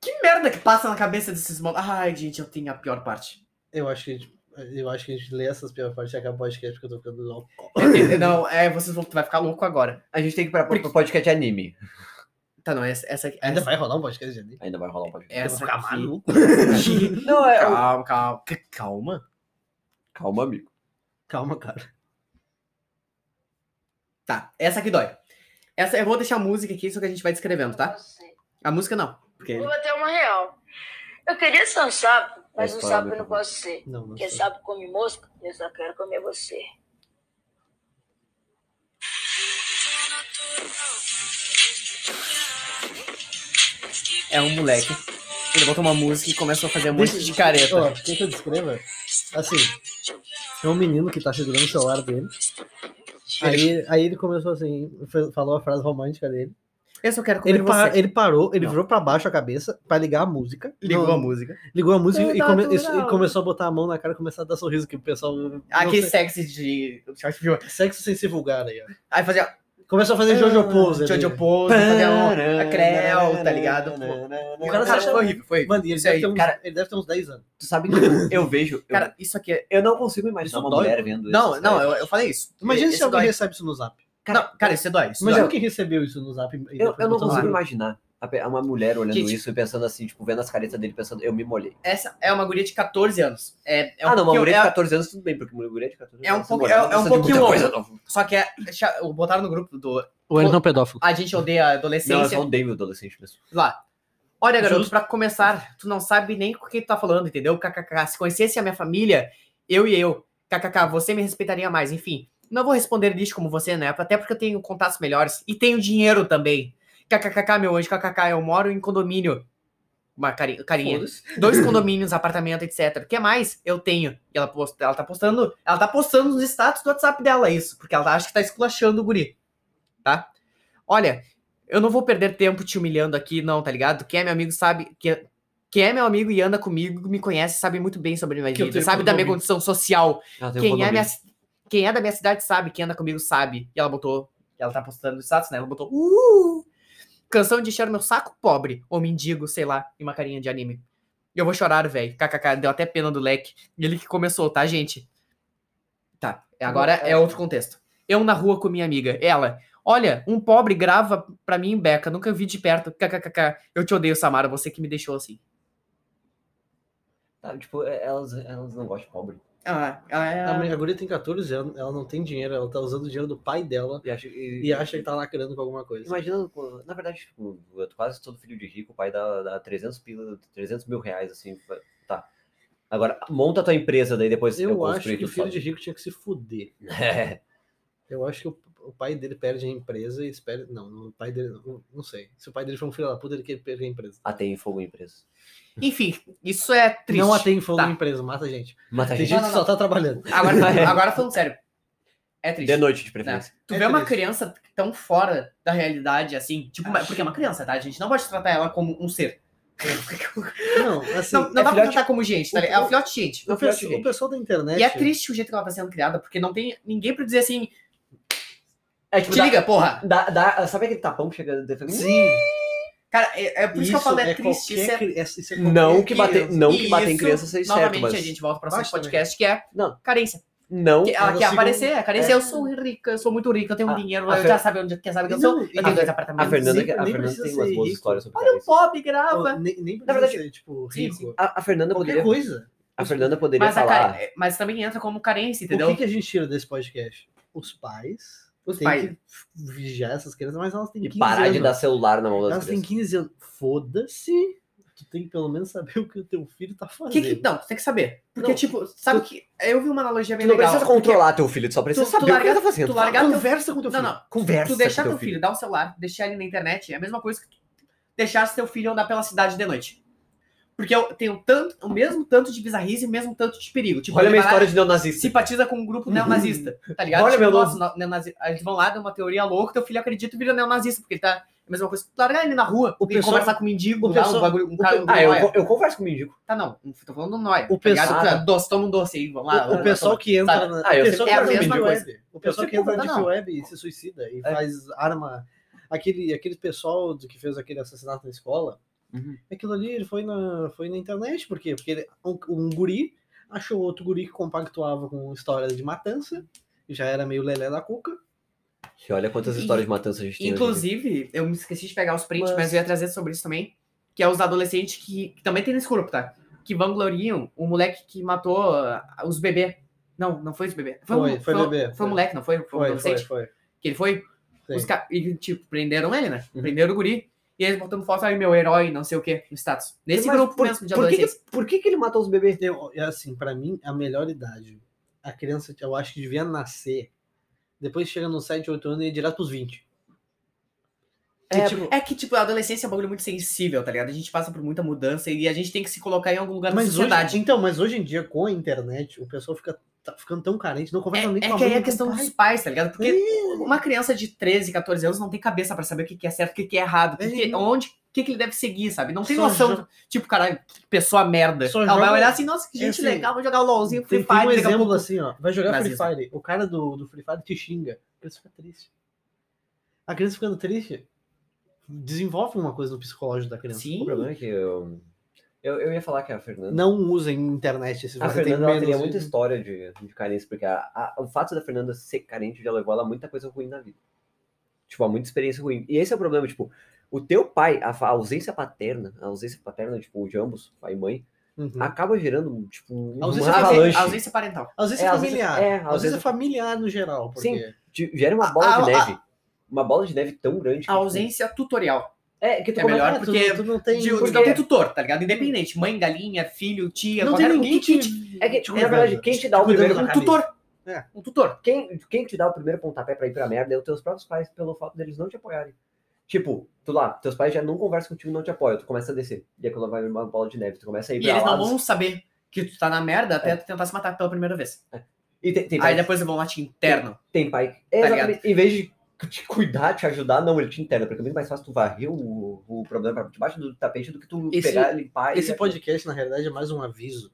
S2: Que merda que passa na cabeça desses malucos. Ai, gente, eu tenho a pior parte.
S3: Eu acho que a gente, eu acho que a gente lê essas piores partes e acaba o podcast porque eu tô ficando louco.
S2: É, é, não, é, vocês vão, tu vai ficar louco agora.
S1: A gente tem que ir pra, pro- pro podcast de anime.
S2: Tá, não, essa, essa, essa,
S3: Ainda vai rolar um podcast de anime?
S1: Ainda vai rolar um podcast.
S3: Eu vou
S2: essa
S3: ficar
S2: aqui.
S3: maluco.
S1: Não, é. o-
S2: Calma, calma. C- Calma.
S1: Calma, amigo.
S3: Calma, cara.
S2: Tá, essa aqui dói. Essa, eu vou deixar a música aqui, só que a gente vai descrevendo, tá? A música não. Porque...
S5: Vou bater uma real. Eu queria ser um sapo, mas um
S1: Opa,
S5: sapo
S1: meu
S5: eu não
S1: favor.
S5: posso ser.
S3: Não, não
S5: Porque
S3: sei.
S5: sapo come mosca e eu só quero comer você.
S2: É um moleque. Ele botou uma música e começou a fazer um monte de careta.
S3: Ó, quer que eu descreva? Assim, é um menino que tá segurando o celular dele. Aí, aí ele começou assim, fe- falou a frase romântica dele.
S2: Eu só quero comer
S3: Ele, pa-
S2: é você.
S3: ele parou, ele
S1: Não.
S3: virou pra baixo a cabeça pra ligar a música.
S2: Ligou
S3: Não,
S2: a música.
S3: Ligou a música
S1: Tá
S3: e, come-
S2: Natural.
S3: e começou a botar a mão na cara e começou a dar sorriso que o pessoal. não
S2: Aqui
S3: sei,
S2: sexy de short film.
S3: sexo sem se vulgar aí, ó.
S2: Aí fazia "Ah,
S3: Começou a fazer Jojo Pose. né? ali.
S2: Jojo Pose, fazia um, a Creu, tá ligado? Pô.
S3: O
S2: Cara,
S3: cara se
S2: foi
S3: chama-
S2: horrível, foi horrível.
S3: Mano, e ele,
S2: Isso
S3: deve
S2: aí,
S3: ter uns,
S1: cara.
S3: ele deve ter uns 10 anos.
S1: Tu sabe que eu- eu vejo. eu-
S2: Cara, isso aqui é...
S1: eu, não consigo imaginar
S3: isso
S1: uma
S3: dói.
S1: mulher vendo
S2: Não,
S1: isso.
S2: não,
S1: cara.
S2: eu, eu falei isso. né?
S3: Imagina
S2: Esse
S3: se alguém
S2: dói.
S3: recebe isso no zap.
S2: Não, cara, isso dói, isso
S3: Imagina
S2: dói.
S3: quem recebeu isso no zap. e depois
S1: Eu, eu não
S3: botou no
S1: consigo
S3: zap.
S1: imaginar a pe- uma mulher olhando
S2: Gente.
S1: isso e pensando assim, tipo, vendo as caretas dele pensando, eu me molhei.
S2: Essa é uma guria de 14 anos. É, é
S1: ah, não,
S2: um
S1: uma
S2: pouquinho-
S1: mulher de
S2: é-
S1: 14 anos, tudo bem, porque uma mulher de 14
S2: É um
S1: anos.
S2: pouco-
S1: ela
S2: é- é um
S1: precisa de muita
S2: pouquinho
S1: coisa nova.
S2: Só que é... deixa- Botaram no grupo do...
S3: O Elton é um pedófilo.
S2: A gente odeia a
S1: Não, eu
S2: adolescência.
S1: só odeio adolescente mesmo.
S2: Lá. Olha, garoto,
S3: Justo.
S2: pra começar, tu não sabe nem com quem tu tá falando, entendeu? KKK. Se conhecesse a minha família, eu e eu. KKK, você me respeitaria mais. Enfim, não vou responder lixo como você, né? Até porque eu tenho contatos melhores e tenho dinheiro também. KKK, meu anjo, KKK, eu moro em condomínio. Uma cari- carinha.
S1: Foda-se.
S2: Dois condomínios, apartamento, etc. O que mais? Eu tenho. E ela, post... ela tá postando. Ela tá postando nos status do WhatsApp dela é isso. Porque ela acha que tá esculachando o guri. Tá? Olha, eu não vou perder tempo te humilhando aqui, não, tá ligado? Quem é meu amigo sabe. Que... Quem é meu amigo e anda comigo, me conhece, sabe muito bem sobre minha
S3: Que eu
S2: vida,
S3: tenho Ah,
S2: sabe da minha
S3: condomínio.
S2: condição social.
S1: Ela tem um
S2: Quem é, minha...
S1: condomínio.
S2: quem é da minha cidade sabe, quem anda comigo sabe. E ela botou. Ela tá postando nos status, né? Ela botou. Uh! Canção de encher meu saco pobre, ou mendigo, sei lá, e uma carinha de anime. Eu vou chorar, velho. KKK, deu até pena do leque. Ele que começou, tá, é gente? Tá, agora é outro contexto. Eu na rua com minha amiga. Ela, Olha, um pobre grava pra mim em beca, nunca vi de perto. KKKK. Eu te odeio, Samara, você que me deixou assim.
S1: Tá, tipo, é- elas, elas não gostam de pobre.
S2: Ah,
S3: A minha guria tem 14 anos, ela não tem dinheiro, ela tá usando o dinheiro do pai dela
S1: E, acho, e,
S3: e acha que tá lacrando com alguma coisa.
S1: Imagina, pô, na verdade, tipo, quase todo filho de rico, o pai dá, dá 300, pila, 300 mil reais, assim, fa- tá. Agora, monta a tua empresa, daí depois
S3: Eu
S1: construo
S3: acho que o
S1: tudo
S3: filho de
S1: sozinho.
S3: rico tinha que se fuder.
S1: É,
S3: Eu acho que o, o pai dele perde a empresa e espera. Não, não, o pai dele não. Não sei. Se o pai dele for um filho da puta, ele quer perder a empresa.
S1: até em fogo a empresa.
S2: Enfim, isso é triste.
S3: Não atém fogo
S2: Tá.
S3: na empresa, mata a gente.
S1: Mata a
S3: Tem
S1: gente
S3: gente que só tá trabalhando.
S2: Agora, agora falando sério. É triste.
S1: de noite, de preferência.
S2: Tu
S3: É
S2: vê uma
S3: triste.
S2: criança tão fora da realidade, assim, tipo, mas- porque é uma criança, tá? A gente não pode tratar ela como um ser.
S3: Não, assim.
S2: não não
S1: é
S2: dá pra
S1: filhote-
S2: tratar como gente, tá
S1: o-
S2: ligado? É
S1: o-
S2: um filhote de gente.
S1: não
S3: o,
S1: filhote,
S3: pessoal-
S1: gente. né,
S3: o pessoal da internet.
S2: E é triste o jeito que ela tá sendo criada, porque não tem ninguém pra dizer assim,
S1: É,
S2: te liga, porra.
S1: Dá, dá, sabe aquele tapão que chega de frente?
S3: Sim,
S2: Cara, é, é por isso, que eu falo, é, triste. Isso
S3: qualquer
S2: é...
S3: cri- essa- isso é
S1: Não
S3: qualquer
S1: que bater,
S3: criança.
S1: não que bater em
S2: isso,
S1: criança seja certo,
S2: Novamente,
S1: é mas
S2: a gente volta pro
S3: Mas
S2: nosso
S3: também.
S2: podcast, que é
S1: Não.
S2: carência.
S1: não...
S2: Que ela
S3: mas
S2: quer
S3: eu sigo-
S2: aparecer, é carência.
S1: é.
S2: Eu sou rica, eu sou muito rica, eu tenho um
S1: A-
S2: dinheiro,
S1: a
S2: eu
S1: Fer-
S2: já sabe onde quer saber que eu
S3: Não,
S2: sou.
S3: e-
S2: Eu tenho dois
S1: A
S2: apartamentos.
S1: Fernanda,
S3: nem-
S1: a
S3: nem
S1: Fernanda
S3: precisa
S1: tem umas
S3: ser
S1: boas
S3: rico.
S1: histórias sobre
S2: Olha o
S1: carência.
S2: pobre grava.
S3: Ou Nem, nem
S1: Na
S3: precisa
S1: verdade-
S3: ser, tipo,
S2: Sim,
S3: rico.
S1: A, a Fernanda
S3: Qualquer
S1: poderia,
S3: coisa.
S1: a Fernanda poderia
S2: Mas, a
S1: falar...
S2: cara- mas também entra como carência,
S3: O
S2: entendeu?
S3: que, que a gente tira desse podcast? Os pais
S2: Os
S3: têm
S2: pais.
S3: que vigiar essas crianças, mas elas têm
S1: E
S3: 15
S1: parar
S3: anos.
S1: de dar celular na mão das
S3: elas têm
S1: crianças.
S3: 15 anos. Foda-se. Tu tem que pelo menos saber o que o teu filho tá fazendo.
S2: Que que- não, tu tem que saber. Porque,
S3: Não,
S2: tipo, sabe que. Eu vi uma analogia
S1: Tu
S2: bem
S1: não
S2: legal.
S1: precisa
S2: porque-
S1: controlar teu filho, tu só precisa
S2: tu
S1: saber o que
S2: larga-
S1: ele tá fazendo.
S2: tu larga- teu-
S3: Conversa com teu
S2: Não,
S3: filho.
S2: não.
S1: Conversa
S2: Tu deixar
S1: com
S2: teu filho, dar o celular, deixar ele na internet, é a mesma coisa que tu deixasse teu filho andar pela cidade de noite. Porque eu tenho tanto, o mesmo tanto de bizarrice e o mesmo tanto de perigo. Tipo,
S1: Olha a
S2: ele
S1: minha
S2: vai lá
S1: história de
S2: e
S1: neonazista.
S2: Simpatiza com um grupo neonazista, tá ligado?
S1: Olha,
S2: tipo,
S1: meu
S2: nossa, na- neonazi... eles vão lá, dá uma teoria louca, teu filho acredita e vira neonazista, porque ele tá. É a mesma coisa que tu largar ele na rua,
S3: O
S2: e
S3: pessoal-
S2: conversar com o mendigo,
S3: o
S2: lá,
S3: pessoal-
S2: um bagulho, um
S3: o
S2: cara.
S3: pe-
S2: um
S1: Ah, eu,
S2: nóia.
S1: eu- eu converso com o mendigo.
S2: Tá, não, tô falando do nóia.
S3: O
S2: tá ligado?
S3: pessoal-
S2: Tu é doce, toma um doce aí, vamos lá.
S3: O, o
S2: vamos-
S3: pessoal que entra
S2: sabe?
S3: na
S1: Ah, eu
S3: o pessoal
S1: sempre-
S2: é
S3: que
S2: a
S3: entra na
S2: mesma
S3: deep
S2: coisa.
S3: web. O pessoal
S1: sempre
S3: que entra na
S2: concordo,
S3: deep
S2: não.
S3: web e se suicida e
S1: É.
S3: faz arma. Aquele, aquele pessoal do que fez aquele assassinato na escola,
S1: Uhum.
S3: aquilo ali ele foi na, foi na internet, por quê? Porque ele- um, um guri achou outro guri que compactuava com histórias de matança, já era meio lelé da cuca.
S1: E olha quantas
S2: E-
S1: histórias de matança a gente tem. hoje em dia.
S2: Inclusive, eu me esqueci de pegar os prints,
S1: Mas-
S2: mas... eu ia trazer sobre isso também. Que é os adolescentes que, que também tem nesse grupo, tá? Que vangloriam o moleque que matou ah, os bebês. Não, não foi os bebês.
S3: Foi,
S2: um-
S3: foi
S2: um-
S3: bebê,
S2: Foi,
S3: foi.
S2: um moleque, não foi? Foi, um
S3: Foi, foi,
S2: adolescente
S3: foi.
S2: que ele foi.
S3: Sim.
S2: Os ca- E, tipo, prenderam ele, né? Prenderam o guri. E eles botando foto aí, meu herói, não sei o quê, no status. Nesse
S1: Mas
S2: grupo
S1: por,
S2: mesmo de
S1: por que,
S2: adolescentes.
S1: que, por que que ele matou os bebês?
S3: Eu, é assim, pra mim, a melhor idade. A criança, eu acho que devia nascer. Depois chega nos 7, 8 anos e ir direto pros 20.
S1: É,
S3: tipo,
S2: É que, tipo, a adolescência é um bagulho muito sensível, tá ligado? A gente passa por muita mudança e a gente tem que se colocar em algum lugar na
S3: mas
S2: sociedade.
S3: hoje, então, mas hoje em dia, com a internet, o pessoal fica tá ficando tão carente, não
S2: É,
S3: conversa nem
S2: é
S3: com a
S2: que aí
S3: mãe,
S2: é
S3: nem com o
S2: questão
S3: pai.
S2: dos pais, tá ligado? Porque uma criança de 13, 14 anos não tem cabeça pra saber o que que é certo, o que que é errado, o que que-
S3: É.
S2: onde, o que, que ele deve seguir, sabe? Não tem
S3: Só
S2: noção.
S3: jo-
S2: Tipo, caralho, que pessoa merda.
S3: Só
S2: Ela vai
S3: joga-
S2: olhar assim, nossa, que
S3: é
S2: gente
S3: assim,
S2: legal, vou jogar o LOLzinho, Free Fire,
S3: Tem, tem um
S2: daqui a
S3: exemplo
S2: pouco-
S3: assim, ó. Vai jogar Free
S2: Nazismo.
S3: Fire. O cara do, do Free Fire te xinga. A criança fica triste. A criança ficando triste desenvolve uma coisa no psicológico da criança.
S1: O
S2: Sim,
S1: problema é que eu, eu, eu ia falar que a Fernanda...
S3: Não usem internet se
S1: a
S3: você tem
S1: Fernanda Ah, ela
S3: menos... um.
S1: teria muita história de, de carência, porque a- a- o fato da Fernanda ser carente já levou ela a muita coisa ruim na vida. Tipo, a muita experiência ruim. E esse é o problema, tipo, o teu pai, a, fa- a ausência paterna, a ausência paterna, tipo, de ambos, pai e mãe,
S3: Uhum.
S1: acaba gerando, tipo, uma
S3: Ausência
S2: ausência-
S1: avalanche.
S2: ausência parental.
S3: Ausência
S1: É, ausência-
S3: familiar.
S1: é,
S3: ausência,
S1: ausência-
S3: familiar no geral. Porque...
S1: Sim. Te- gera uma bola
S3: A-
S1: de
S3: a-
S1: neve. Uma bola de neve tão grande. que,
S2: A
S1: tipo,
S2: ausência tutorial.
S1: É, que tu
S2: é
S1: começa-
S2: melhor,
S1: ah,
S3: tu-
S2: porque-
S3: tu, não tem... é
S2: de, de não ter tutor, tá ligado? Independente. Mãe, galinha, filho, tia,
S3: não tem
S2: qualquer-
S3: ninguém
S2: o que
S3: te...
S2: te-
S1: É que,
S3: te
S1: na verdade,
S3: cuidando.
S1: quem te dá o
S3: Cuidando
S1: primeiro.
S3: da
S2: Um
S3: cabeça.
S2: tutor.
S3: É.
S2: Um tutor.
S1: Quem, quem te dá o primeiro pontapé pra ir pra merda é os teus próprios pais, pelo fato deles não te apoiarem. Tipo, tu lá, teus pais já não conversam contigo, não te apoiam, tu começa a descer. E aí quando vai uma bola de neve, tu começa a ir
S2: E
S1: pra
S2: eles não
S1: lados.
S2: vão saber que tu tá na merda até tu tentar se matar pela primeira vez.
S1: E tem, tem
S2: Aí
S1: pai,
S2: depois eles vão lá te interno.
S1: tem pai. É,
S2: Tá
S1: exatamente. Em vez de te cuidar, te ajudar, não, ele te interna, porque é muito mais fácil tu varrer o, o problema pra debaixo do tapete do que tu
S3: Esse-
S1: pegar, limpar e.
S3: Esse podcast, na realidade, é mais um aviso.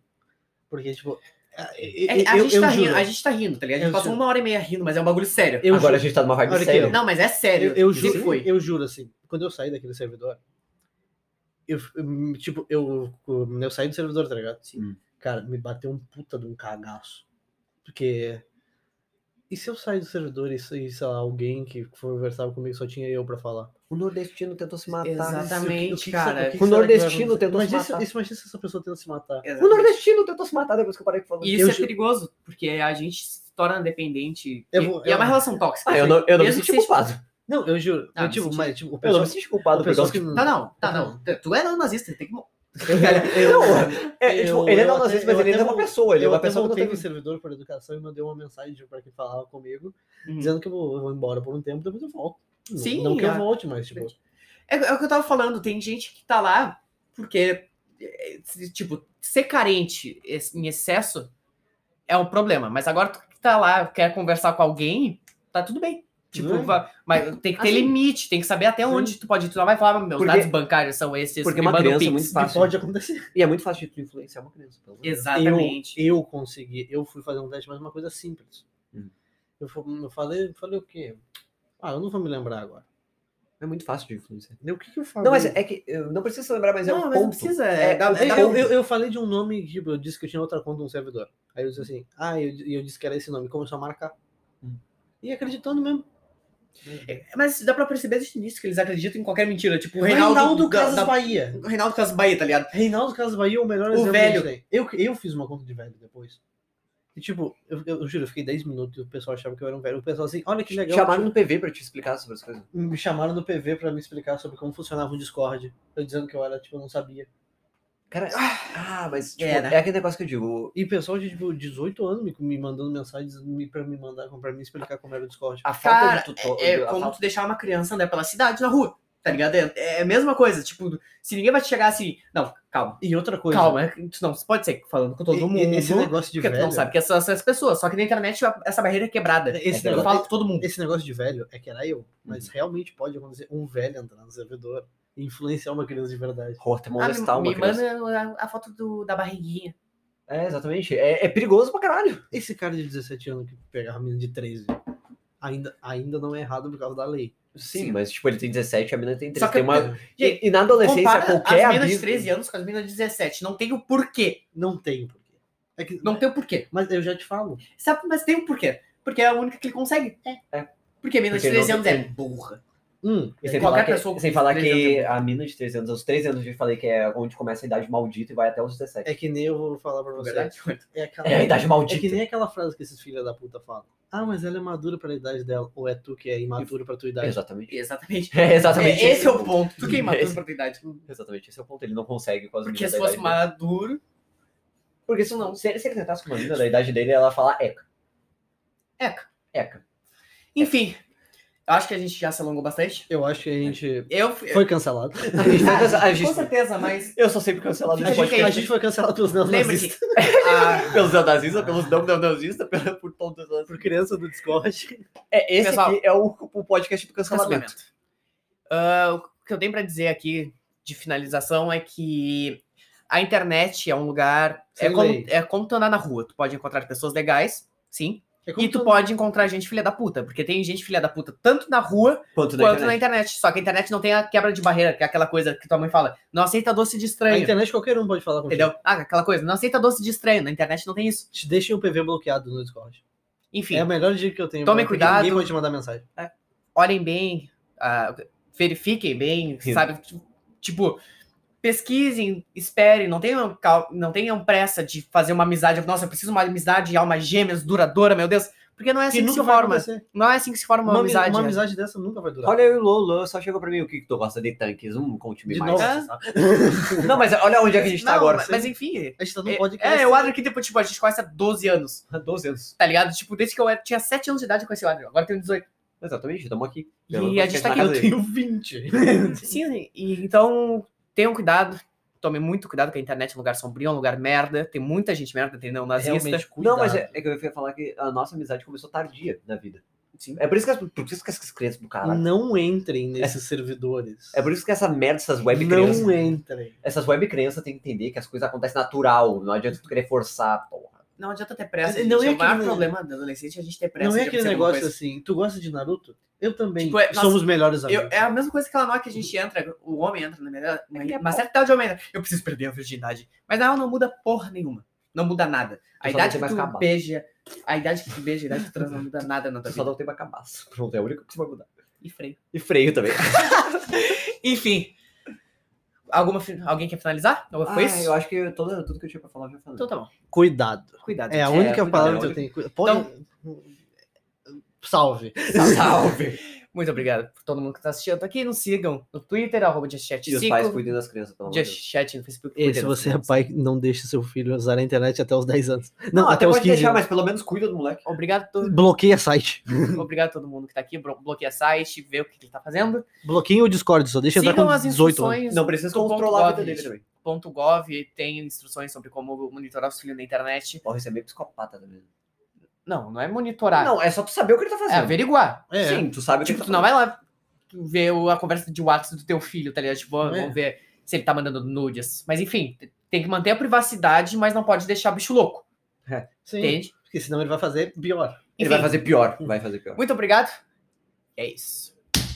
S3: Porque, tipo...
S2: É que a, gente
S3: eu,
S2: tá
S3: eu juro.
S2: rindo, a gente tá rindo, tá ligado? A
S3: Eu
S2: gente passou
S3: juro.
S2: uma hora e meia rindo, mas é um bagulho sério.
S3: eu
S1: Agora
S3: juro.
S1: a gente tá numa vibe
S3: Olha aqui,
S1: séria.
S3: ó.
S2: Não, mas é sério.
S3: Eu, eu
S2: Sempre
S3: juro,
S2: Foi.
S3: eu juro, assim, quando eu saí daquele servidor, eu, eu, tipo, eu, eu, eu saí do servidor, tá ligado?
S1: Sim.
S3: Cara, me bateu um puta de um cagaço. Porque E se eu sair do servidor e, sei sei lá, alguém que conversava comigo só tinha eu pra falar?
S1: O nordestino tentou se matar.
S2: Exatamente.
S3: O que- o que- o que será-
S1: O
S2: cara.
S3: que será que vai
S1: nordestino
S3: acontecer?
S1: tentou se
S3: imagina se-
S1: matar.
S3: imagina se essa pessoa tenta se matar.
S1: O nordestino tentou se matar depois que eu parei de falar.
S2: E isso
S3: Eu
S2: é
S3: ju-
S2: perigoso, porque a gente se torna dependente.
S3: Eu
S2: e-
S3: vou-
S2: e é uma
S3: eu-
S2: relação tóxica.
S1: Ah, eu não, eu não me
S2: Mesmo que
S1: senti
S2: seja-
S1: culpado.
S3: Não, eu juro.
S2: Ah,
S3: eu, tipo,
S2: me
S3: mas, tipo, o
S1: Eu não
S3: pessoal
S1: me senti culpado
S3: o pessoal
S1: pelo
S3: que...
S1: que...
S2: Tá, não, tá, não. Tu é não nazista, tem que. mo-
S1: É, é, tipo,
S3: Eu-
S1: ele é
S3: eu
S1: não
S3: até-
S1: nazista, mas ele
S3: eu até
S1: ainda é uma
S3: vou-
S1: pessoa. Ele é
S3: eu
S1: uma
S3: até
S1: pessoa que não
S3: voltei no
S1: teve...
S3: servidor para educação e mandei uma mensagem para quem falava comigo,
S1: Hum.
S2: Uhum.
S3: dizendo que eu vou, eu vou embora por um tempo, depois eu volto. Não-
S2: Sim,
S3: Não que eu
S2: é.
S3: volte, mas, tipo...
S2: É, é o que eu tava falando, tem gente que tá lá porque, é, se- tipo, ser carente ex- em excesso é um problema. Mas agora tu que tá lá, quer conversar com alguém, tá tudo bem.
S1: é?
S2: Tipo,
S3: Hum.
S2: va- mas tem que ter
S3: Assim.
S2: limite, tem que saber até
S3: Sim.
S2: onde tu pode ir. Tu não vai falar, meus
S1: Porque-
S2: dados bancários são esses,
S1: porque
S2: me
S1: uma
S2: manda um
S1: criança é
S2: pix."
S1: muito
S3: E
S1: fácil.
S3: pode acontecer.
S1: E é muito fácil de tu influenciar uma criança. pelo menos.
S2: Exatamente.
S3: Eu, eu consegui, eu fui fazer um teste, mas uma coisa simples.
S1: Hum.
S3: Eu, fa- eu falei, falei o quê? Ah, eu não vou me lembrar agora.
S1: É muito fácil de influenciar.
S3: Daí, O que que eu falei?
S1: Não, mas é que... eu- Não precisa se lembrar, mas é um
S2: não, mas
S1: ponto.
S2: não precisa.
S1: É,
S2: É, dá-
S1: eu-
S2: dá-
S3: Eu, eu, eu falei de um nome, tipo, eu disse que eu tinha outra conta no servidor. Aí eu disse assim, ah, eu, e eu disse que era esse nome, e começou a marcar.
S1: Hum.
S3: E acreditando mesmo.
S2: é, Mas dá pra perceber desde o início que eles acreditam em qualquer mentira. Tipo, o Reinaldo,
S3: Reinaldo,
S2: da-
S3: Casas
S2: da-
S3: Bahia.
S2: o Reinaldo Casas Bahia, tá ligado?
S3: Reinaldo Casas Bahia é o melhor
S2: O
S3: exemplo
S2: velho.
S3: disso aí. Eu, eu fiz uma conta de velho depois. E tipo, eu, eu, eu juro, eu fiquei 10 minutos e o pessoal achava que eu era um velho. O pessoal assim, olha que legal.
S1: Chamaram no PV pra te explicar sobre as coisas.
S3: Me chamaram no PV pra me explicar sobre como funcionava o Discord. Eu dizendo que eu era, tipo, eu não sabia.
S1: Cara, ah, mas tipo,
S2: É,
S1: é,
S2: né?
S1: aquele negócio que eu digo.
S3: E pessoal de, tipo, 18 anos me, me mandando mensagens me, pra me mandar, pra me explicar como era o Discord.
S2: Ah,
S1: A falta
S2: Cara,
S1: de tutor.
S2: É
S1: a
S2: como
S1: falta-
S2: tu deixar uma criança andar pela cidade na rua, tá ligado? É, é a mesma coisa, tipo, se ninguém vai te chegar assim, não, calma,
S3: E outra coisa.
S2: calma, é que tu não você pode ser falando com todo
S3: e-
S2: mundo,
S3: e- Esse negócio de
S2: porque tu
S3: velho.
S2: não sabe que são essas pessoas, só que na internet a- essa barreira é quebrada.
S3: Esse
S1: É
S2: Eu
S3: negócio-
S2: falo com todo mundo. Uhum.
S3: Esse negócio de velho é que era eu, mas realmente pode acontecer um velho entrar no servidor e influenciar uma criança de verdade.
S1: Pô, até
S2: Ah,
S1: molestar
S2: me
S1: uma
S2: me
S1: criança.
S2: manda a, a foto do- da barriguinha.
S1: É, exatamente. É, é perigoso pra caralho.
S3: Esse cara de 17 anos que pegava a menina de 13 ainda, ainda não é errado por causa da lei.
S1: Sim, mas tipo, ele tem 17, a menina tem 13.
S2: Só que
S1: Tem uma...
S2: Gente,
S1: e, e na adolescência,
S2: Compara
S1: qualquer
S2: as meninas de
S1: aviso...
S2: 13 anos com as meninas de 17, não tem o porquê,
S3: Não tem porquê. É que,
S2: não tem o porquê.
S3: Mas eu já te falo.
S2: Sabe, mas tem o porquê, porque é a única que ele consegue.
S1: É.
S2: Porque a menina de
S1: Porque não
S2: 13 anos é
S1: tem-
S2: burra.
S3: Hum,
S1: E sem
S2: Qualquer
S1: falar que,
S2: pessoa com
S1: sem falar
S2: 13
S1: que
S2: anos
S1: a mina de 13 anos, aos 13 anos, eu já falei que é onde começa a idade maldita e vai até os 17.
S3: é que nem eu vou falar pra você.
S2: Verdade.
S3: É, aquela,
S1: É a idade maldita.
S3: é que nem aquela frase que esses filhos da puta falam. Ah, mas ela é madura pra idade dela. Ou é tu que é imaturo pra tua idade.
S1: Exatamente.
S2: Exatamente.
S1: É, exatamente
S2: É,
S1: esse
S2: esse é o ponto. Tu queima a
S1: Esse-
S2: propriedade.
S1: Exatamente, esse é o ponto. Ele não consegue com as
S2: Porque
S1: meninas
S2: se
S1: da
S2: fosse
S1: idade dele.
S2: maduro.
S1: Porque se não, se ele, se ele tentasse com uma menina da idade dele, ela ia falar eca,
S2: Eca.
S1: eca.
S2: Enfim, eu acho que a gente já se alongou bastante.
S3: Eu acho que a gente
S2: Eu fui.
S3: foi cancelado.
S1: A gente foi cancelado- a
S2: Com
S1: gente-
S2: certeza, mas.
S1: Eu sou sempre cancelado
S3: A
S1: nesse
S3: gente,
S1: podcast.
S3: a gente foi cancelado pelos
S2: Lembre-se.
S3: neonazistas.
S2: a-
S1: Pelos neonazistas, pelos não neonazistas, pela- por todos os...
S3: Por criança do Discord.
S1: É, esse
S2: Pessoal.
S1: aqui é o, o podcast do cancelamento.
S2: Cancelamento. Ah, o que eu tenho pra dizer aqui de finalização é que a internet é um lugar. É
S3: Sem
S2: como,
S3: lei.
S2: é como tu andar na rua. Tu pode encontrar pessoas legais, sim.
S3: É
S2: E tu pode encontrar gente filha da puta. Porque tem gente filha da puta tanto na rua
S1: Quanto na
S2: quanto na
S1: internet.
S2: internet. Só que a internet não tem a quebra de barreira, que é aquela coisa que tua mãe fala, não aceita doce de
S3: A
S2: estranho.
S3: internet qualquer um pode falar contigo.
S2: Entendeu? Ah, aquela coisa, não aceita doce de estranho. Na internet não tem isso.
S3: Te deixem o PV bloqueado no Discord.
S2: Enfim,
S3: É a melhor dica que eu tenho.
S2: Tomem
S3: porque
S2: cuidado.
S3: Ninguém pode te mandar mensagem.
S2: olhem bem, ah, verifiquem bem,
S1: Sim.
S2: sabe? Tipo, pesquisem, esperem, não tenham, cal- não tenham pressa de fazer uma amizade. Nossa, eu preciso de uma amizade de almas gêmeas, duradoura, meu Deus. Porque não é assim
S3: Que
S2: que,
S3: nunca
S2: se
S3: vai
S2: forma.
S3: acontecer.
S2: Não é assim que se forma uma,
S3: Uma, ami-
S2: amizade.
S3: uma
S2: né?
S3: amizade dessa nunca vai durar.
S1: Olha aí o Lolo, só chegou pra mim o que, que tu gosta de tanques. Hum, conte-me
S3: De
S1: mais.
S3: novo.
S1: Não, mas olha onde é que a gente tá
S2: é, Não,
S1: agora.
S2: mas- Mas enfim.
S3: A gente tá num podcast.
S2: É, é, o Adri que depois, tipo, a gente conhece há 12 anos.
S1: 12 anos.
S2: Tá ligado? Tipo, desde que eu era- tinha 7 anos de idade eu conheci o Adriel. Agora eu tenho 18.
S1: Exatamente, estamos aqui.
S2: E a gente tá aqui.
S1: Eu
S3: Eu
S1: tenho-
S3: tenho 20.
S2: Sim, e, então tenham cuidado. Tomem muito cuidado que a internet é um lugar sombrio, é um lugar merda. Tem muita gente merda, tem neonazista.
S3: Realmente, cuidado.
S1: Não, mas é, é que eu ia falar que a nossa amizade começou tardia na vida.
S2: Sim.
S1: É por isso que, as, por isso que essas crianças do caralho.
S3: Não entrem nesses servidores.
S1: É por isso que essa merda, essas web crianças.
S2: é.
S3: Não entrem.
S1: Essas web crianças têm que entender que as coisas acontecem natural. Não adianta tu querer forçar, porra.
S2: Não adianta ter pressa.
S3: Não
S2: gente.
S3: é
S2: o maior
S3: aquele-
S2: problema da adolescente é a gente ter pressa.
S3: Não é
S2: de
S3: aquele
S2: fazer alguma
S3: negócio assim. Tu gosta de Naruto? Eu também.
S2: Tipo, é- nossa,
S3: Somos melhores
S2: coisa. Eu-
S3: amigos.
S2: é a mesma coisa que ela não que a gente entra, o homem entra na melhor.
S1: que é
S2: Uma certa idade de homem entra. Eu preciso perder a virgindade. Mas na real não muda porra nenhuma. não muda nada. A
S1: Eu só não
S2: idade
S1: sei
S2: que
S1: mais
S2: tu
S1: acabar.
S2: beija, a idade que tu beija, a idade que tu trans não muda nada na tua
S1: Tu só
S2: vida.
S1: não tem uma cabaça. Pronto, é o único que você vai mudar.
S2: E freio.
S1: E freio também.
S2: Enfim. Alguma, fi- alguém quer finalizar? Não, Foi
S1: Ah,
S2: isso?
S1: Eu acho que toda, tudo que eu tinha pra falar eu já falei.
S2: Então tá bom.
S3: Cuidado.
S2: Cuidado.
S3: É a
S2: gente.
S3: única
S1: cuidado.
S3: palavra que eu tenho. Cu- Pode...
S2: Então-
S3: Salve.
S1: Salve!
S2: tá, Muito obrigado por todo mundo que tá assistindo aqui. Nos sigam no Twitter, arroba JustChat.
S1: E os pais cuidem das crianças, pelo amor de Deus.
S2: JustChat no Facebook.
S3: E
S2: cuidem
S3: se
S2: das
S3: você é
S2: crianças.
S3: pai, não deixe seu filho usar a internet até os 10 anos. Não, até, os
S1: pode
S3: 15.
S1: deixar,
S3: anos.
S1: mas pelo menos cuida do moleque.
S2: Obrigado, a todo-
S3: Bloqueia site.
S2: obrigado a todo mundo que tá aqui. Blo- Bloqueia site, vê o que ele tá fazendo.
S3: Bloqueia o Discord só. Deixa entrar
S2: Sigam
S3: com
S2: as
S3: 18 anos.
S2: instruções.
S1: Não precisa
S2: do
S1: controlar a vida
S2: ponto
S1: dele
S2: gov.
S1: também.
S2: Ponto .gov tem instruções sobre como monitorar os filhos na internet.
S1: Porra, isso é meio psicopata também.
S2: Não, não é monitorar.
S1: Não, é só tu saber o que ele tá
S2: é
S1: fazendo.
S2: averiguar.
S3: É.
S1: Sim, tu sabe o que
S2: Tipo,
S1: ele
S2: tu
S1: tá
S2: não
S1: fazendo.
S2: vai lá ver o- a conversa de WhatsApp do teu filho, tá ligado? Tipo, ó,
S3: É.
S2: vamos ver se ele tá mandando nudes. Mas enfim, t- tem que manter a privacidade, mas não pode deixar bicho louco,
S3: Sim,
S2: entende?
S3: porque senão ele vai fazer pior.
S1: Ele vai
S2: Enfim,
S1: fazer pior. Vai fazer pior.
S2: Muito obrigado. É isso.